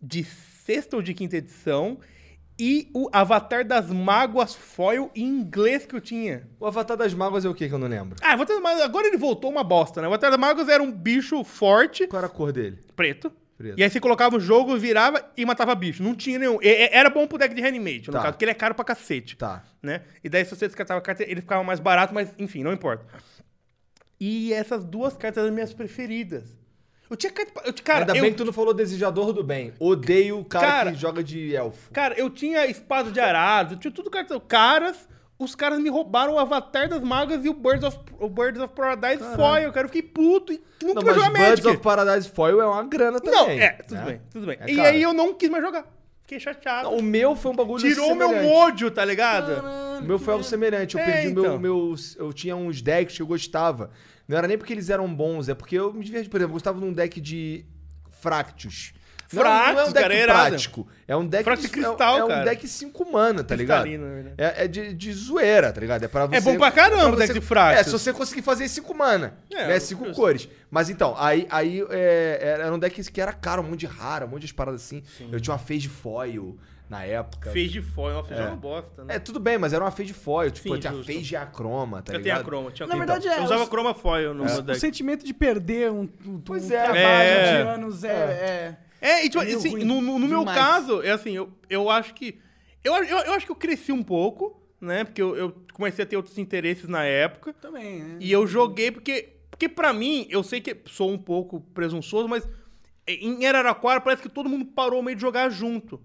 A: de sexta ou de quinta edição, e o Avatar das Mágoas Foil em inglês que eu tinha.
B: O Avatar das Mágoas é o que que eu não lembro?
A: Ah, Avatar das Mágoas, agora ele voltou uma bosta, né? O Avatar das Mágoas era um bicho forte,
B: Qual era a cor dele?
A: preto.
B: Preto.
A: E aí você colocava o jogo, virava e matava bicho. Não tinha nenhum. E- e- Era bom pro deck de reanimate, no
B: Tá.
A: caso, porque ele é caro pra cacete.
B: Tá.
A: né? E daí, se você descartava a carta, ele ficava mais barato, mas enfim, não importa. E essas duas cartas eram minhas preferidas. Eu tinha carta. pra- Eu, tinha- cara,
B: Ainda
A: eu,
B: bem que tu não falou Desejador do Bem. Odeio o cara,
A: Cara-
B: que joga de elfo.
A: cara, eu tinha espada de arado, eu tinha tudo cartão. Caras, os caras me roubaram o Avatar das Magas e o Birds of, o Birds of Paradise Foil, cara. Eu fiquei puto e nunca
B: Não,
A: mais jogar
B: mas Birds
A: Magic.
B: of Paradise Foil é uma grana também.
A: Não, é, tudo
B: né?
A: bem, tudo bem.
B: É
A: e
B: caro.
A: aí eu não quis mais jogar. Fiquei chateado.
B: Não, o meu foi um bagulho
A: Tirou meu
B: semelhante.
A: ódio, tá ligado?
B: O meu foi algo semelhante. Eu
A: É,
B: perdi meu,
A: então.
B: meus. Eu tinha uns decks que eu gostava. Não era nem porque eles eram bons, é porque eu me diverti. Por exemplo, eu gostava de um deck de Fractus. Não, não é um
A: Fractus,
B: deck
A: cara, é irado.
B: prático. É um deck de-
A: Fractus
B: é-
A: cristal,
B: é, um
A: cara.
B: deck 5 mana, tá ligado?
A: Cristalino, na verdade.
B: É, é de, de zoeira, tá ligado? É pra você.
A: É bom pra caramba o
B: você-
A: deck de Fractus.
B: É, se você conseguir fazer 5 mana.
A: É,
B: né?
A: eu-
B: 5
A: eu-
B: cores. Mas então, aí, aí é, era era um deck que era caro, um monte de rara, um monte de paradas assim. Eu tinha uma Phase Foil na época.
A: Fez de foil, nossa, é. uma bosta, né?
B: É, tudo bem, mas era uma fade foil. Tipo,
A: Sim,
B: tinha a
A: justo.
B: fade e a croma, tá
A: eu
B: ligado?
A: tenho a croma, tinha
C: Na
A: croma.
C: verdade, é,
A: Eu usava
C: os-
A: croma foil no meu
C: O
A: deck.
C: sentimento de perder um, um,
B: Pois
C: um
B: é.
C: trabalho
A: É.
C: de anos é. é-
A: É, e tipo,
C: É meio
A: assim,
C: ruim
A: no, no- no meu
C: demais.
A: caso, é assim, eu, eu acho que. Eu, eu, eu acho que eu cresci um pouco, né? Porque eu, eu comecei a ter outros interesses na época.
C: Também, né?
A: E eu joguei porque. Porque pra mim, eu sei que sou um pouco presunçoso, mas em Araraquara parece que todo mundo parou meio de jogar junto.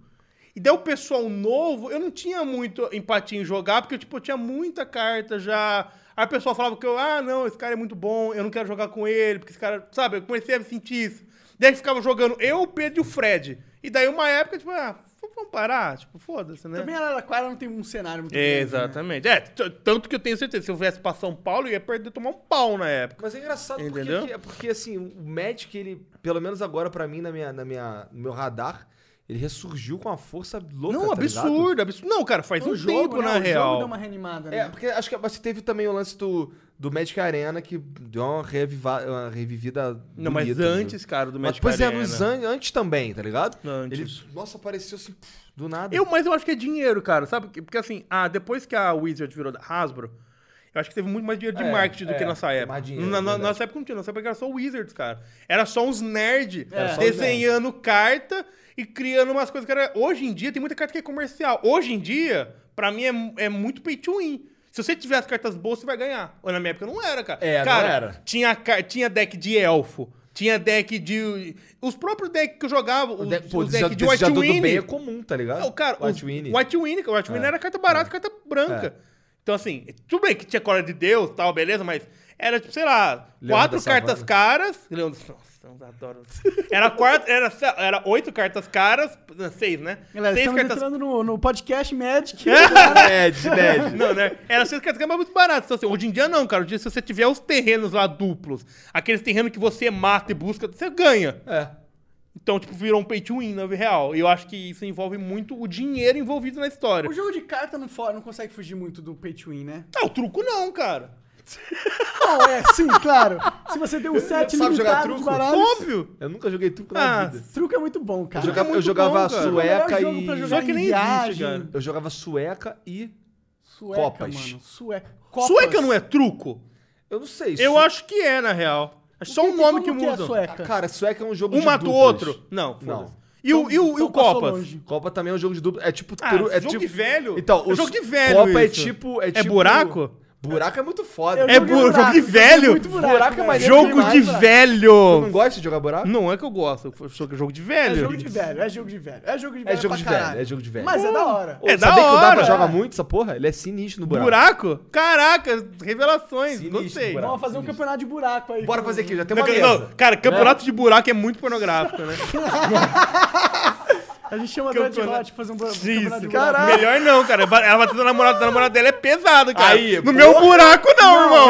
A: E daí o pessoal novo, eu não tinha muito empatia em jogar, porque tipo, eu tinha muita carta já. Aí o pessoal falava que eu, ah, não, esse cara é muito bom, eu não quero jogar com ele, porque esse cara, sabe, eu comecei a me sentir isso. Daí ficava jogando eu, o Pedro e o Fred. E daí uma época, tipo, ah, v- vamos parar, tipo, foda-se, né?
C: Também Araraquara não tem um cenário muito grande,
A: É,
C: né?
A: exatamente. É, t- tanto que eu tenho certeza, se eu viesse pra São Paulo, eu ia perder, tomar um pau na época.
B: Mas é engraçado
A: Entendeu?
B: porque, porque, assim, o Magic, ele, pelo menos agora pra mim, na minha, na minha, no meu radar, ele ressurgiu com uma força louca,
A: Não,
B: tá ligado?
A: absurdo, absurdo. Não, cara, faz
C: O
A: um
C: jogo,
A: jogo,
C: né?
A: na
C: o jogo
A: real.
C: deu uma reanimada, né?
B: É, porque acho que você teve também o lance do, do Magic Arena, que deu uma, reviva, uma revivida
A: Não, mas
B: bonita,
A: antes, cara, do
B: Né? Mas,
A: Magic
B: pois é,
A: Arena.
B: nos an- antes também, tá ligado?
A: Antes.
B: Ele, nossa, apareceu assim, pff, do nada.
A: Eu, mas eu acho que é dinheiro, cara, sabe? Porque- Porque assim, ah, depois que a Wizard virou da Hasbro, eu acho que teve muito mais dinheiro de
B: É,
A: marketing do
B: é,
A: que nessa
B: tem
A: época.
B: mais dinheiro,
A: na, na-
B: verdade.
A: nossa época não tinha, nossa época era só Wizards, cara. Era só uns nerd
C: Era
B: só uns
A: desenhando carta e criando umas coisas que era... Hoje em dia tem muita carta que é comercial. Hoje em dia, pra mim, é, é muito pay to win. Se você tiver as cartas boas, você vai ganhar. Ou na minha época não era, cara.
B: É, não
A: cara,
B: era.
A: Tinha, car- tinha deck de elfo. Tinha deck de. Os próprios decks que eu jogava,
B: o
A: os,
B: deck, pô,
A: os
B: deseja-
A: deck de White
B: desejador
A: Winnie.
B: do bem é comum, tá ligado?
A: Não, cara,
B: White
A: White
B: Winnie.
A: Winnie. White Winnie, cara, White Winnie era carta barata, carta branca. Então, assim, tudo bem que tinha cola de Deus e tal, beleza, mas era, tipo, sei lá,
B: Leão
A: quatro
B: da
A: cartas
B: Savana.
A: caras. Leão da- Nossa, eu adoro. Era, quatro, era, sei lá, era oito cartas caras, seis, né?
C: Galera,
A: seis
C: estamos
A: cartas.
C: entrando no, no podcast Magic.
B: Ned, Ned.
A: Não, né? Era seis cartas caras, mas muito barato. Então, assim, hoje em dia, não, cara. Hoje em dia, se você tiver os terrenos lá duplos, aqueles terrenos que você mata e busca, você ganha.
B: É.
A: Então, tipo, virou um pay to win, na real. E eu acho que isso envolve muito o dinheiro envolvido na história.
C: o jogo de carta não, fo- não consegue fugir muito do pay to win, né?
A: Ah, o truco não, cara.
C: Não, é, sim, claro. Se você tem um set
B: Sabe jogar
C: limitado
B: truco?
C: de baralhos,
A: Óbvio!
B: Eu nunca joguei truco na
A: Ah,
B: vida.
C: truco é muito bom, cara.
B: Eu jogava,
A: é
B: eu
A: muito
B: jogava
A: bom,
B: sueca
A: cara.
C: É o melhor jogo pra
B: e.
C: jogar.
A: Só que nem existe,
C: viagem.
A: cara.
B: Eu jogava sueca e.
C: Sueca,
B: Copas.
C: mano. Sueca.
A: Sueca não é truco?
B: Eu não sei.
A: Eu
B: su-
A: acho que é, na real. É só um nome que muda.
C: É sueca?
B: Cara, sueca é um jogo
A: um
B: de.
A: mata o
B: duplas.
A: outro? Não,
B: Não.
A: foda-se. E o, e o, e o
C: Então passou
A: Copas?
C: longe.
B: Copa também é um jogo de dupla. É tipo.
A: Ah,
B: tru- é
A: jogo
B: tipo...
A: de velho.
B: Então,
A: É
B: o
A: jogo de velho
B: Copa é
A: isso.
B: tipo. É,
A: É
B: tipo-
A: buraco?
B: Buraco é muito foda.
C: Eu
A: É
C: joguei
A: bu- jogo de
C: eu
A: velho?
C: joguei muito buraco,
B: Buraco é
C: velho.
B: maneiro
A: Jogo
B: demais,
A: de
B: cara. Tu não
A: velho!
B: gosta de jogar buraco?
A: Não é que eu gosto, eu sou que é jogo de
C: É
A: velho.
C: jogo de velho, é jogo de velho. É jogo de velho.
B: É jogo
C: pra
B: de velho,
C: caralho.
B: é jogo de velho.
C: Mas é da hora.
B: Ô,
A: É da
B: sabia que o Dapa
A: hora.
B: joga muito essa porra? Ele é sinistro no buraco.
A: Buraco? Caraca, revelações,
B: Sinistro,
A: gostei.
B: buraco.
C: Vamos fazer um campeonato de buraco aí.
B: Bora fazer aqui, já tem
A: Não,
B: uma
A: ca-
B: mesa.
A: não, cara, campeonato de buraco é muito pornográfico, né?
C: A gente chama a Dread
A: Campeonato-
C: Hot pra fazer um bura- campeonato de
A: Isso,
C: buraco.
B: Caraca.
A: Melhor não, cara. Ela bateu na namorada, a namorada dela é pesado, cara.
B: Aí,
A: no meu
B: porra.
A: buraco não, irmão.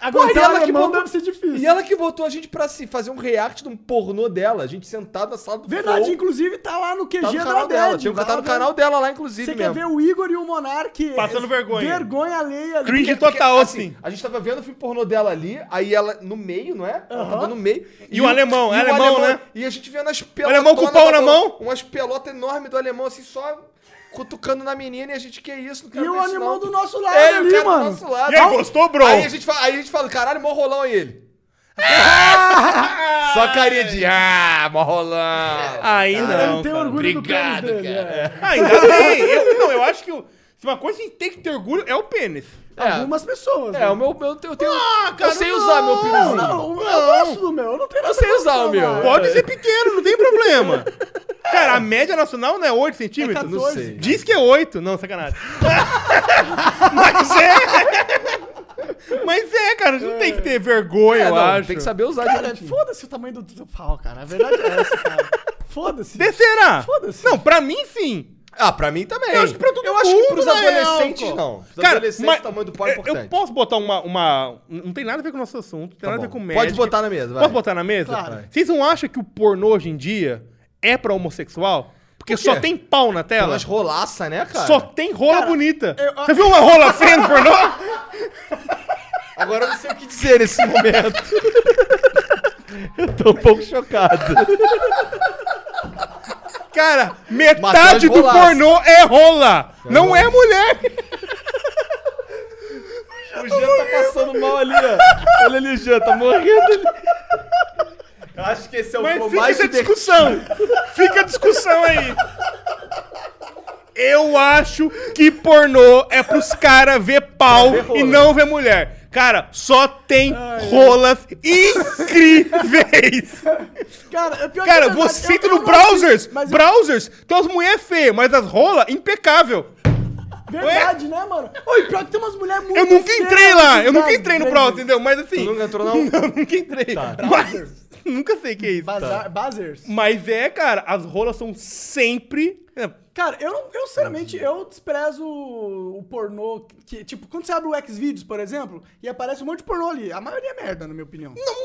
C: Aguentar
B: Porra, e ela que
C: alemão
B: mandou-
C: deve ser difícil.
B: E ela que botou a gente pra se fazer um react de um pornô dela, a gente sentado na sala do
C: Verdade,
B: Flow,
C: inclusive tá lá no QG
B: tá no
C: da
B: canal dela,
C: Dead,
B: tinha um
C: vai
B: tá
C: lá
B: no
C: ver.
B: canal dela lá, inclusive,
C: Você
B: mesmo.
C: quer ver o Igor e o Monark...
A: Passando vergonha.
C: Vergonha alheia. ali.
A: Cringe
B: Porque,
A: total,
B: assim,
A: assim.
B: A gente tava vendo o filme pornô dela ali, aí ela no meio, não é? Ela tava
C: Aham.
B: no meio.
A: E o alemão, é alemão, né?
B: E a gente vendo as
A: O
B: pelotas.
A: alemão com o pau na mão?
B: Umas pelotas enormes do alemão, assim, só cutucando na menina e a gente, que é isso? Não quero
C: E o
B: ver isso,
C: animal
B: não.
C: do nosso lado
B: É, o
C: ali,
B: cara do
C: mano.
B: nosso lado.
A: E aí, gostou, bro?
B: Aí a gente fala, aí a gente fala caralho, mó rolão aí ele. Só carinha de, ah, mó rolão.
A: Aí
C: Ele
A: não.
C: tem
A: cara.
C: orgulho
B: Obrigado,
C: do pênis dele.
B: cara.
C: é.
A: Ah, Ainda bem. Eu- não, eu acho que o- se uma coisa que a gente tem que ter orgulho é o pênis.
C: Algumas pessoas.
B: É,
C: né?
B: o meu, é meu- eu tenho,
A: Ah, cara,
B: eu sei usar meu
C: Não,
B: piruzinho.
C: não, o meu, eu gosto do meu, eu não tenho nada
B: sei
C: pra
B: usar o meu.
C: falar.
A: Pode ser pequeno, não tem problema. Cara, a média nacional não é 8 centímetros?
C: É 14. Não sei.
A: Diz que é 8. Não, sacanagem. Mas é. Mas é, cara, a gente não tem que ter vergonha,
B: É,
A: eu
B: não,
A: acho.
B: Tem que saber usar
C: Cara,
B: direitinho.
C: foda-se o tamanho do do teu pau, cara. A verdade é essa, cara. Foda-se.
A: Descerá.
C: Foda-se.
A: Não, pra mim sim.
B: Ah, pra mim também.
A: Eu acho que pra todo
B: Eu acho que
A: mundo,
B: pros
A: na real,
B: adolescentes,
A: pô.
B: não. Os
A: Cara,
B: adolescentes,
A: mas
B: o tamanho do pau é
A: eu-
B: importante.
A: Eu posso botar uma... uma... Não tem nada a ver com o nosso assunto, não tem
B: Tá
A: nada a
B: bom.
A: ver com o médico.
B: Pode botar na mesa, vai.
A: Posso botar na mesa?
C: Claro.
A: Vocês não acham que o pornô hoje em dia é pra homossexual? Porque
B: Por quê?
A: só tem pau na tela?
B: Elas rolaça, né, cara?
A: Só tem rola
C: Cara,
A: bonita.
C: eu-
A: Você viu uma rola feia no pornô?
B: Agora eu não sei o que dizer nesse momento. eu tô um pouco chocado.
A: Cara,
B: Mas
A: metade
B: tem
A: do
B: rolaço.
A: pornô é rola. Não é mulher.
B: O Jean tá passando mal ali, ó. Olha ali o Jean, tá morrendo ali. Eu acho que esse é o
A: Mas
B: flow
A: fica
B: mais
A: essa
B: inter-
A: discussão. Fica a discussão aí. Eu acho que pornô é pros caras ver pau
B: ver rola.
A: e não ver mulher. Cara, só tem rolas incríveis.
C: Cara, é pior que é
A: Cara,
C: verdade,
A: você
C: eu-
A: entra
C: eu
A: no
C: não
A: browsers,
C: assisto, mas é
A: browsers, tem umas mulheres feias, mas as rola, impecável.
C: verdade, né, mano? Oi, pior que tem umas mulheres muito assim, né,
A: Eu nunca
C: feias
A: entrei lá, eu
C: nessas
A: nunca
C: cidades,
A: entrei no
C: velho.
A: browser, entendeu? Mas assim,
B: Tu nunca entrou, não? Tá.
A: eu nunca entrei. Mas, nunca sei o que é isso.
C: Bazar, Buzzers.
A: Mas é, cara, as rolas são sempre... é,
C: Cara, eu não, eu sinceramente, eu desprezo o pornô que, tipo, quando você abre o Xvideos, por exemplo, e aparece um monte de pornô ali, a maioria é merda, na minha opinião.
A: Não,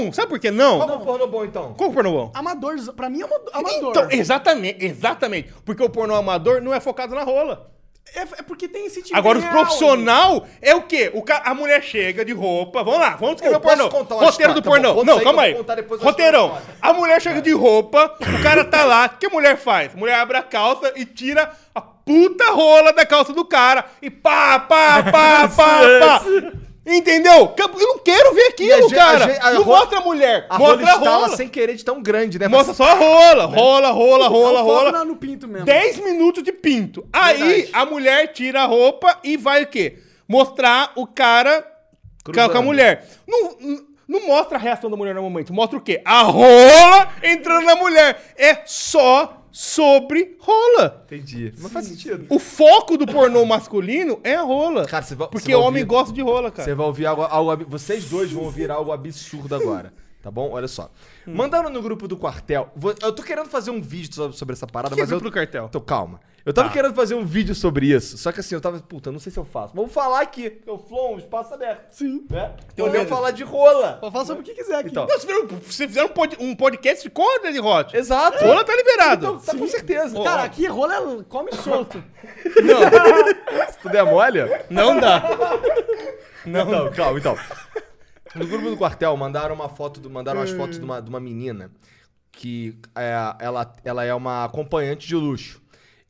A: não. Sabe por que não?
B: Qual que é o porno bom, então?
A: Qual o pornô bom?
C: Amadores, pra mim é uma- amador.
A: Então, exatamente, exatamente. Porque o pornô amador não é focado na rola.
C: é, é porque tem esse tipo
A: Agora, os
C: de real,
A: profissional é o quê? O ca... A mulher chega de roupa. Vamos lá, vamos escrever
B: Ô,
A: o pornô.
B: posso contar uma
A: Roteiro
B: história?
A: do
B: Tá bom,
A: pornô.
B: conta
A: não,
B: aí,
A: calma
B: eu
A: aí.
B: vou contar depois da
A: Roteirão.
B: história.
A: A mulher chega de roupa, o cara tá lá. O que a mulher faz? A mulher abre a calça e tira a puta rola da calça do cara. E pá, pá, pá, pá, pá. Entendeu? Eu não quero ver
B: E a
A: aquilo,
B: gente- a
A: cara.
B: gente- a
A: não
B: rola-
A: mostra a mulher.
B: A rola
A: mostra a
B: estala
A: rola.
B: sem querer de tão grande, né?
A: Mostra só a rola. Rola, rola,
C: É um
A: rola,
C: foco
A: rola.
C: na- no pinto mesmo.
A: 10 minutos de pinto. Aí
B: Tá Verdade.
A: a mulher tira a roupa e vai o quê? Mostrar o cara ca- com a
B: Cruzando.
A: mulher. Não, não- não mostra a reação da mulher no momento. Mostra o quê? A rola entrando na mulher. É só sobre rola.
B: Entendi. Não faz sentido.
A: O foco do pornô masculino é a rola.
B: Cara, você vai- você
A: porque
B: vai
A: o homem
B: ouvir-
A: gosta de rola, cara.
B: Você vai ouvir algo, algo ab- Vocês dois vão ouvir algo absurdo agora. Tá bom? Olha só.
A: Hum.
B: Mandaram no grupo do quartel. Vo- Eu tô querendo fazer um vídeo so- sobre essa parada,
A: Que
B: mas
A: grupo
B: eu.
A: do quartel?
B: Então, calma. Eu tava querendo fazer um vídeo sobre isso. Só que assim, eu tava. Puta, eu não sei se eu faço. Vamos falar aqui. porque O Flow, é um espaço aberto.
C: Sim.
B: Né?
A: Tem um
B: Eu ia
A: dedo.
B: falar de rola.
C: Pode falar sobre o que quiser aqui.
B: Então.
A: Não, vocês fizeram- vocês fizeram um, pod- um podcast com a Adriane Hot.
B: Exato.
A: Rola tá liberado.
B: Então, tá com certeza.
A: Ó,
C: Cara,
A: ó.
C: aqui rola é- come solto.
A: Não,
B: se tu der mole.
A: não dá.
B: Tá Não, não, calma, então. No grupo do quartel mandaram uma foto, do, mandaram umas fotos de uma, de uma menina que é, ela, ela é uma acompanhante de luxo.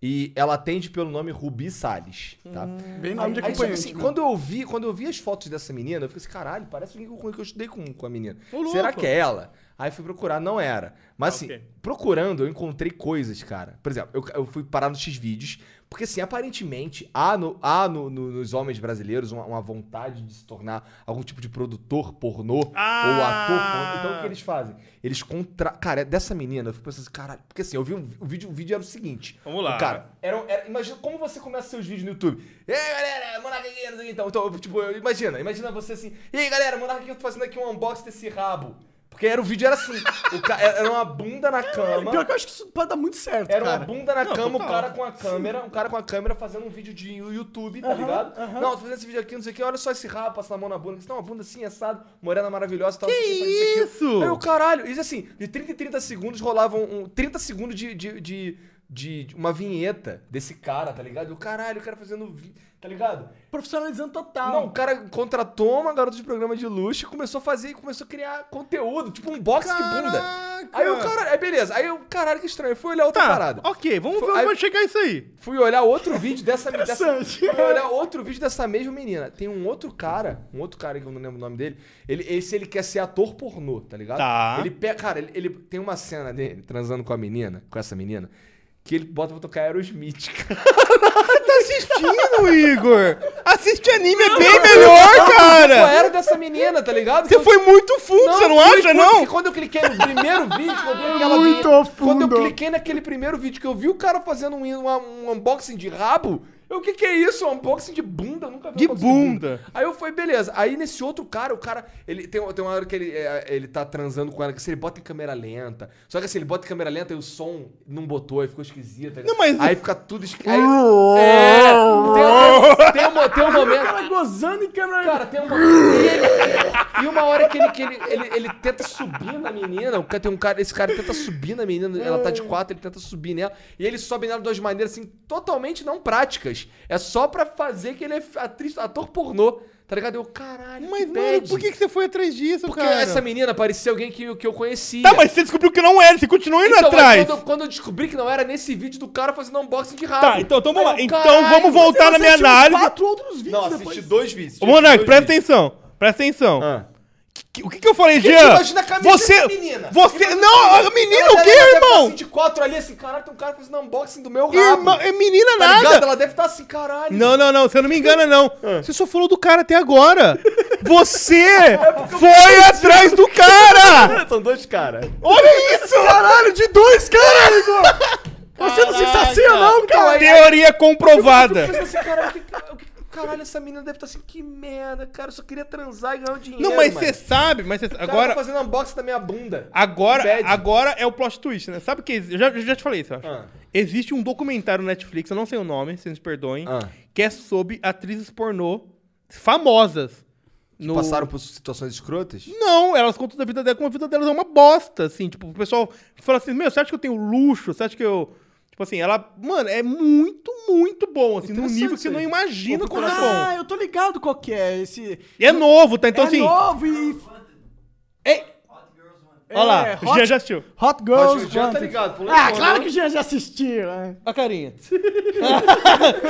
B: E ela atende pelo nome Rubi Salles, tá?
C: Bem nome de
B: Aí, só que
C: acompanhante.
B: assim,
C: né?
B: quando eu vi, quando eu vi as fotos dessa menina, eu fiquei assim, caralho, parece alguém que eu, que eu estudei com, com a menina.
A: Ô,
B: Será
A: louco.
B: que é ela? Aí fui procurar, não era. Mas
A: Ah,
B: assim,
A: ok.
B: procurando, eu encontrei coisas, cara. Por exemplo, eu, eu fui parar nos X-Vídeos, porque assim, aparentemente, há, no, há no- no- nos homens brasileiros uma, uma vontade de se tornar algum tipo de produtor pornô ou ator
A: Ah!
B: pornô. Então o que eles fazem? Eles contra... Cara, é dessa menina, eu fico pensando assim, caralho, porque assim, eu vi um, o, vídeo, o vídeo era o seguinte.
A: Vamos lá.
B: O cara, era, um, era- imagina como você começa seus vídeos no YouTube. E aí, galera, monarca aqui, não sei o que, então. Então, eu, tipo, eu- imagina, imagina você assim. E aí, galera, monarca aqui, eu tô fazendo aqui um unboxing desse rabo. Porque Porque era, o vídeo era assim. o ca- era uma bunda na cama.
C: Pior que eu acho que isso pode dar muito certo,
B: Era uma
C: cara.
B: bunda na
A: Não,
B: cama, o
A: total.
B: cara com a câmera, um cara com a câmera fazendo um vídeo de YouTube, tá
C: Aham,
B: ligado?
C: aham.
B: Não, tô fazendo esse vídeo aqui, não sei o que, olha só esse rabo passando a mão na bunda, que você tem uma bunda assim, assado, morena maravilhosa e tal. não sei o que, faz aqui.
A: isso?
B: Aí o caralho, isso assim, de 30 em 30 segundos rolavam um, 30 segundos de, de, de, de- de uma vinheta desse cara, tá ligado? E o caralho, o cara fazendo, vi- tá ligado?
C: Profissionalizando total.
B: Não, o cara contratou uma garota de programa de luxo e começou a fazer e começou a criar conteúdo, tipo um box de bunda.
A: Caraca.
B: Aí o cara, aí beleza, aí o caralho que estranho, eu fui olhar outra
A: Tá,
B: parada.
A: ok, vamos
B: Foi-
A: ver onde
B: aí-
A: vai chegar isso aí.
B: Fui olhar outro vídeo dessa dessa-
C: Interessante.
B: Fui olhar outro vídeo dessa mesma menina. Tem um outro cara, um outro cara que eu não lembro o nome dele. Ele, esse ele quer ser ator pornô, tá ligado?
A: Tá.
B: Ele pega, cara, ele, ele- tem uma cena dele transando com a menina, com essa menina, que ele bota pra tocar Aerosmith. cara.
A: Você tá assistindo, Igor? Assiste anime, é bem melhor,
B: Qual
A: cara!
B: era dessa menina, tá ligado?
A: Você foi muito fundo, você não
B: fui,
A: acha,
B: fui,
A: não?
B: porque Quando eu cliquei no primeiro vídeo, quando eu vi aquela
C: Muito
B: vinheta- Quando eu
C: fundo.
B: cliquei naquele primeiro vídeo que eu vi o cara fazendo um, um- um unboxing de rabo, eu, o que que é isso? Um unboxing de bunda? Eu nunca vi um
A: De
B: unboxing
A: bunda.
B: Aí eu falei, beleza. Aí nesse outro cara, o cara, ele tem, tem uma hora que ele, é, ele tá transando com ela, que se ele bota em câmera lenta. Só que assim, ele bota em câmera lenta e o som não botou, aí ficou esquisito.
A: Não, mas-
B: Aí fica tudo esquisito. É, tem, tem, um- tem um
C: O
B: momento...
C: cara gozando em câmera.
B: Cara, tem uma. E, ele- e uma hora que ele, que ele, ele, ele tenta subir na menina. o cara- Tem um cara, esse cara tenta subir na menina. Ela tá de quatro, ele tenta subir nela. E ele sobe nela de duas maneiras, assim, totalmente não práticas. É só pra fazer que ele é atriz, ator pornô. Tá ligado? Eu, caralho,
A: Mas,
B: que
A: mano,
B: bad.
A: por que, que você foi atrás disso,
B: Porque
A: cara?
B: essa menina parecia alguém que, que eu conhecia.
A: Tá, mas você descobriu que não era, você continua indo
B: Então, mas
A: atrás.
B: Quando, eu- quando eu descobri que não era nesse vídeo do cara fazendo unboxing de rabo.
A: Tá, então, então vamos
B: Aí
A: lá.
B: eu,
A: Então
B: caralho,
A: vamos voltar na minha
C: Você assistiu
A: análise.
C: quatro outros vídeos
B: Não,
C: depois.
B: assisti dois vídeos.
A: Ô, Monark,
B: dois
A: presta
B: vídeos.
A: atenção. Presta atenção.
B: Ah.
A: Que- O que, que eu falei, Jean?
B: imagina a camisa
A: você.
B: da menina.
A: Você. Não, a menina
B: Ela
A: o quê,
B: deve tá
A: irmão?
B: Assim, de quatro ali, assim, caralho, tem um cara fazendo unboxing do meu rabo.
A: Irmão, é menina
B: tá ligado?
A: nada.
B: Ela deve estar assim, caralho.
A: Não, não, não, você não me engana, não. Você só falou do cara até agora. Você foi atrás do cara!
B: São dois caras.
A: Olha isso!
C: Caralho, de dois, caralho, Igor! Você não se sacia, não, cara!
A: Teoria comprovada.
B: Assim, caralho, que- que- caralho, essa menina deve estar assim, que merda, cara. Eu só queria transar e ganhar um dinheiro.
A: Não, mas
B: mano.
A: você sabe, mas você.
B: O cara tá
A: Agora.
B: fazendo unboxing da minha bunda.
A: Agora,
B: Bad.
A: agora é o plot twist, né? Sabe o que? Eu já, eu já te falei isso, eu acho.
B: Ah.
A: Existe um documentário no Netflix, eu não sei o nome, se nos perdoem,
B: Ah.
A: que é sobre atrizes pornô famosas. No...
B: por situações escrotas?
A: Não, elas contam da vida dela como a vida delas é uma bosta, assim. Tipo, o pessoal fala assim, meu, você acha que eu tenho luxo? Você acha que eu... Tipo assim, ela... Mano, é muito, muito bom, assim, num
B: Interessante
A: nível que
B: isso
A: você não
B: aí.
A: imagina como é
C: Ah,
A: bom.
C: eu tô ligado qual que é esse...
A: E é novo, tá? Então,
C: é
A: assim...
C: novo e...
A: É... Olha lá,
C: é
A: o Jean já assistiu.
C: Hot
B: Mas
C: Girls
B: o Jean tá
C: Wanted.
B: ligado. falou
C: Ah,
B: de
C: claro
B: pornô.
C: que o Jean já assistiu, né?
A: A carinha.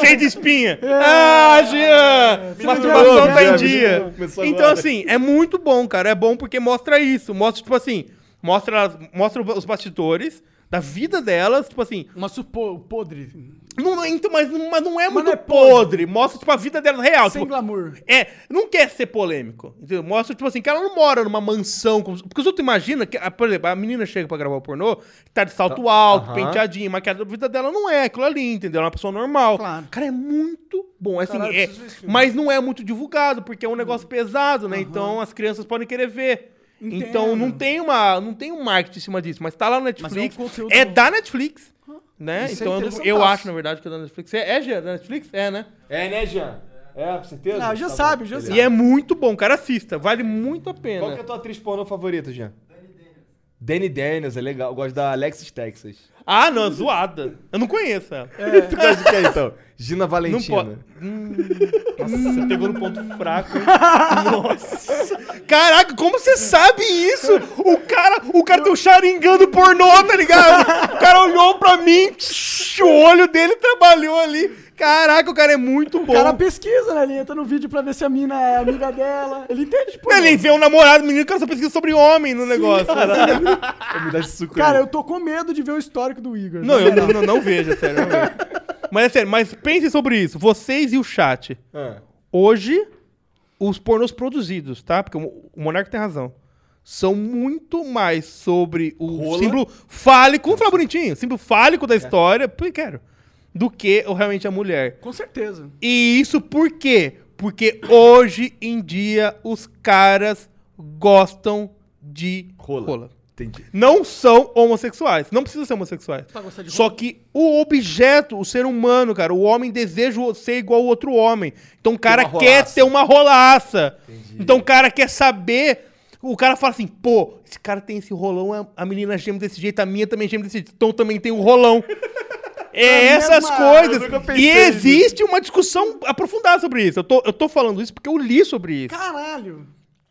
A: Cheio de espinha.
B: É.
A: Ah, Jean!
C: Você me
A: Masturbação
C: julgou,
A: tá em
C: me
A: dia.
B: julgou. Começou
A: Então,
B: agora.
A: assim, é muito bom, cara. É bom porque mostra isso. Mostra, tipo assim, mostra, elas- mostra os bastidores da vida delas. Tipo assim,
C: Uma supo... podre.
A: não, então, mas, não- mas não é muito
C: não é
A: podre.
C: podre.
A: Mostra, tipo, a vida delas real.
C: Sem
A: tipo,
C: glamour.
A: é, não quer ser polêmico. Entendeu? Mostra, tipo assim, que ela não mora numa mansão. como- porque os outros imaginam que, ah, por exemplo, a menina chega pra gravar o pornô, tá de salto alto,
B: aham.
A: penteadinha, maquiada. A vida dela não é aquilo ali, entendeu? Ela é uma pessoa normal.
C: Claro.
A: Cara, é muito bom. Assim,
B: Caralho,
A: é,
B: preciso ver esse filme.
A: mas não é muito divulgado, porque é um negócio pesado, né? Então as crianças podem querer ver.
C: Entendo.
A: Então não tem, uma, não tem um marketing em cima disso, mas tá lá no Netflix.
C: conteúdo-
A: é da Netflix. Né?
C: Isso é
A: então eu não- eu,
C: interessantaço.
A: acho, na verdade, que é da Netflix. É, é Gê, da Netflix? É, né?
B: É, né, Jean? É, com certeza?
C: Não, o Jean
B: Tá bom,
C: sabe, o Jean
B: beleza.
C: sabe.
A: E é muito bom, cara. Assista, vale muito a pena.
B: Qual que é a tua atriz pornô favorita, Jean? Danny Daniels, é legal. Eu gosto da Alexis Texas.
A: Ah, não, zoada. Eu não conheço é. ela.
B: tu gosta de quem, então? Gina
A: Não
B: Valentina.
A: pode. Nossa, você pegou no ponto fraco. hein? Nossa. Caraca, como você sabe isso? O cara, o cara tem um Sharingan do pornô, tá ligado? O cara olhou pra mim, o olho dele trabalhou ali. Caraca, o cara é muito bom.
C: O cara pesquisa, né? Ele entra no vídeo pra ver se a mina é amiga dela. Ele entende, tipo...
A: Ele vê um namorado, menino, o cara só pesquisa sobre homem no negócio.
B: Me dá esse suco
C: Cara,
B: aí.
C: eu tô com medo de ver o histórico do Igor.
A: Não, eu não, não, não vejo, é sério. não vejo. Mas é sério, mas pensem sobre isso. Vocês e o chat.
B: Ah.
A: Hoje, os pornôs produzidos, tá? Porque o o Monarca tem razão. São muito mais sobre o
B: Rola.
A: símbolo fálico. Vamos falar bonitinho. Símbolo fálico da história. Porque quero. Do que o- realmente a mulher.
C: Com certeza.
A: E isso por quê? Porque hoje em dia os caras gostam de
B: Rola.
A: rola.
B: Entendi.
A: Não são homossexuais. Não precisam ser homossexuais.
C: Pra gostar Tá de
A: Só que o objeto, o ser humano, cara, o homem deseja o- ser igual ao outro homem. Então o cara
B: uma
A: quer
B: rolaça.
A: ter uma rolaça.
B: Entendi.
A: Então o cara quer saber. O cara fala assim, pô, esse cara tem esse rolão, a- a menina gema desse jeito, a minha também gema desse jeito, então também tem um rolão. É
C: Ah,
A: essas
C: mesma-
A: coisas.
B: eu nunca pensei
A: E
B: nisso.
A: existe uma discussão aprofundada sobre isso. Eu tô, eu tô falando isso porque eu li sobre isso.
C: Caralho.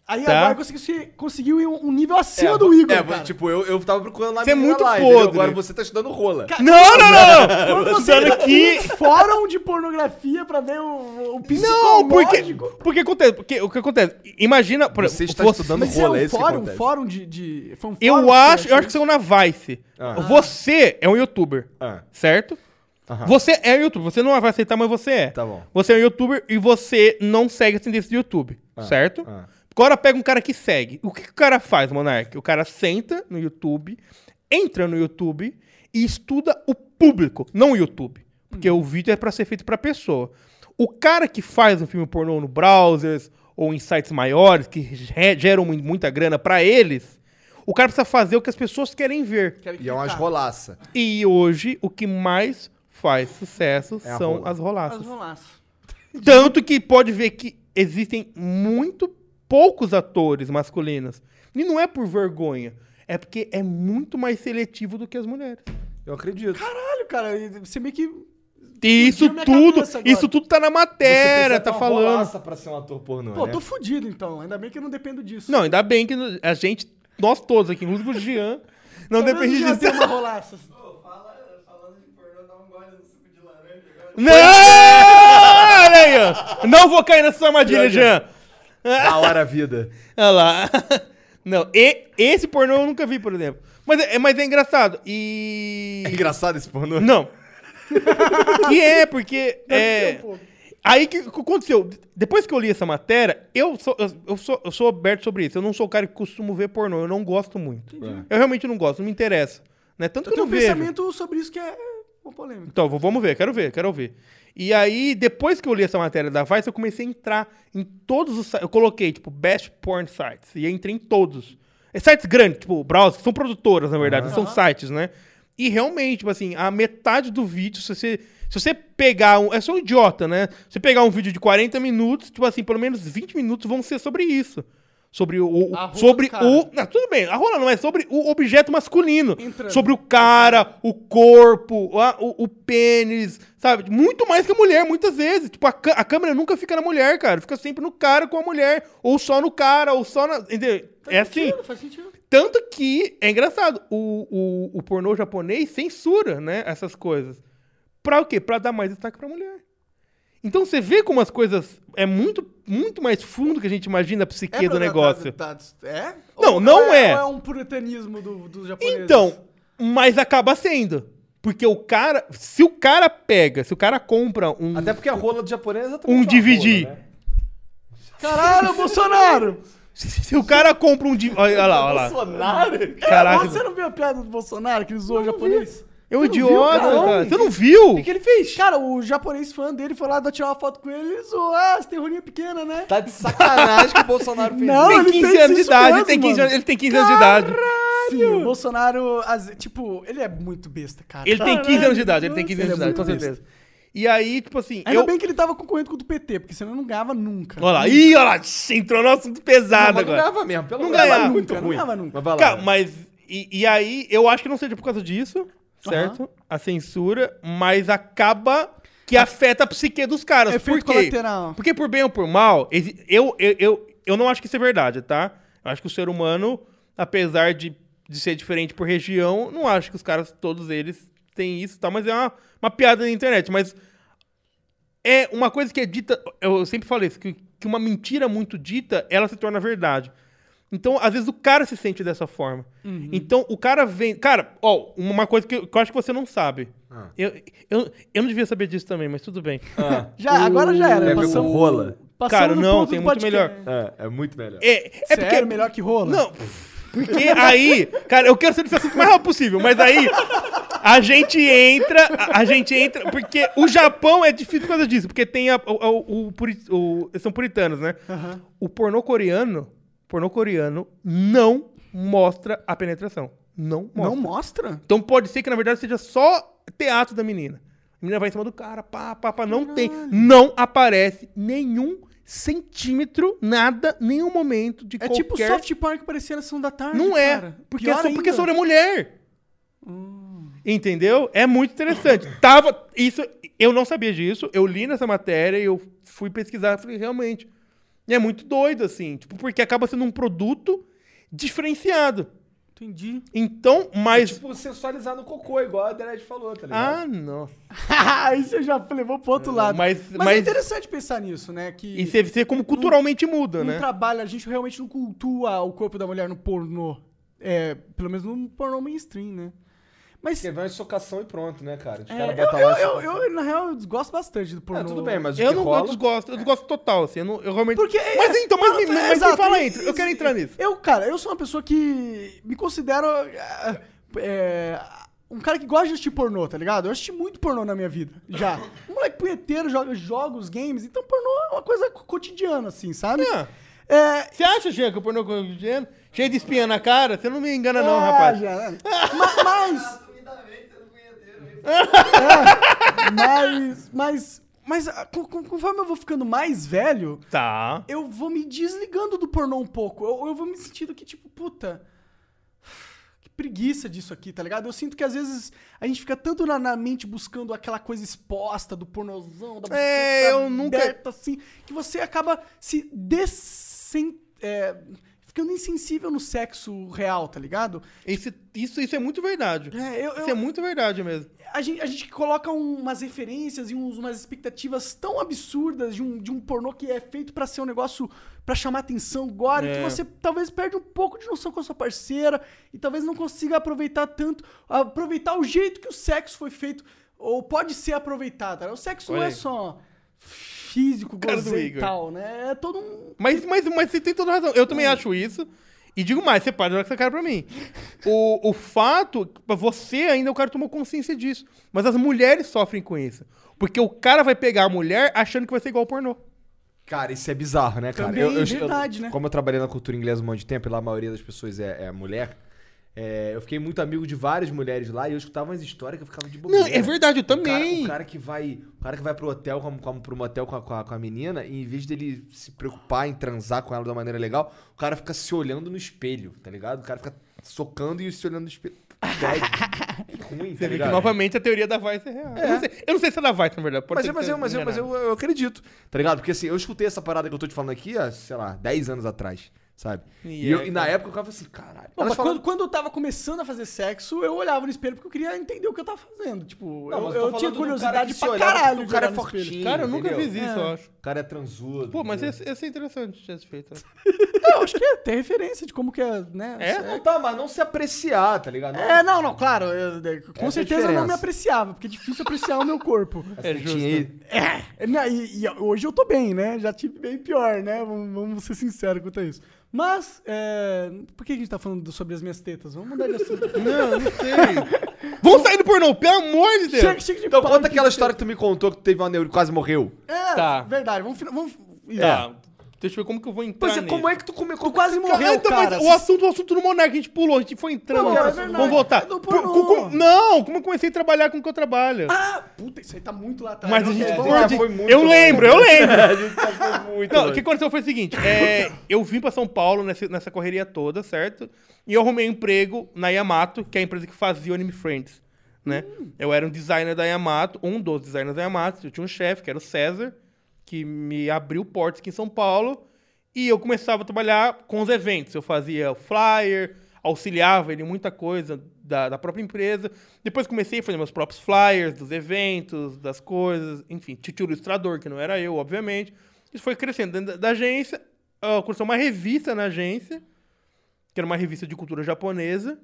C: Aí
A: Tá.
C: agora conseguiu, se- conseguiu ir um um nível acima
B: É,
C: do Igor,
B: é,
C: cara.
B: tipo, eu, eu tava procurando lá
A: Você é
B: menina
A: muito
B: lá, entendeu?
A: podre.
B: Agora você tá estudando rola.
C: Ca-
A: Não, não, não! Eu tô
C: Você
A: dando
B: um
C: entra
A: aqui.
C: num fórum de pornografia pra ver o, o
A: Não, porque.
C: psicológico.
A: Porque acontece. Porque, o que acontece? Imagina. Por,
B: Você está estudando
C: Mas isso é
B: rola, é
C: um
B: isso que
C: fórum,
B: acontece.
C: fórum de... de- foi um fórum
A: Eu
C: que
A: acho,
C: você
A: eu acho que saiu na Vice.
B: Ah.
A: Você é um youtuber,
B: Ah,
A: certo?
B: aham.
A: Você é youtuber, você não vai aceitar, mas você é.
B: Tá bom.
A: Você é um youtuber e você não segue a tendência do YouTube, certo?
B: ah.
A: Agora pega um cara que segue. O que, que o cara faz, Monark? O cara senta no YouTube, entra no YouTube e estuda o público, não o YouTube. Porque o vídeo é pra ser feito pra pessoa. O cara que faz um filme pornô no browsers ou em sites maiores que re- geram mu- muita grana pra eles, o cara precisa fazer o que as pessoas querem ver.
C: quer
B: E é umas
C: clicar.
B: rolaça.
A: E hoje o que mais faz sucesso
B: É a
A: são
B: rola.
A: as
C: Mas
A: rolaças.
C: vamos lá.
A: Tanto que pode ver que existem muito poucos atores masculinos. E não é por vergonha. É porque é muito mais seletivo do que as mulheres.
B: Eu acredito.
C: Caralho, cara, e você meio que...
A: E isso
C: minha
A: tudo,
C: cabeça agora.
A: isso tudo tá na matéria, tá
B: Uma
A: falando.
B: rolaça pra ser um ator pornô,
C: Pô,
B: né?
C: tô fudido então, ainda bem que eu não dependo disso.
A: Não, ainda bem que a gente, nós todos aqui, inclusive o Jean, não
C: Talvez
A: depende
C: eu já
A: disso.
C: tenha uma rolaça. um
A: Não! Olha aí, ó. Não vou cair nessa armadilha,
B: Droga.
A: Jean.
B: Da hora é a vida.
A: Olha lá. Não, e, esse pornô eu nunca vi, por exemplo. Mas é, mas é engraçado. E.
B: É engraçado esse pornô?
A: Não. que é, porque.
C: Deve
A: é,
C: ser um pouco.
A: Aí que, que aconteceu? Depois que eu li essa matéria, eu sou, eu, eu sou, eu sou aberto sobre isso. Eu não sou o cara que costumo ver pornô, eu não gosto muito. Eu realmente não gosto, não me interessa. Né? Tanto
C: Eu
A: que eu
C: tenho
A: não
C: um
A: vejo.
C: pensamento sobre isso que é uma polêmica.
A: Então, v- vamos ver, quero ver, quero ver. E aí, depois que eu li essa matéria da Vice, eu comecei a entrar em todos os sites. Eu coloquei, tipo, best porn sites. E eu entrei em todos. É sites grandes, tipo, browser, que são produtoras, na verdade, não são sites, né? E realmente, tipo assim, a metade do vídeo, se você, se você pegar um. É só um idiota, né? Se você pegar um vídeo de 40 minutos, tipo assim, pelo menos 20 minutos vão ser sobre isso. Sobre o. o-
C: A rola
A: sobre
C: do cara.
A: o. Não, tudo bem, a rola não, é sobre o objeto masculino.
C: Entrando.
A: Sobre o cara, o corpo, a- o, o pênis, sabe? Muito mais que a mulher, muitas vezes. Tipo, a, cã- a câmera nunca fica na mulher, cara. Fica sempre no cara com a mulher. Ou só no cara, ou só na. Entendeu? É assim.
C: Faz sentido.
A: Tanto que é engraçado, o, o, o pornô japonês censura, né? Essas coisas. Pra o quê? Pra dar mais destaque pra mulher. Então você vê como as coisas. É muito, muito mais fundo que a gente imagina a
C: É
A: psique do
C: pra-
A: negócio.
C: tá- tá- é?
A: Não,
C: Ou-
A: não
C: ou
A: é.
C: Ou é um puritanismo do- dos japoneses?
A: Então, mas acaba sendo. Porque o cara. Se o cara pega, se o cara compra um.
B: Até porque a rola do japonês é exatamente
A: Um
B: uma
A: dividir.
B: rola, né?
C: Caralho, Bolsonaro!
A: Se o cara compra um. di- Olha lá, olha lá.
B: Bolsonaro?
A: Caraca.
C: Você não viu a piada do Bolsonaro que ele zoou o japonês?
A: É um
C: Você não viu,
A: idiota,
C: cara?
A: cara. Você não viu?
B: O que, que ele fez?
C: Cara, o japonês fã dele foi lá tirar uma foto com ele e zoou. Ah, você tem rolinha pequena, né?
B: Tá de sacanagem que o Bolsonaro fez
C: Não,
B: isso.
A: Tem
C: ele
A: 15
C: fez
A: anos de
C: isso
A: idade,
C: mesmo,
A: tem 15 anos-
C: mano.
A: ele tem 15 anos de idade.
C: Sim, o Bolsonaro, às- tipo, ele é muito besta, cara.
A: Ele tem 15 anos de idade, ele tem 15 anos de
C: Ele é
A: idade, com
C: muito
A: certeza. E aí, tipo assim,
C: Ainda
A: eu.
C: bem que ele tava concorrendo com o do PT, porque senão não ganhava nunca.
A: Olha lá, ih, olha lá, tch, entrou no assunto pesado
B: mas não
A: agora.
B: ganhava mesmo. Pelo
A: Não
B: menos.
A: ganhava
B: muito
C: nunca, não
B: ruim.
C: ganhava nunca.
B: Mas vai lá.
A: Cara, mas. E, e aí, eu acho que não seja por causa disso, certo? A censura, mas acaba que afeta a psique dos caras.
C: Efeito
A: por quê?
C: colateral.
A: Porque por bem ou por mal, exi- eu, eu, eu, eu não acho que isso é verdade, tá? Eu acho que o ser humano, apesar de, de ser diferente por região, não acho que os caras, todos eles, têm isso e tal, mas é uma, uma piada na internet. Mas é uma coisa que é dita. Eu sempre falei isso, que, que uma mentira muito dita, ela se torna verdade. Então, às vezes, o cara se sente dessa forma. Então, o cara vem. Cara, ó, uma coisa que eu, que eu acho que você não sabe.
B: Ah.
A: Eu, eu, eu não devia saber disso também, mas tudo bem.
B: Ah,
C: Já, agora já era.
B: Quer ver com
C: passamos-
B: rola?
C: passamos
A: Cara,
C: do
A: não,
C: ponto
A: tem
C: do
A: muito
C: podcast.
A: melhor.
B: é, é muito melhor.
A: É, é
C: Sério,
A: porque.
C: melhor que rola?
A: Não, porque aí, cara, eu quero ser desse assunto o mais rápido possível, mas aí a gente entra, a, a gente entra, porque o Japão é difícil por causa disso, porque tem a- o, o- o puri- o- eles são puritanos, né? O pornô coreano, pornô coreano não mostra a penetração. Não mostra.
C: Não mostra?
A: Então pode ser que, na verdade, seja só teatro da menina. A menina vai em cima do cara, pá, pá, pá, não tem. Não aparece nenhum centímetro, nada, nenhum momento de
C: É
A: qualquer...
C: tipo o soft power que parecia na sessão da tarde.
A: Não é,
C: cara.
A: porque é
C: Pior
A: só porque é
C: ainda. Hum.
A: sobre a mulher. Entendeu? É muito interessante. Tava isso, eu não sabia disso. Eu li nessa matéria e eu fui pesquisar, falei realmente. E é muito doido assim, tipo, porque acaba sendo um produto diferenciado.
C: Entendi.
A: Então, mas
B: Tipo, sensualizar no cocô, igual a Dredd falou, tá ligado?
A: ah, nossa.
C: Aí você já levou pro outro lado.
A: mas-
C: mas, é
A: mas-
C: interessante pensar nisso, né? Que
A: E você vê como culturalmente muda,
C: no
A: né?
C: trabalho a gente realmente não cultua o corpo da mulher no pornô. É, pelo menos no pornô mainstream, né? Mas
B: Porque vai socação e pronto, né, cara? Os
C: é,
B: caras
C: eu,
B: botam lá.
A: assim,
B: assim.
C: eu- eu- eu, na real, eu gosto bastante do pornô.
B: Ah, tudo bem, mas o
A: Eu
B: que
A: não
B: rola...
A: gosto, desgosto, eu desgosto total, assim, eu, não, eu realmente...
C: Porque- é,
A: mas então, mas, me- mas me
C: Exato, é
A: fala,
C: e-
A: entra, eu quero
C: e-
A: entrar nisso.
C: Eu, cara, eu sou uma pessoa que me considero ah, é, um cara que gosta de assistir pornô, tá ligado? Eu assisti muito pornô na minha vida, já. Um moleque punheteiro, joga jogos, games, então pornô é uma coisa co- cotidiana, assim, sabe?
A: Ah.
C: É,
A: Você acha, Jean, que o pornô cotidiano, cheio de espinha na cara? Você não me engana não,
C: é,
A: rapaz.
C: já, né? Ma- mas... É, mas, mas, mas ah, con- con- conforme eu vou ficando mais velho,
A: Tá.
C: eu vou me desligando do pornô um pouco. Eu, eu vou me sentindo que, tipo, puta. Que preguiça disso aqui, tá ligado? Eu sinto que às vezes a gente fica tanto na, na mente buscando aquela coisa exposta do pornozão, da
A: É,
C: buceta
A: eu nunca-
C: aberta, assim, que você acaba se desen... é, ficando insensível no sexo real, tá ligado?
A: Esse- isso, isso é muito verdade.
C: É, eu, eu-
A: Isso é muito verdade mesmo.
C: a, gente, a gente coloca um- umas referências e uns- umas expectativas tão absurdas de um, de um pornô que é feito pra ser um negócio pra chamar atenção agora,
A: É.
C: que você talvez perde um pouco de noção com a sua parceira e talvez não consiga aproveitar tanto, aproveitar o jeito que o sexo foi feito ou pode ser aproveitado. né? O sexo
A: Olha
C: não é
A: aí.
C: só físico,
A: Cara do
C: gozeiro e
A: Igor.
C: tal, né? É todo um...
A: Mas, mas, mas você tem toda razão. Eu
B: Hum.
A: também acho isso. E digo mais, você para de olhar com essa cara pra mim. O, o fato, pra você ainda é o cara tomou consciência disso. Mas as mulheres sofrem com isso. Porque o cara vai pegar a mulher achando que vai ser igual ao pornô.
B: Cara, isso é bizarro, né, cara?
C: Também, verdade, né?
B: Como eu trabalhei na cultura inglesa um monte de tempo, e lá a maioria das pessoas é, é mulher, é, eu fiquei muito amigo de várias mulheres lá e eu escutava umas histórias que eu ficava de bobeira.
A: Não, é verdade, eu
B: O cara-
A: também.
B: O cara, que vai, o cara que vai pro hotel, como, como pro motel com a, com, a, com a menina, e em vez dele se preocupar em transar com ela de uma maneira legal, o cara fica se olhando no espelho, tá ligado? O cara fica socando e se olhando no espelho. Bad. Ruim, tá
A: Você vê que
B: ligado?
A: novamente a teoria da Vice é real. Eu, não sei, eu não sei se é da Vice, na verdade. Pode
B: Mas,
A: ser
B: eu, mas,
A: que
B: eu, mas,
A: seja
B: eu, mas eu, eu acredito, tá ligado? Porque assim, eu escutei essa parada que eu tô te falando aqui há, sei lá, 10 anos atrás, sabe? E,
A: E
B: eu-
A: é,
B: e na
A: cara.
B: época eu ficava assim, caralho.
C: Pô,
B: Elas
C: mas
B: falam-
C: quando, quando eu tava começando a fazer sexo, eu olhava no espelho porque eu queria entender o que eu tava fazendo.
B: Não,
C: Tipo,
B: mas
C: eu,
B: tô
C: eu
B: falando
C: tinha
B: do cara que
C: curiosidade
B: se
C: pra
B: olhava,
C: caralho.
B: o
C: de
B: cara é
C: olhar no espelho.
B: fortinho.
A: Cara, eu nunca
B: Entendeu?
A: fiz isso, eu acho.
B: O cara é transudo.
A: Pô, mas
B: entendeu?
A: esse, esse é interessante tinha feito.
C: É, eu acho que é, tem referência de como que é, né?
A: É? né?
B: Não tá, mas não se apreciar, tá ligado? Não-
C: É, não, não, claro. eu- eu- com
B: a
C: certeza eu não me
B: diferença.
C: apreciava, porque é difícil apreciar o meu corpo.
B: Essa
A: É
B: tetinha
A: justo.
B: assim, aí.
C: É, né, e, e hoje eu tô bem, né? Já tive bem pior, né? Vamos, vamos ser sinceros quanto a isso. Mas, é, por que a gente tá falando do- sobre as minhas tetas? Vamos mudar de assunto.
A: Não, não sei. Vamos sair do pornô, pelo amor de Deus.
C: chega, chega de
B: Então
C: papo
B: conta
C: de
B: aquela
C: teta.
B: história que tu me contou que teve uma neuro e quase morreu.
C: É,
A: Tá.
C: verdade. Vamos... fina- vamos isso.
A: Tá. Deixa eu ver como que eu vou entrar
B: Pois é, como
A: nisso.
B: é que tu come-
C: Tu
B: como-
C: quase morreu,
A: Ah, então, mas
C: cara.
A: o assunto, o assunto do Monark, a gente pulou, a gente foi entrando.
C: Não,
A: lá.
C: cara, é verdade.
A: Vamos voltar.
C: É do
A: Por-
C: pornô.
A: com- com- não, como eu comecei a trabalhar com o que eu trabalho.
C: Ah, puta, isso aí tá muito lá atrás.
A: mas a
C: Ok,
A: gente...
B: é,
C: vamos-
B: já
A: a gente-
B: foi muito
A: eu
B: longe.
A: lembro, eu lembro.
B: A gente tá muito.
A: Não, o
B: longe.
A: que aconteceu foi o seguinte: é, eu vim pra São Paulo nessa, nessa correria toda, certo? E eu arrumei um emprego na Yamato, que é a empresa que fazia o Anime Friends. Né? Eu era um designer da Yamato, um dos designers da Yamato. Eu tinha um chefe, que era o César, que me abriu portas aqui em São Paulo. E eu começava a trabalhar com os eventos. Eu fazia flyer, auxiliava ele em muita coisa da, da própria empresa. Depois comecei a fazer meus próprios flyers dos eventos, das coisas, enfim, titio ilustrador, que não era eu, obviamente. Isso foi crescendo dentro da, da agência. Uh, começou uma revista na agência, que era uma revista de cultura japonesa.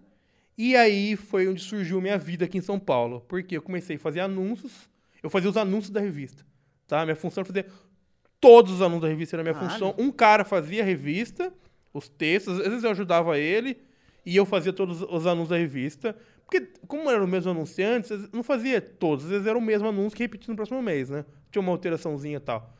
A: E aí foi onde surgiu minha vida aqui em São Paulo, porque eu comecei a fazer anúncios. Eu fazia os anúncios da revista, tá? Minha função era fazer todos os anúncios da revista era minha
C: Caralho.
A: função. Um cara fazia a revista, os textos, às vezes eu ajudava ele e eu fazia todos os anúncios da revista. Porque, como eram os mesmos anunciantes, eu não fazia todos, às vezes era o mesmo anúncio que repetia no próximo mês, né? Tinha uma alteraçãozinha e tal.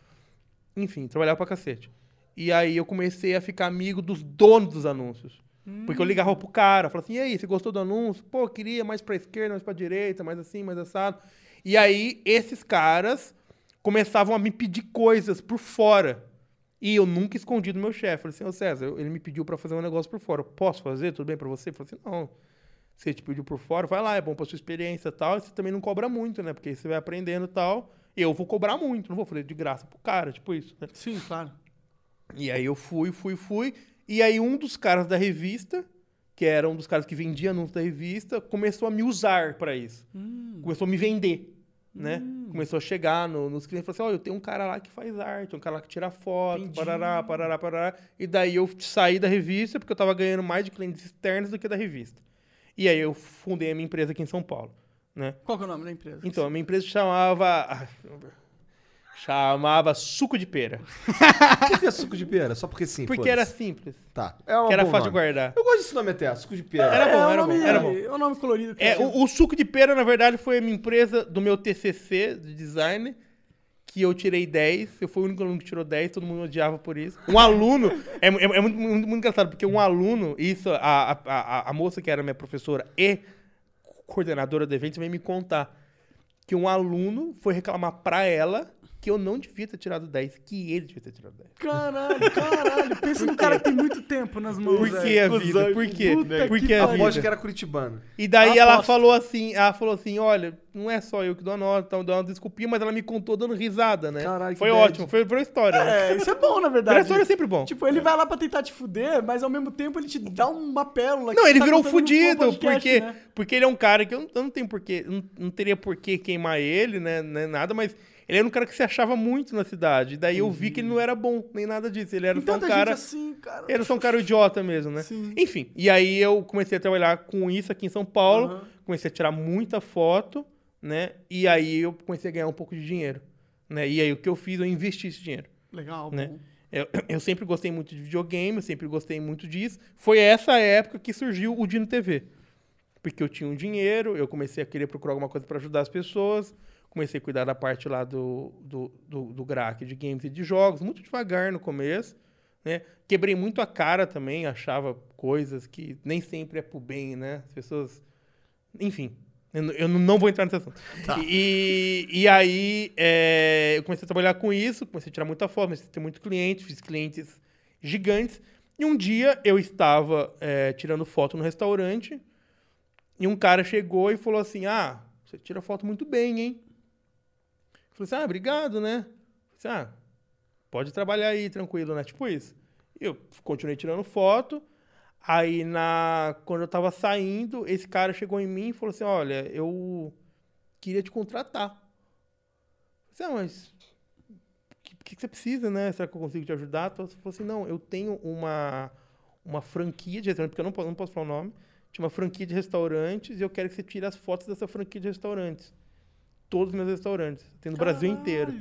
A: Enfim, trabalhava pra cacete. E aí eu comecei a ficar amigo dos donos dos anúncios. Porque eu ligava pro cara, falava assim, e aí, você gostou do anúncio? Pô, eu queria mais pra esquerda, mais pra direita, mais assim, mais assado. E aí, esses caras começavam a me pedir coisas por fora. E eu nunca escondi do meu chefe. Falei assim, ô César, eu- ele me pediu pra fazer um negócio por fora. Eu posso fazer? Tudo bem pra você? Ele falou assim, não. Você te pediu por fora, vai lá, é bom pra sua experiência e tal. E você também não cobra muito, né? Porque aí você vai aprendendo e tal. Eu vou cobrar muito, não vou fazer de graça pro cara, tipo isso, né?
C: Sim, claro.
A: E aí eu fui, fui, fui. E aí um dos caras da revista, que era um dos caras que vendia anúncio da revista, começou a me usar pra isso.
C: Hum.
A: Começou a me vender, né? Começou a chegar no- nos clientes e falou assim, ó, eu tenho um cara lá que faz arte, um cara lá que tira foto,
C: Entendi.
A: parará, parará, parará. E daí eu saí da revista porque eu tava ganhando mais de clientes externos do que da revista. E aí eu fundei a minha empresa aqui em São Paulo, né?
C: Qual que é o nome da empresa?
A: Então, a minha empresa chamava... ai, Chamava Suco de Pera.
B: Por que que é suco de pera? Só porque sim.
A: Porque
B: foda-se.
A: era simples.
B: Tá. É um
A: Que era
B: bom
A: fácil de
B: nome.
A: guardar.
B: Eu gosto desse nome até, suco de pera.
A: Era bom,
C: é, o
A: era
C: nome-
A: bom, era bom.
C: É o nome colorido. que
A: É,
C: eu
A: o, o suco de pera, na verdade, foi a minha empresa do meu TCC de design, que eu tirei 10. Eu fui o único aluno que tirou 10, todo mundo me odiava por isso. Um aluno, é, mu- é mu- é muito, muito- muito engraçado, porque um aluno, isso, a, a, a, a moça que era minha professora e coordenadora do evento veio me contar que um aluno foi reclamar pra ela que eu não devia ter tirado 10, que ele devia ter tirado 10.
C: Caralho, caralho. Pensa num cara que tem muito tempo nas mãos.
A: Por que
C: velho.
A: é a vida? Por quê?
C: Puta
A: Por
C: que
A: que a
C: pariu.
A: vida?
B: Aposto que era curitibano.
A: E daí ela
C: Aposto.
A: falou assim, ela falou assim, olha, não é só eu que dou a nota, então dou uma desculpinha, mas ela me contou dando risada, né?
B: Caralho, que
A: foi
B: bad.
A: ótimo, foi, foi uma história. né?
C: É, isso é bom, na
A: Virar
C: verdade.
A: história é sempre bom.
C: Tipo, ele vai lá pra tentar te fuder, mas ao mesmo tempo ele te dá uma pérola. que
A: não,
C: você
A: ele
C: tá
A: virou
C: contando no
A: fudido,
C: podcast,
A: porque,
C: né?
A: porque ele é um cara que eu não, eu não tenho porquê, eu não, não teria porquê queimar ele, né, né, nada, mas ele era um cara que se achava muito na cidade. E daí eu vi que ele não era bom, nem nada disso. Ele era
C: Tem
A: só um
C: tanta
A: cara...
C: gente assim, cara.
A: Eles são um cara idiota mesmo, né?
C: Sim.
A: Enfim, e aí eu comecei a trabalhar com isso aqui em São Paulo,
C: Aham.
A: comecei a tirar muita foto, né? E aí eu comecei a ganhar um pouco de dinheiro, né? E aí o que eu fiz, eu investi esse dinheiro,
C: Legal,
A: né?
C: bom.
A: Eu, eu sempre gostei muito de videogame, eu sempre gostei muito disso. Foi essa época que surgiu o Dino TV. Porque eu tinha um dinheiro, eu comecei a querer procurar alguma coisa para ajudar as pessoas, comecei a cuidar da parte lá do, do, do, do GRAC, de games e de jogos, muito devagar no começo, né? Quebrei muito a cara também, achava coisas que nem sempre é pro bem, né? As pessoas... Enfim, eu, n- eu não vou entrar nesse assunto. E, e aí é, eu comecei a trabalhar com isso, comecei a tirar muita foto, comecei a ter muito cliente, fiz clientes gigantes. E um dia eu estava é, tirando foto no restaurante e um cara chegou e falou assim: Ah, você tira foto muito bem, hein? Eu falei assim: Ah, obrigado, né? Eu falei assim, ah, pode trabalhar aí, tranquilo, né? Tipo isso. E Eu continuei tirando foto. Aí, na... quando eu tava saindo, esse cara chegou em mim e falou assim: Olha, eu queria te contratar. Eu falei assim, ah, mas o que, que que você precisa, né? Será que eu consigo te ajudar? Então, Ele falou assim: Não, eu tenho uma, uma franquia de restaurante, porque eu não posso, não posso falar o nome. Tinha uma franquia de restaurantes e eu quero que você tire as fotos dessa franquia de restaurantes. Todos os meus restaurantes. Tem no Brasil inteiro.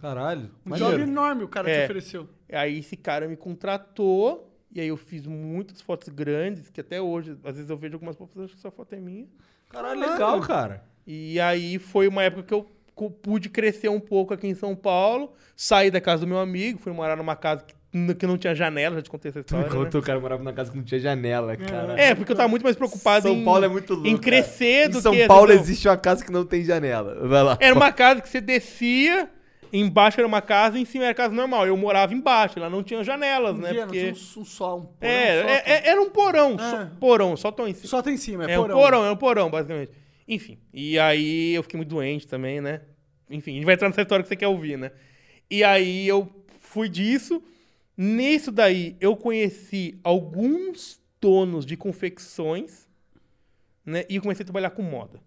C: Caralho.
B: Caralho.
C: Um job
B: Maneiro.
C: enorme o cara
A: É.
C: te ofereceu.
A: Aí esse cara me contratou, e aí eu fiz muitas fotos grandes, que até hoje, às vezes eu vejo algumas fotos, acho que essa foto é minha.
B: Caralho, legal, cara.
A: E aí foi uma época que eu cu- pude crescer um pouco aqui em São Paulo, saí da casa do meu amigo, fui morar numa casa que, n- que não tinha janela, já te contei essa história. né?
B: o cara morava na casa que não tinha janela, cara.
A: É, porque eu tava muito mais preocupado
B: São
A: em,
B: Paulo é muito louco,
A: em
B: cara.
A: crescer
B: Em
A: do
B: São
A: que...
B: Paulo
A: entendeu? É.
B: existe uma casa que não tem janela. Vai lá.
A: Era uma casa que você descia, embaixo era uma casa, em cima era casa normal. Eu morava embaixo, lá não tinha janelas, né?
C: Guilherme,
A: Porque...
C: tinha um, um sol, um porão,
A: É,
C: só,
A: é-
C: tem-
A: é- era um porão,
C: É.
A: só, porão, só tô em cima.
C: só tem em cima, é,
A: É um porão, é um porão, basicamente. Enfim, e aí eu fiquei muito doente também, né? Enfim, a gente vai entrar nessa história que você quer ouvir, né? E aí eu fui disso. Nisso daí, eu conheci alguns donos de confecções, né? E comecei a trabalhar com moda.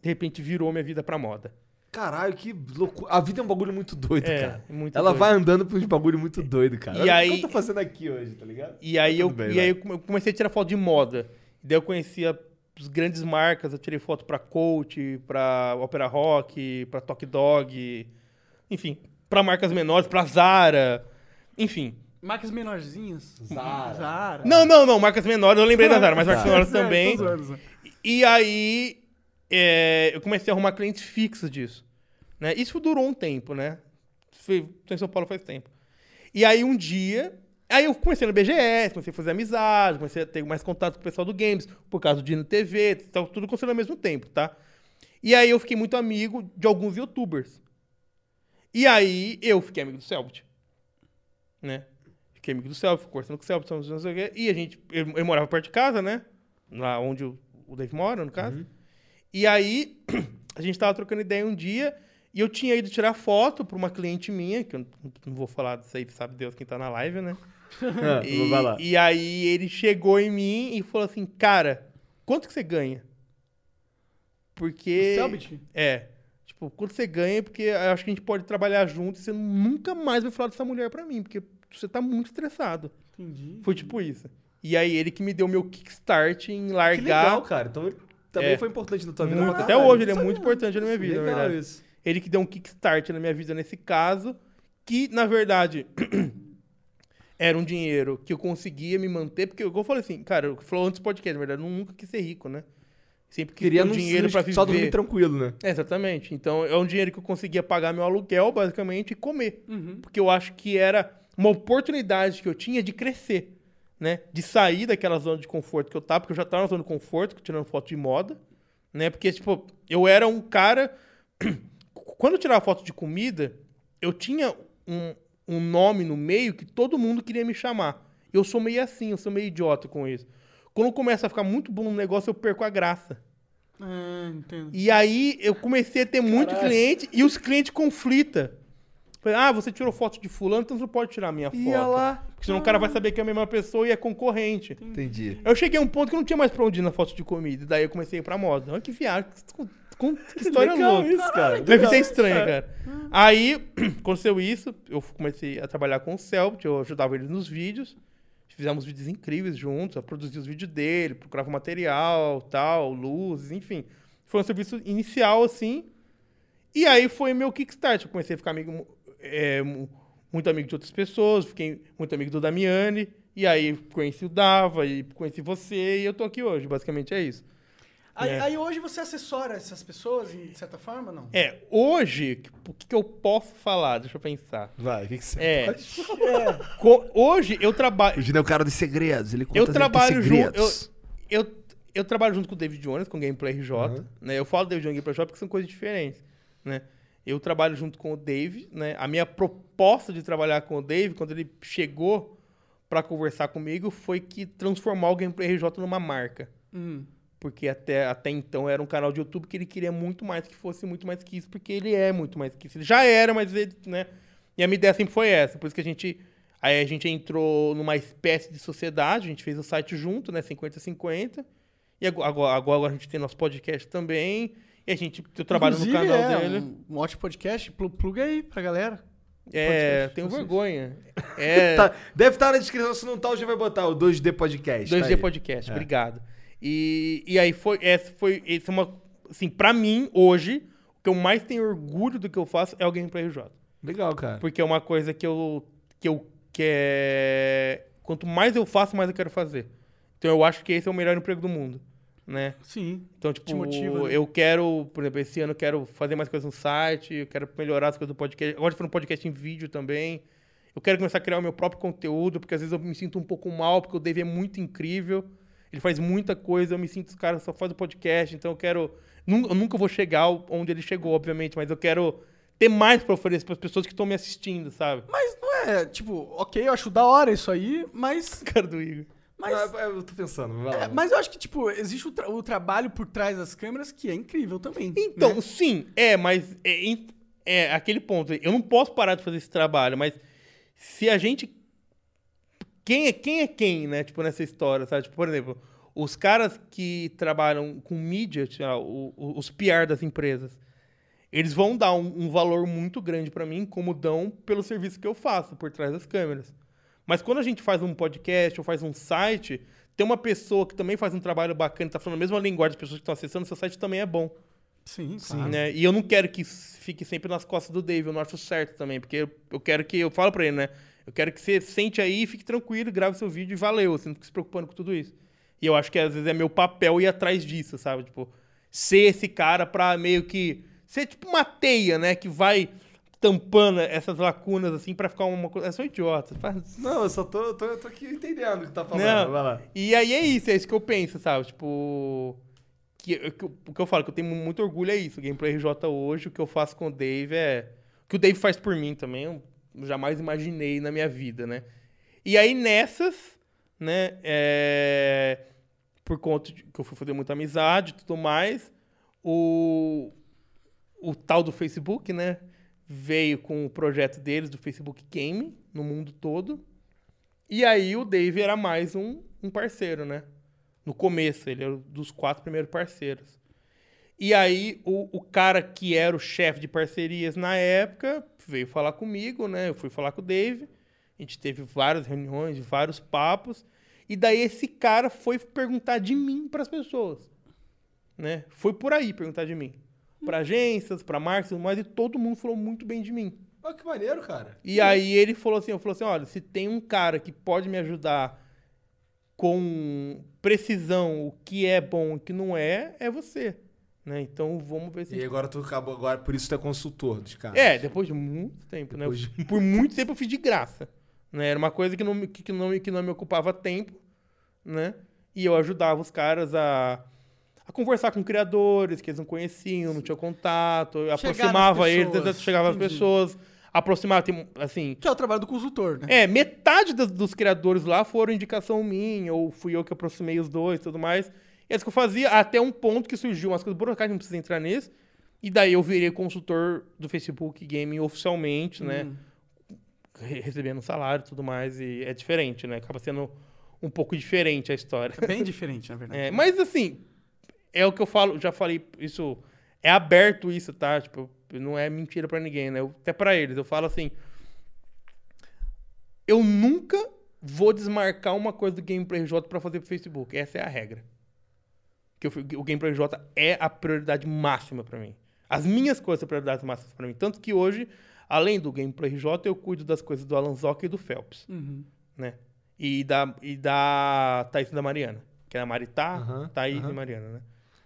A: De repente virou minha vida pra moda.
B: Caralho, que loucura. A vida é um bagulho muito doido,
A: É,
B: cara.
A: muito
B: Ela
A: doido.
B: vai andando por uns bagulho muito doido, cara.
A: E
B: Olha O
A: aí-
B: que eu tô fazendo aqui hoje, tá ligado?
A: E aí, eu,
B: Tudo bem,
A: e
B: vai.
A: aí eu come- eu comecei a tirar foto de moda. Daí eu conhecia as grandes marcas, eu tirei foto pra Coach, pra Opera Rock, pra Tok Dog, enfim, pra marcas menores, pra Zara, enfim.
C: Marcas menorzinhas.
B: Zara.
C: Zara.
A: Não, não, não, marcas menores, eu lembrei da Zara, mas marcas
B: Tá.
A: menores
C: É, tô
A: também.
C: zoando, zoando.
A: E aí é, eu comecei a arrumar clientes fixos disso. Né? Isso durou um tempo, né? Foi, tô em São Paulo faz tempo. E aí um dia, Aí eu comecei no BGS, comecei a fazer amizade, comecei a ter mais contato com o pessoal do Games, por causa do Dino TV, tal, tudo acontecendo ao mesmo tempo, tá? E aí eu fiquei muito amigo de alguns youtubers. E aí eu fiquei amigo do Selbit. Né? Fiquei amigo do Selbit, fiquei conversando com o Selbit, não sei o quê. E a gente, eu, eu morava perto de casa, né? Lá onde o, o Dave mora, no
D: Uhum.
A: caso. E aí a gente tava trocando ideia um dia e eu tinha ido tirar foto pra uma cliente minha, que eu não, não vou falar disso aí, sabe Deus quem tá na live, né?
D: Ah,
A: E,
D: vai lá.
A: e aí ele chegou em mim e falou assim, cara, quanto que você ganha? Porque...
C: Selbit?
A: É. Tipo, quanto você ganha, porque eu acho que a gente pode trabalhar junto e você nunca mais vai falar dessa mulher pra mim, porque você tá muito estressado.
C: Entendi.
A: Foi tipo isso. E aí ele que me deu meu kickstart em largar...
D: Que legal, cara. Então ele também
A: É.
D: foi importante na tua vida.
B: né?
A: Muito,
D: pra
A: até
D: caralho.
A: hoje, ele é muito importante na minha vida, na
D: legal
A: verdade.
D: isso.
A: Ele que deu um kickstart na minha vida nesse caso, que na verdade era um dinheiro que eu conseguia me manter, porque eu, eu falei assim, cara, eu falou antes do podcast, na verdade, eu nunca quis ser rico, né? Sempre quis
B: Queria
A: ter um
B: não
A: dinheiro pra viver.
B: só dormir tranquilo, né?
A: É, exatamente. Então é um dinheiro que eu conseguia pagar meu aluguel, basicamente, e comer.
C: Uhum.
A: Porque eu acho que era uma oportunidade que eu tinha de crescer, né? De sair daquela zona de conforto que eu tava, porque eu já tava na zona de conforto, tirando foto de moda, né? Porque, tipo, eu era um cara. Quando eu tirava foto de comida, eu tinha um, um nome no meio que todo mundo queria me chamar. Eu sou meio assim, eu sou meio idiota com isso. Quando começa a ficar muito bom no negócio, eu perco a graça.
C: Ah, entendo.
A: E aí eu comecei a ter muito
C: Caralho.
A: cliente e os clientes conflita. Falei, Ah, você tirou foto de fulano, então você não pode tirar a minha
B: Ia
A: foto.
B: lá.
A: Porque senão o cara vai saber que é a mesma pessoa e é concorrente.
B: Entendi.
A: Eu cheguei a um ponto que eu não tinha mais pra onde ir na foto de comida. Daí eu comecei a ir pra moda. Olha que viagem, que, que- que história
D: Legal
A: louca.
D: isso, cara.
A: Deve ser estranho, cara. Aí, aconteceu isso, eu comecei a trabalhar com o Selbit, eu ajudava ele nos vídeos. Fizemos vídeos incríveis juntos, eu produzia os vídeos dele, procurava material, tal, luzes, enfim. Foi um serviço inicial, assim. E aí foi meu kickstart. Eu comecei a ficar amigo, é, mu- muito amigo de outras pessoas, fiquei muito amigo do Damiani. E aí conheci o Dava, e conheci você, e eu tô aqui hoje, basicamente é isso.
C: Aí,
A: É.
C: aí hoje você assessora essas pessoas, de certa forma, não?
A: É, hoje, o que que eu posso falar? Deixa eu pensar.
D: Vai, o que, que você
A: É. Co- hoje eu trabalho.
B: Gino é o cara dos segredos, ele conta
A: Eu
B: sempre
A: trabalho junto. Eu,
B: segredos.
A: eu, eu trabalho junto com o David Jones, com o Gameplay RJ. Né? Eu falo David Jones e Gameplay RJ porque são coisas diferentes. Né? Eu trabalho junto com o Dave, né? A minha proposta de trabalhar com o Dave, quando ele chegou pra conversar comigo, foi que transformar o Gameplay RJ numa marca.
C: Hum.
A: Porque até, até então era um canal de YouTube que ele queria muito mais que fosse muito mais que isso, porque ele é muito mais que isso. Ele já era, mas ele, né? E a minha ideia sempre foi essa. Por isso que a gente. Aí a gente entrou numa espécie de sociedade, a gente fez o site junto, né? 50-50. E ago- agora, agora a gente tem nosso podcast também. E a gente. Eu trabalho
C: Inclusive,
A: no canal
C: é,
A: dele.
C: Um, um ótimo podcast, plu- pluga aí pra galera.
A: é,
C: podcast,
A: tenho
C: vocês.
A: vergonha. É.
B: Tá, deve estar na descrição, se não tá, já vai botar o 2D Podcast. tá
A: 2D
B: aí.
A: Podcast, obrigado. E, e aí foi, essa foi, essa é uma, assim, pra mim, hoje, o que eu mais tenho orgulho do que eu faço é o Gameplay RJ.
B: Legal, cara.
A: Porque é uma coisa que eu, que eu quero, quanto mais eu faço, mais eu quero fazer. Então eu acho que esse é o melhor emprego do mundo, né?
C: Sim.
A: Então, tipo,
C: motiva, né?
A: eu quero, por exemplo, esse ano eu quero fazer mais coisas no site, eu quero melhorar as coisas do podcast. Agora eu tô no um podcast em vídeo também. Eu quero começar a criar o meu próprio conteúdo, porque às vezes eu me sinto um pouco mal, porque o Dave é muito incrível. Ele faz muita coisa, eu me sinto, cara, só faz o podcast, então eu quero. nun- Eu nunca vou chegar onde ele chegou, obviamente, mas eu quero ter mais pra oferecer pras pessoas que estão me assistindo, sabe?
C: Mas não é, tipo, ok, eu acho da hora isso aí, mas.
A: Cara do Igor.
C: mas
B: Ah, eu tô pensando, vai lá.
C: É, mas eu acho que, tipo, existe o, tra- o trabalho por trás das câmeras que é incrível também.
A: Então,
C: né?
A: sim, é, mas é, em- é aquele ponto. Eu não posso parar de fazer esse trabalho, mas se a gente. Quem é quem, é quem né? Tipo, nessa história, sabe? Tipo, por exemplo, os caras que trabalham com mídia, tipo, ah, o- o- os PR das empresas, eles vão dar um, um valor muito grande pra mim, como dão pelo serviço que eu faço por trás das câmeras. Mas quando a gente faz um podcast ou faz um site, ter uma pessoa que também faz um trabalho bacana, tá falando a mesma linguagem das pessoas que estão acessando, seu site também é bom
C: sim, sim.
A: né? E eu não quero que isso fique sempre nas costas do Dave, eu não acho certo também, porque eu, eu quero que, eu falo pra ele, né? Eu quero que você sente aí, fique tranquilo, grave seu vídeo e valeu, você não fica se preocupando com tudo isso. E eu acho que às vezes é meu papel ir atrás disso, sabe? Tipo, ser esse cara pra meio que. ser tipo uma teia, né? Que vai tampando essas lacunas assim pra ficar uma coisa. Eu sou idiota. faz-
D: Não, eu só tô, eu tô, eu tô aqui entendendo o que tá falando.
A: Não.
D: Vai lá.
A: E aí é isso, é isso que eu penso, sabe? Tipo. Que, eu- que eu- o que eu falo, que eu tenho muito orgulho é isso. O Gameplay RJ hoje, o que eu faço com o Dave é. O que o Dave faz por mim também, eu jamais imaginei na minha vida, né? E aí nessas, né? é, Por conta de, que eu fui fazer muita amizade e tudo mais, o, o tal do Facebook, né? Veio com o projeto deles, do Facebook Game, no mundo todo. E aí o Dave era mais um, um parceiro, né? No começo, ele era um dos quatro primeiros parceiros. E aí o, o cara que era o chefe de parcerias na época veio falar comigo, né? Eu fui falar com o Dave. A gente teve várias reuniões, vários papos. E daí esse cara foi perguntar de mim pras pessoas, né? Foi por aí perguntar de mim. Pra agências, pra marcas, e tudo mais, e todo mundo falou muito bem de mim.
D: Olha que maneiro, cara.
A: E aí ele falou assim, eu falou assim, olha, se tem um cara que pode me ajudar com precisão o que é bom e o que não é, é você, né? Então vamos ver se
D: E agora tu acabou, agora por isso tu é consultor dos caras.
A: é, depois de muito tempo, né?
D: Depois
A: Por muito tempo eu fiz de graça. Né? Era uma coisa que não, me- que, que não, me- que não me ocupava tempo, né? E eu ajudava os caras a, a conversar com criadores que eles não conheciam, não tinham contato. Eu
C: Chegar nas
A: aproximava eles,
C: pessoas.
A: eu chegava às
C: Entendi.
A: pessoas. Aproximava, tem, assim...
C: Que é o trabalho do consultor, né?
A: É, metade dos, dos criadores lá foram indicação minha, ou fui eu que aproximei os dois e tudo mais. E é isso que eu fazia, até um ponto que surgiu umas coisas burocráticas, não precisa entrar nisso. E daí eu virei consultor do Facebook Game oficialmente,
C: Hum. Uhum.
A: né? Re- Recebendo salário e tudo mais, e é diferente, né? Acaba sendo um pouco diferente a história.
C: É bem diferente, na verdade.
A: É, mas assim, é o que eu falo, já falei, isso é aberto isso, tá? Tipo, não é mentira pra ninguém, né? Eu- até pra eles, eu falo assim, eu nunca vou desmarcar uma coisa do Gameplay J pra fazer pro Facebook. Essa é a regra. Que eu fui- o Gameplay J é a prioridade máxima pra mim. As minhas coisas são prioridades máximas pra mim, tanto que hoje, além do Gameplay J, eu cuido das coisas do Alan Zoca e do Phelps
C: Uhum.
A: né? E da, e da Thaís e da Mariana. Que é a Maritá,
D: Aham,
A: Thaís
D: aham.
A: e Mariana, né?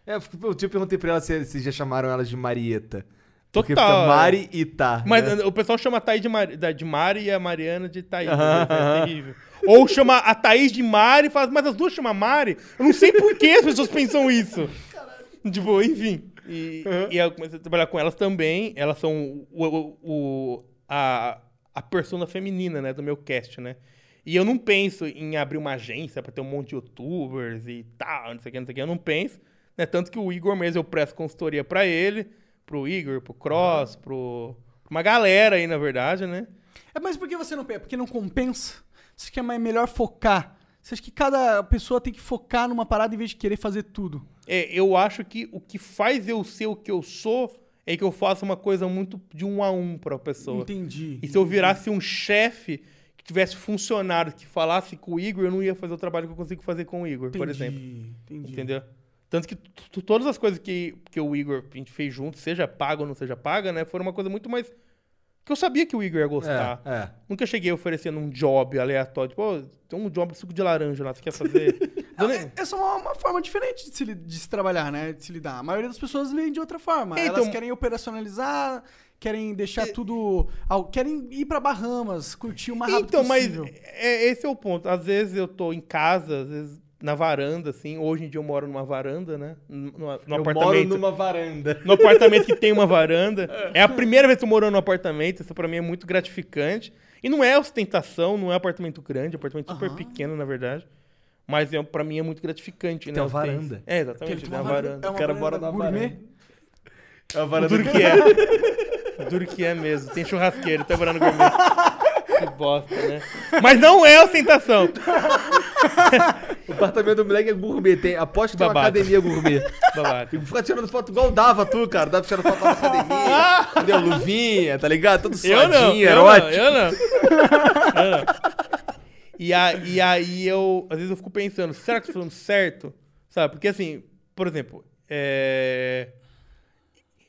D: É, eu fico- eu te perguntei pra ela se, se já chamaram ela de Marieta. Porque
A: Total,
D: fica
A: é.
D: Mari e Tá.
A: Mas
D: né?
A: o pessoal chama a Thaís de, Mari, da- de Mari e a Mariana de Thaís.
D: Aham,
A: né?
D: aham.
A: É terrível. Ou chama a Thaís de Mari e fala, mas as duas chamam Mari? Eu não sei por que as pessoas pensam isso. Tipo, enfim. E, e eu comecei a trabalhar com elas também. Elas são o, o- o- a, a persona feminina, né, do meu cast, né? E eu não penso em abrir uma agência pra ter um monte de youtubers e tal, não sei o que, não sei o que. Eu não penso. Né? Tanto que o Igor mesmo, eu presto consultoria pra ele, pro Igor, pro Cross, pro... pra Uma galera aí, na verdade, né?
C: É, mas por que você não pega? Porque não compensa? Você acha que é mais- melhor focar? Você acha que cada pessoa tem que focar numa parada em vez de querer fazer tudo?
A: É, eu acho que o que faz eu ser o que eu sou é que eu faço uma coisa muito de um a um pra pessoa.
C: Entendi.
A: E se eu virasse um chefe que tivesse funcionário que falasse com o Igor, eu não ia fazer o trabalho que eu consigo fazer com o Igor, por
C: Entendi,
A: exemplo.
C: Entendi.
A: Entendeu? Tanto que t- t- todas as coisas que, que o Igor a gente fez junto, seja paga ou não seja paga, né? Foram uma coisa muito mais. Que eu sabia que o Igor ia gostar.
D: É, é.
A: Nunca cheguei oferecendo um job aleatório. Tipo, "Ô, tem um job de suco de laranja lá, você quer fazer? Eu nem-
C: É só uma, uma forma diferente de se, li- de se trabalhar, né? De se lidar. A maioria das pessoas vem de outra forma.
A: É,
C: Elas
A: então- É.
C: querem operacionalizar, querem deixar tudo. ao- Querem ir pra Bahamas, curtir o mais rápido
A: Então, mas
C: possível.
A: é, esse é o ponto. Às vezes eu tô em casa, às vezes na varanda, assim. Hoje em dia eu moro numa varanda, né? Num- numa- Num
D: Eu moro
A: apartamento.
D: numa varanda.
A: No apartamento que tem uma varanda. É a primeira vez que eu morando num apartamento. Isso pra mim é muito gratificante. E não é ostentação, não é apartamento grande, é um apartamento super
C: Aham.
A: pequeno, na verdade. Mas é, pra mim é muito gratificante, né?
D: uma
A: Eu tenho-
D: varanda.
A: É, exatamente,
C: Porque
A: tem uma
C: uma
A: varanda.
C: varanda- É uma
D: o cara
C: varanda
D: mora na
C: gourmet?
D: varanda. É a varanda
A: Duro que é. Duro que é mesmo. Tem churrasqueiro, tá morando gourmet. Que bosta, né? Mas não é ostentação.
D: O apartamento do moleque é gourmet. Tem, aposto que tem uma
A: Babaca.
D: academia gourmet.
A: Babaca.
D: E fica tirando foto igual dava tu, cara. Dava tirando foto lá na academia. Entendeu? Luvinha, tá ligado? Tudo
A: Ah! Eu não,
D: suadinho,
A: eu não,
D: erótico.
A: eu não. Eu não. E, a- e aí eu, às vezes eu fico pensando, será que eu tô falando certo? Sabe, porque assim, por exemplo, é,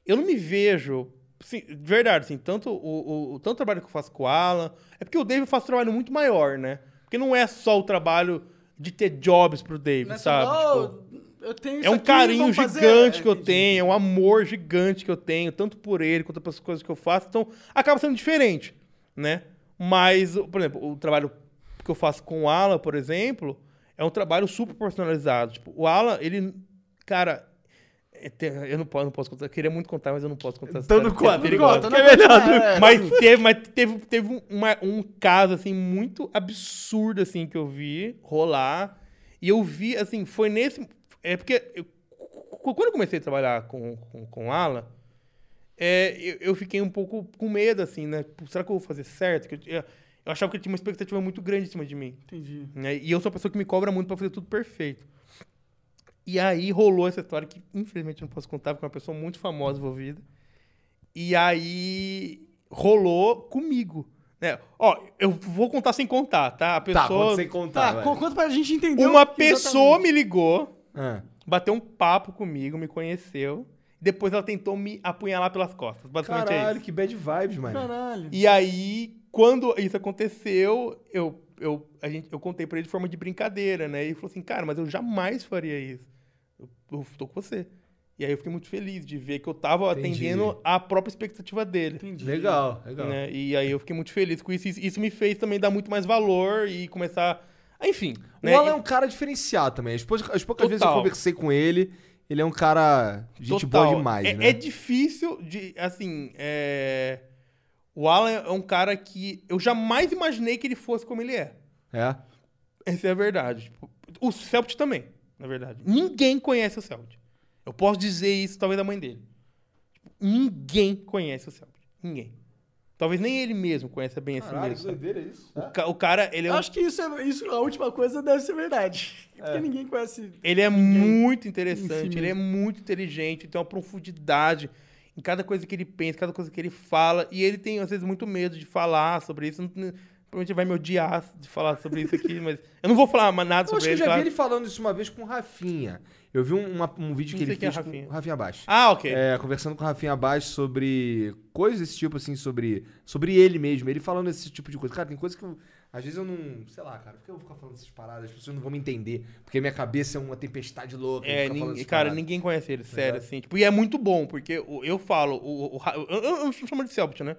A: eu não me vejo, assim, de verdade, assim, tanto o, o- o tanto trabalho que eu faço com o Alan, é porque o Dave faz um trabalho muito maior, né? Porque não é só o trabalho de ter jobs pro Dave,
C: Não é só,
A: sabe?
C: "Ó,
A: Tipo,
C: eu "Oh, eu tenho
A: É
C: isso
A: um
C: aqui,
A: carinho
C: vamos fazer.
A: gigante
C: É,
A: que eu
C: entendi.
A: tenho, é um amor gigante que eu tenho, tanto por ele quanto pelas coisas que eu faço. Então, acaba sendo diferente, né? Mas, por exemplo, o trabalho que eu faço com o Alan, por exemplo, é um trabalho super personalizado. Tipo, o Alan, ele, cara, é, tem- eu não posso, não posso contar, eu queria muito contar, mas eu não posso contar. essa
B: Então
A: história,
B: não
A: porque é
B: conta, não
A: perigoso.
C: conta, não conta, é.
A: Mas teve, mas teve, teve um- uma- um caso, assim, muito absurdo, assim, que eu vi rolar. E eu vi, assim, foi nesse... É porque eu- quando eu comecei a trabalhar com, com, com Ala, é, eu, eu fiquei um pouco com medo, assim, né? Pô, Será que eu vou fazer certo? Que eu, eu eu achava que ele tinha uma expectativa muito grande em cima de mim.
C: Entendi.
A: né? E eu sou uma pessoa que me cobra muito pra fazer tudo perfeito. E aí rolou essa história que, infelizmente, eu não posso contar, porque é uma pessoa muito famosa envolvida. E aí rolou comigo. Né? Ó, eu vou contar sem contar, tá?
B: Tá,
A: A pessoa.
B: quando você contar.
A: Ah,
C: Tá,
B: vai.
C: co- conta pra gente entender.
A: uma
C: o que-
A: pessoa me ligou
B: Ah.
A: bateu um papo comigo, me conheceu. Depois ela tentou me apunhalar pelas costas. Basicamente é
B: Caralho,
A: isso.
B: que bad vibes,
C: exatamente.
B: mano.
C: Caralho.
A: E aí, quando isso aconteceu, eu, eu, a gente, eu contei pra ele de forma de brincadeira, né? E ele falou assim, cara, mas eu jamais faria isso. Eu, eu tô com você. E aí eu fiquei muito feliz de ver que eu tava
B: Entendi.
A: atendendo a própria expectativa dele.
C: Entendi.
B: Legal, legal.
A: né? E aí eu fiquei muito feliz com isso. Isso isso me fez também dar muito mais valor e começar... Enfim. né?
B: O Alan é um cara diferenciado também. As poucas, as poucas vezes que eu
A: Total.
B: conversei com ele, ele é um cara gente boa demais,
A: é,
B: né?
A: é difícil de, assim, é, o Alan é um cara que eu jamais imaginei que ele fosse como ele é.
B: É.
A: Essa é a verdade. Tipo, o Celtic também, na verdade. Ninguém conhece o Celtic. Eu posso dizer isso, talvez, da mãe dele. Tipo, ninguém conhece o Celtic. Ninguém. Talvez nem ele mesmo conheça bem assim mesmo. sabe?
D: é
B: doideira isso.
A: O, ca- o cara, ele é,
C: Eu
A: um-
C: acho que isso, é, isso, a última coisa deve ser verdade. Porque ninguém conhece.
A: ele é muito interessante,
C: mesmo.
A: ele é muito inteligente, tem uma profundidade em cada coisa que ele pensa, cada coisa que ele fala. E ele tem, às vezes, muito medo de falar sobre isso. Não- não- Provavelmente ele vai me odiar de falar sobre isso aqui, mas eu não vou falar mais nada
B: Eu acho
A: sobre
B: que eu
A: ele, tá-
B: já
A: claro.
B: vi ele falando isso uma vez com o Rafinha. Eu vi um, uma- um vídeo
A: Não
B: que ele
A: sei quem é
B: fez com
A: Rafinha.
B: o Rafinha Baixo.
A: Ah, ok.
B: É, conversando com o Rafinha Baixo sobre coisas desse tipo, assim, sobre, sobre ele mesmo. Ele falando esse tipo de coisa. Cara, tem coisa que eu. Às vezes eu não. Sei lá, cara, por que eu vou ficar falando essas paradas? As pessoas não vão me entender. Porque minha cabeça é uma tempestade louca. eu vou
A: É,
B: ficar
A: nin-
B: falando essas
A: cara,
B: paradas.
A: ninguém conhece ele, sério, assim. Tipo, e é muito bom, porque o- eu falo, o, o- o Ra- eu, eu, eu chamo de Selbit, né?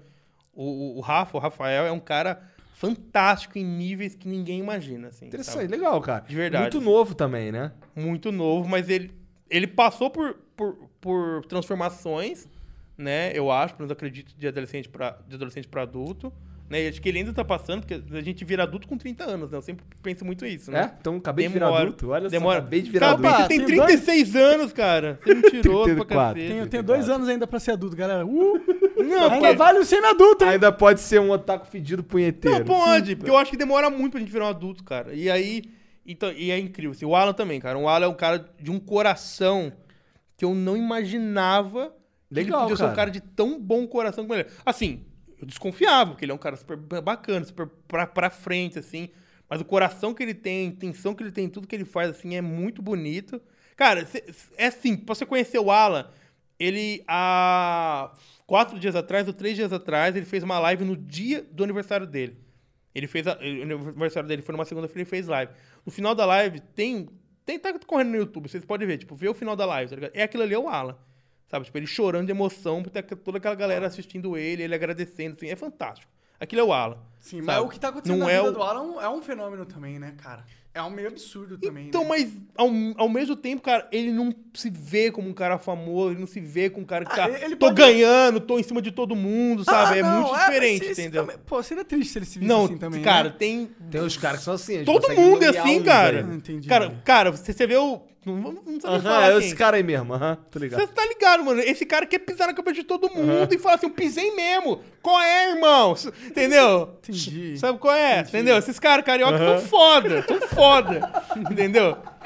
A: O, o- o Rafa, o Rafael, é um cara fantástico em níveis que ninguém imagina, assim.
B: Interessante,
A: sabe?
B: legal, cara.
A: De verdade,
B: Muito
A: assim.
B: novo também, né?
A: Muito novo, mas ele, ele passou por, por, por transformações, né? Eu acho, pelo menos eu acredito, de adolescente pra, de adolescente pra adulto. Né? E acho que ele ainda tá passando, porque a gente vira adulto com 30 anos, né? Eu sempre penso muito isso, né?
B: É? Então acabei de virar
A: Demora.
B: adulto. Olha
A: Demora.
B: só, acabei de virar
A: Cara,
B: adulto.
A: você tem
C: tem dois-
A: 36 anos, cara. Você é mentiroso pra
B: 34.
A: cacete.
C: Tem, eu tenho dois anos ainda pra ser adulto, galera. Uh,
A: Não,
C: ainda
A: porque...
C: vale o semi-adulto, hein?
B: Ainda pode ser um otaku fedido punheteiro.
A: Não pode, porque eu acho que demora muito pra gente virar um adulto, cara. E aí... Então, e é incrível. assim, o Alan também, cara. O Alan é um cara de um coração que eu não imaginava que
B: Legal,
A: ele podia ser
B: cara.
A: um cara de tão bom coração como ele é. Assim, eu desconfiava, porque ele é um cara super bacana, super pra, pra frente, assim. Mas o coração que ele tem, a intenção que ele tem, tudo que ele faz, assim, é muito bonito. Cara, cê- é assim, pra você conhecer o Alan, ele há quatro dias atrás, ou três dias atrás, ele fez uma live no dia do aniversário dele. Ele fez. a- ele- o aniversário dele foi numa segunda-feira ele fez live. No final da live tem. Tem, tá correndo no YouTube, vocês podem ver, tipo, ver o final da live, tá ligado? É aquilo ali, é o Alan. Sabe? Tipo, ele chorando de emoção, porque tá toda aquela galera assistindo ele, ele agradecendo, assim, é fantástico. Aquilo é o Alan.
C: Sim, mas
A: sabe?
C: o que tá acontecendo
A: Não
C: na
A: é
C: vida
A: o-
C: do Alan é um fenômeno também, né, cara? É um meio absurdo também.
A: Então,
C: né?
A: mas ao, ao mesmo tempo, cara, ele não se vê como um cara famoso, ele não se vê como um cara que
C: Ah,
A: tá.
C: ele
A: tô
C: pode- Ah,
A: ganhando, tô em cima de todo mundo, sabe? é
C: né? não,
A: muito
C: mas
A: diferente,
C: se- se
A: entendeu?
C: também- pô, seria triste se ele se visse
A: Não,
C: assim também.
A: cara,
C: né?
A: tem
B: Tem os caras que são assim. eles
A: Todo
B: conseguem
A: mundo é
B: nomear
A: assim,
B: uns
A: cara.
B: aí.
C: Ah, entendi.
A: Cara, cara, você, você vê o. Não, não não sabe
B: Aham,
A: falar
B: é
A: quem.
B: esse cara aí mesmo. Aham, tô ligado.
A: Você tá ligado, mano? Esse cara quer pisar na cabeça de todo mundo e falar assim: eu pisei mesmo. Qual é, irmão? S- Entendeu?
C: Entendi.
A: S- Sabe qual é? Entendeu? Esses caras carioca são foda, são foda. entendeu?
C: tá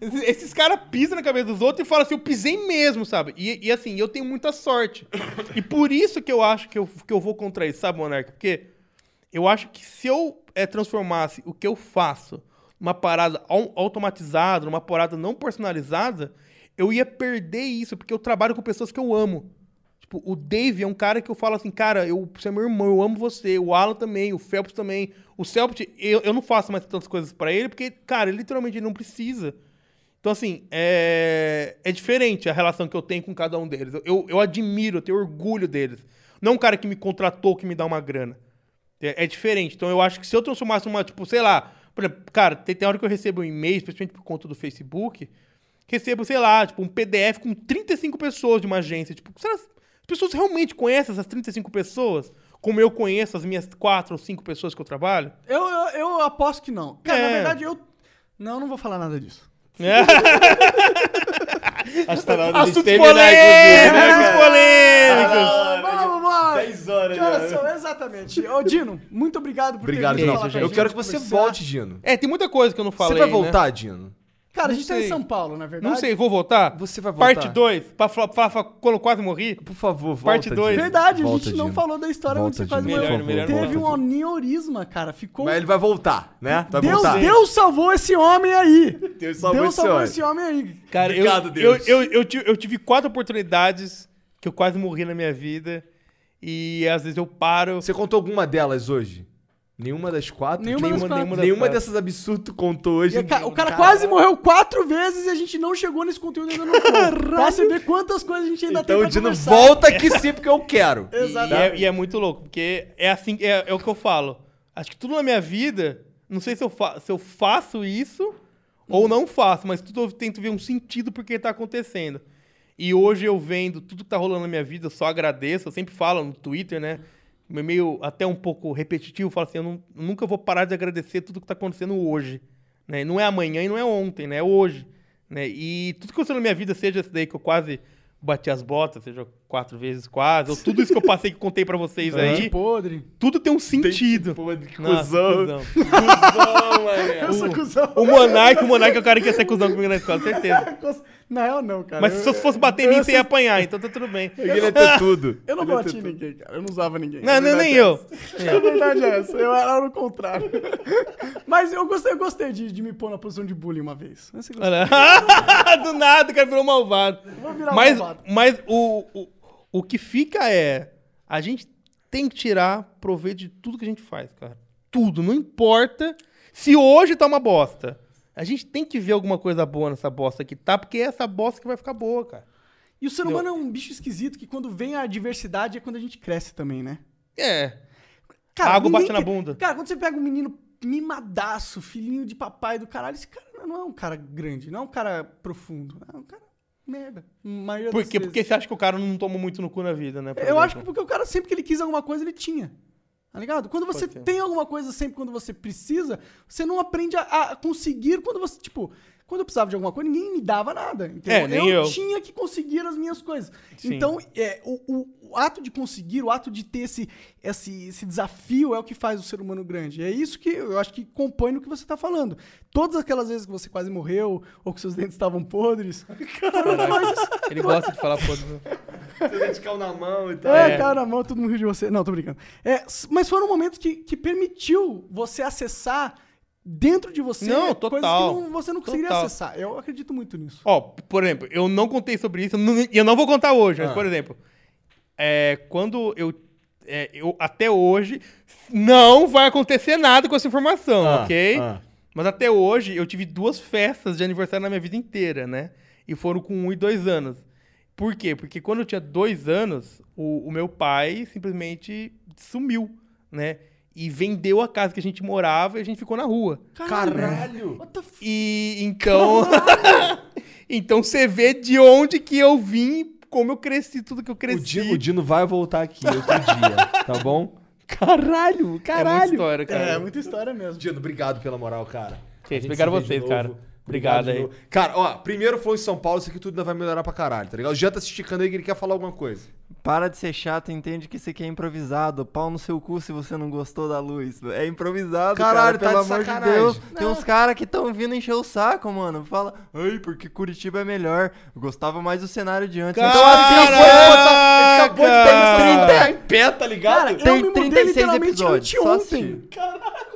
A: Esses, esses caras pisam na cabeça dos outros e falam assim: eu pisei mesmo, sabe? E, e assim, eu tenho muita sorte. e por isso que eu acho que eu, que eu vou contra isso, sabe, Monarca? Porque eu acho que se eu eh, transformasse o que eu faço numa parada au- automatizada, numa parada não personalizada, eu ia perder isso, porque eu trabalho com pessoas que eu amo. Tipo, o Dave é um cara que eu falo assim, cara, eu, você é meu irmão, eu amo você. O Alan também, o Phelps também. O Celpit, eu, eu não faço mais tantas coisas pra ele, porque, cara, ele literalmente ele não precisa. Então, assim, é, é diferente a relação que eu tenho com cada um deles. Eu, eu admiro, eu tenho orgulho deles. Não um cara que me contratou, que me dá uma grana. É, é diferente. Então, eu acho que se eu transformasse uma, tipo, sei lá... Por exemplo, cara, tem, tem hora que eu recebo um e-mail, especialmente por conta do Facebook, recebo, sei lá, tipo, um PDF com 35 pessoas de uma agência. Tipo, será que as pessoas realmente conhecem essas 35 pessoas? Como eu conheço as minhas quatro ou cinco pessoas que eu trabalho?
C: Eu, eu, eu aposto que não. Cara,
A: É.
C: na verdade, eu. Não, não vou falar nada disso.
A: É.
D: Acho que tá na hora de
A: Assuntos
D: terminar, inclusive, né,
A: polêmicos!
D: cara?
C: É,
A: polêmicos!
D: Ah,
C: Vamos, vamos!
D: 10 horas,
C: Que
D: né?
C: horas são? Exatamente. Ô, Dino, muito obrigado por
B: Obrigado,
C: ter vindo
B: Dino.
C: falar com a
B: Eu
C: gente,
B: quero que você
C: conversar.
B: volte, Dino.
A: É, tem muita coisa que eu não falei.
B: você vai
A: né?
B: voltar, Dino?
C: Cara, a
A: Não
C: gente tá em
A: sei.
C: São Paulo, na verdade.
A: Não sei, vou voltar?
B: Você vai voltar.
A: Parte 2, pra falar pra falar quando eu quase morri.
B: Por favor, volta.
A: Parte
B: Dino.
A: dois.
C: Verdade, a
B: Volta,
C: gente não
B: Dino.
C: falou da história onde
B: Volta,
C: você quase
B: Dino, por
C: morreu.
A: Melhor, melhor
B: favor.
C: Teve um aneurisma, cara. Ficou.
B: Mas ele vai voltar, né? Vai
C: Deus,
B: voltar.
C: Deus salvou esse homem aí.
B: Deus salvou
C: Deus
B: esse
C: salvou
B: homem.
C: esse homem aí.
A: Cara, eu-
B: Obrigado,
A: eu,
B: Deus.
A: Eu, eu, ti- eu tive quatro oportunidades que eu quase morri na minha vida. E às vezes eu paro.
B: Você contou alguma delas hoje? Nenhuma das quatro?
C: Nenhuma das quatro.
A: nenhuma das
B: Nenhuma
A: quatro.
B: dessas absurdas tu contou hoje.
C: E a ca- o cara quase morreu quatro vezes e a gente não chegou nesse conteúdo ainda não. foi. pra você ver quantas coisas a gente ainda tem
B: Então,
C: pra
B: Dino,
C: conversar.
B: volta aqui sim, porque eu quero.
A: E
C: Exatamente.
A: é, e é muito louco, porque é assim, é, é o que eu falo. Acho que tudo na minha vida, não sei se eu, fa- se eu faço isso
B: Hum.
A: ou não faço, mas tudo eu tento ver um sentido porque tá acontecendo. E hoje eu vendo tudo que tá rolando na minha vida, eu só agradeço. Eu sempre falo no Twitter, né? Meio até um pouco repetitivo, eu falo assim: eu, não- eu nunca vou parar de agradecer tudo que tá acontecendo hoje. Né? Não é amanhã e não é ontem, né? É hoje. Né? E tudo que aconteceu na minha vida, seja esse daí que eu quase bati as botas, seja quatro vezes quase, ou tudo isso que eu passei que eu contei pra vocês aí, tipo,
C: Podre.
A: tudo tem um sentido. Nossa,
B: Cusão.
A: cuzão.
B: Cusão, mané.
C: Eu sou cuzão.
A: O Monark, o Monark é o cara que ia ser cuzão comigo na escola, certeza.
C: Na real, não, cara.
A: Mas
C: Eu-
A: se você fosse bater em mim, você ia apanhar, então tá tudo bem.
B: Ele ia ter tudo.
C: Eu não
B: Ele ia
C: bati
B: ter
C: em ninguém, cara. Eu não usava ninguém.
A: Não,
C: A
A: não,
C: verdade
A: nem
C: é
A: eu.
C: essa. A verdade é essa. Eu era o contrário. Mas eu gostei, eu gostei de, de me pôr na posição de bullying uma vez. Mas você gostou.
A: Olha. Do nada, o cara virou malvado.
C: Vou virar
A: mas
C: um malvado.
A: mas o, o, o que fica é. A gente tem que tirar proveito de tudo que a gente faz, cara. Tudo. Não importa se hoje tá uma bosta. A gente tem que ver alguma coisa boa nessa bosta que tá, porque é essa bosta que vai ficar boa, cara.
C: E o ser humano é um bicho esquisito que quando vem a adversidade é quando a gente cresce também, né?
A: É.
C: Cara,
A: Água
C: ninguém
A: bate na
C: que-
A: bunda.
C: Cara, quando você pega um menino mimadaço, filhinho de papai do caralho, esse cara não é um cara grande, não é um cara profundo. É um cara merda. A maioria
A: Por
C: das
A: quê?
C: vezes.
A: Porque você acha que o cara não toma muito no cu na vida, né? por
C: Eu
A: exemplo?
C: acho que porque o cara sempre que ele quis alguma coisa, ele tinha. Tá ligado? Quando você
A: Pode ser.
C: tem alguma coisa sempre quando você precisa, você não aprende a, a conseguir quando você, tipo, quando eu precisava de alguma coisa, ninguém me dava nada. Entendeu?
A: É, nem eu.
C: tinha que conseguir as minhas coisas.
A: Sim.
C: Então, é, o, o- o ato de conseguir, o ato de ter esse, esse, esse desafio é o que faz o ser humano grande. É isso que eu acho que compõe no que você tá falando. Todas aquelas vezes que você quase morreu, ou que seus dentes estavam podres, foram coisas
A: Ele gosta de falar foda.
B: Radical na mão e tal.
C: é,
A: É.
C: cara, na mão, todo mundo riu de você. Não, tô brincando. É, s- mas foram momentos que, que permitiu você acessar dentro de você
A: Não, total.
C: coisas que não- você não conseguiria
A: Total.
C: acessar. Eu acredito muito nisso.
A: Ó, por exemplo, eu não contei sobre isso, eu não- e eu não vou contar hoje, mas,
B: Ah.
A: por exemplo, é, quando eu, é, eu- Até hoje, não vai acontecer nada com essa informação,
B: Ah,
A: ok?
B: ah.
A: Mas até hoje, eu tive duas festas de aniversário na minha vida inteira, né? E foram com um e dois anos. Por quê? Porque quando eu tinha dois anos, o, o meu pai simplesmente sumiu, né? E vendeu a casa que a gente morava e a gente ficou na rua.
B: Caralho.
C: What the f...
A: E então. então você vê de onde que eu vim, como eu cresci, tudo que eu
B: O
A: cresci.
B: Dino, o Dino vai voltar aqui outro dia, tá bom?
A: Caralho, caralho. É muita história, cara.
C: É, muita história mesmo.
B: Dino, obrigado pela moral, cara.
A: Gente,
B: A gente
A: obrigado
B: se vê de
A: vocês, cara.
B: novo.
A: Obrigado
B: de
A: aí.
B: novo. Cara, ó, primeiro foi em São Paulo, isso aqui tudo ainda vai melhorar pra caralho, tá ligado? O Jean tá se esticando aí que ele quer falar alguma coisa.
E: Para de ser chato, entende que isso aqui é improvisado. Pau no seu cu se você não gostou da luz. É improvisado,
B: Caralho,
E: cara,
B: tá
E: pelo
B: de
E: amor
B: sacanagem.
E: de Deus. Tem uns caras que estão vindo encher o saco, mano. Fala, ai, porque Curitiba é melhor. Eu gostava mais do cenário de antes. Então,
A: assim,
B: Ele acabou de ter em pé, tá
C: Cara,
B: ligado?
C: eu
E: tem
C: me mudei
E: 36
C: literalmente
E: episódios, só
C: anteontem.
E: assistir.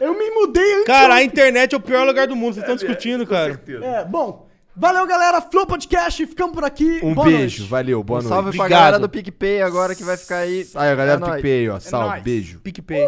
C: Eu me mudei anteontem.
A: Cara, a internet é o pior lugar do mundo, vocês estão discutindo, cara.
C: É, bom. Valeu, galera. Flow Podcast. Ficamos por aqui.
B: Um
C: é, Boa
B: beijo,
C: noite.
B: valeu,
E: um
B: boa noite.
E: salve pra galera do PicPay agora que vai ficar aí.
B: Aí, a galera
E: É
B: do
E: nóis.
B: PicPay, ó, salve,
C: nóis.
B: beijo.
A: PicPay.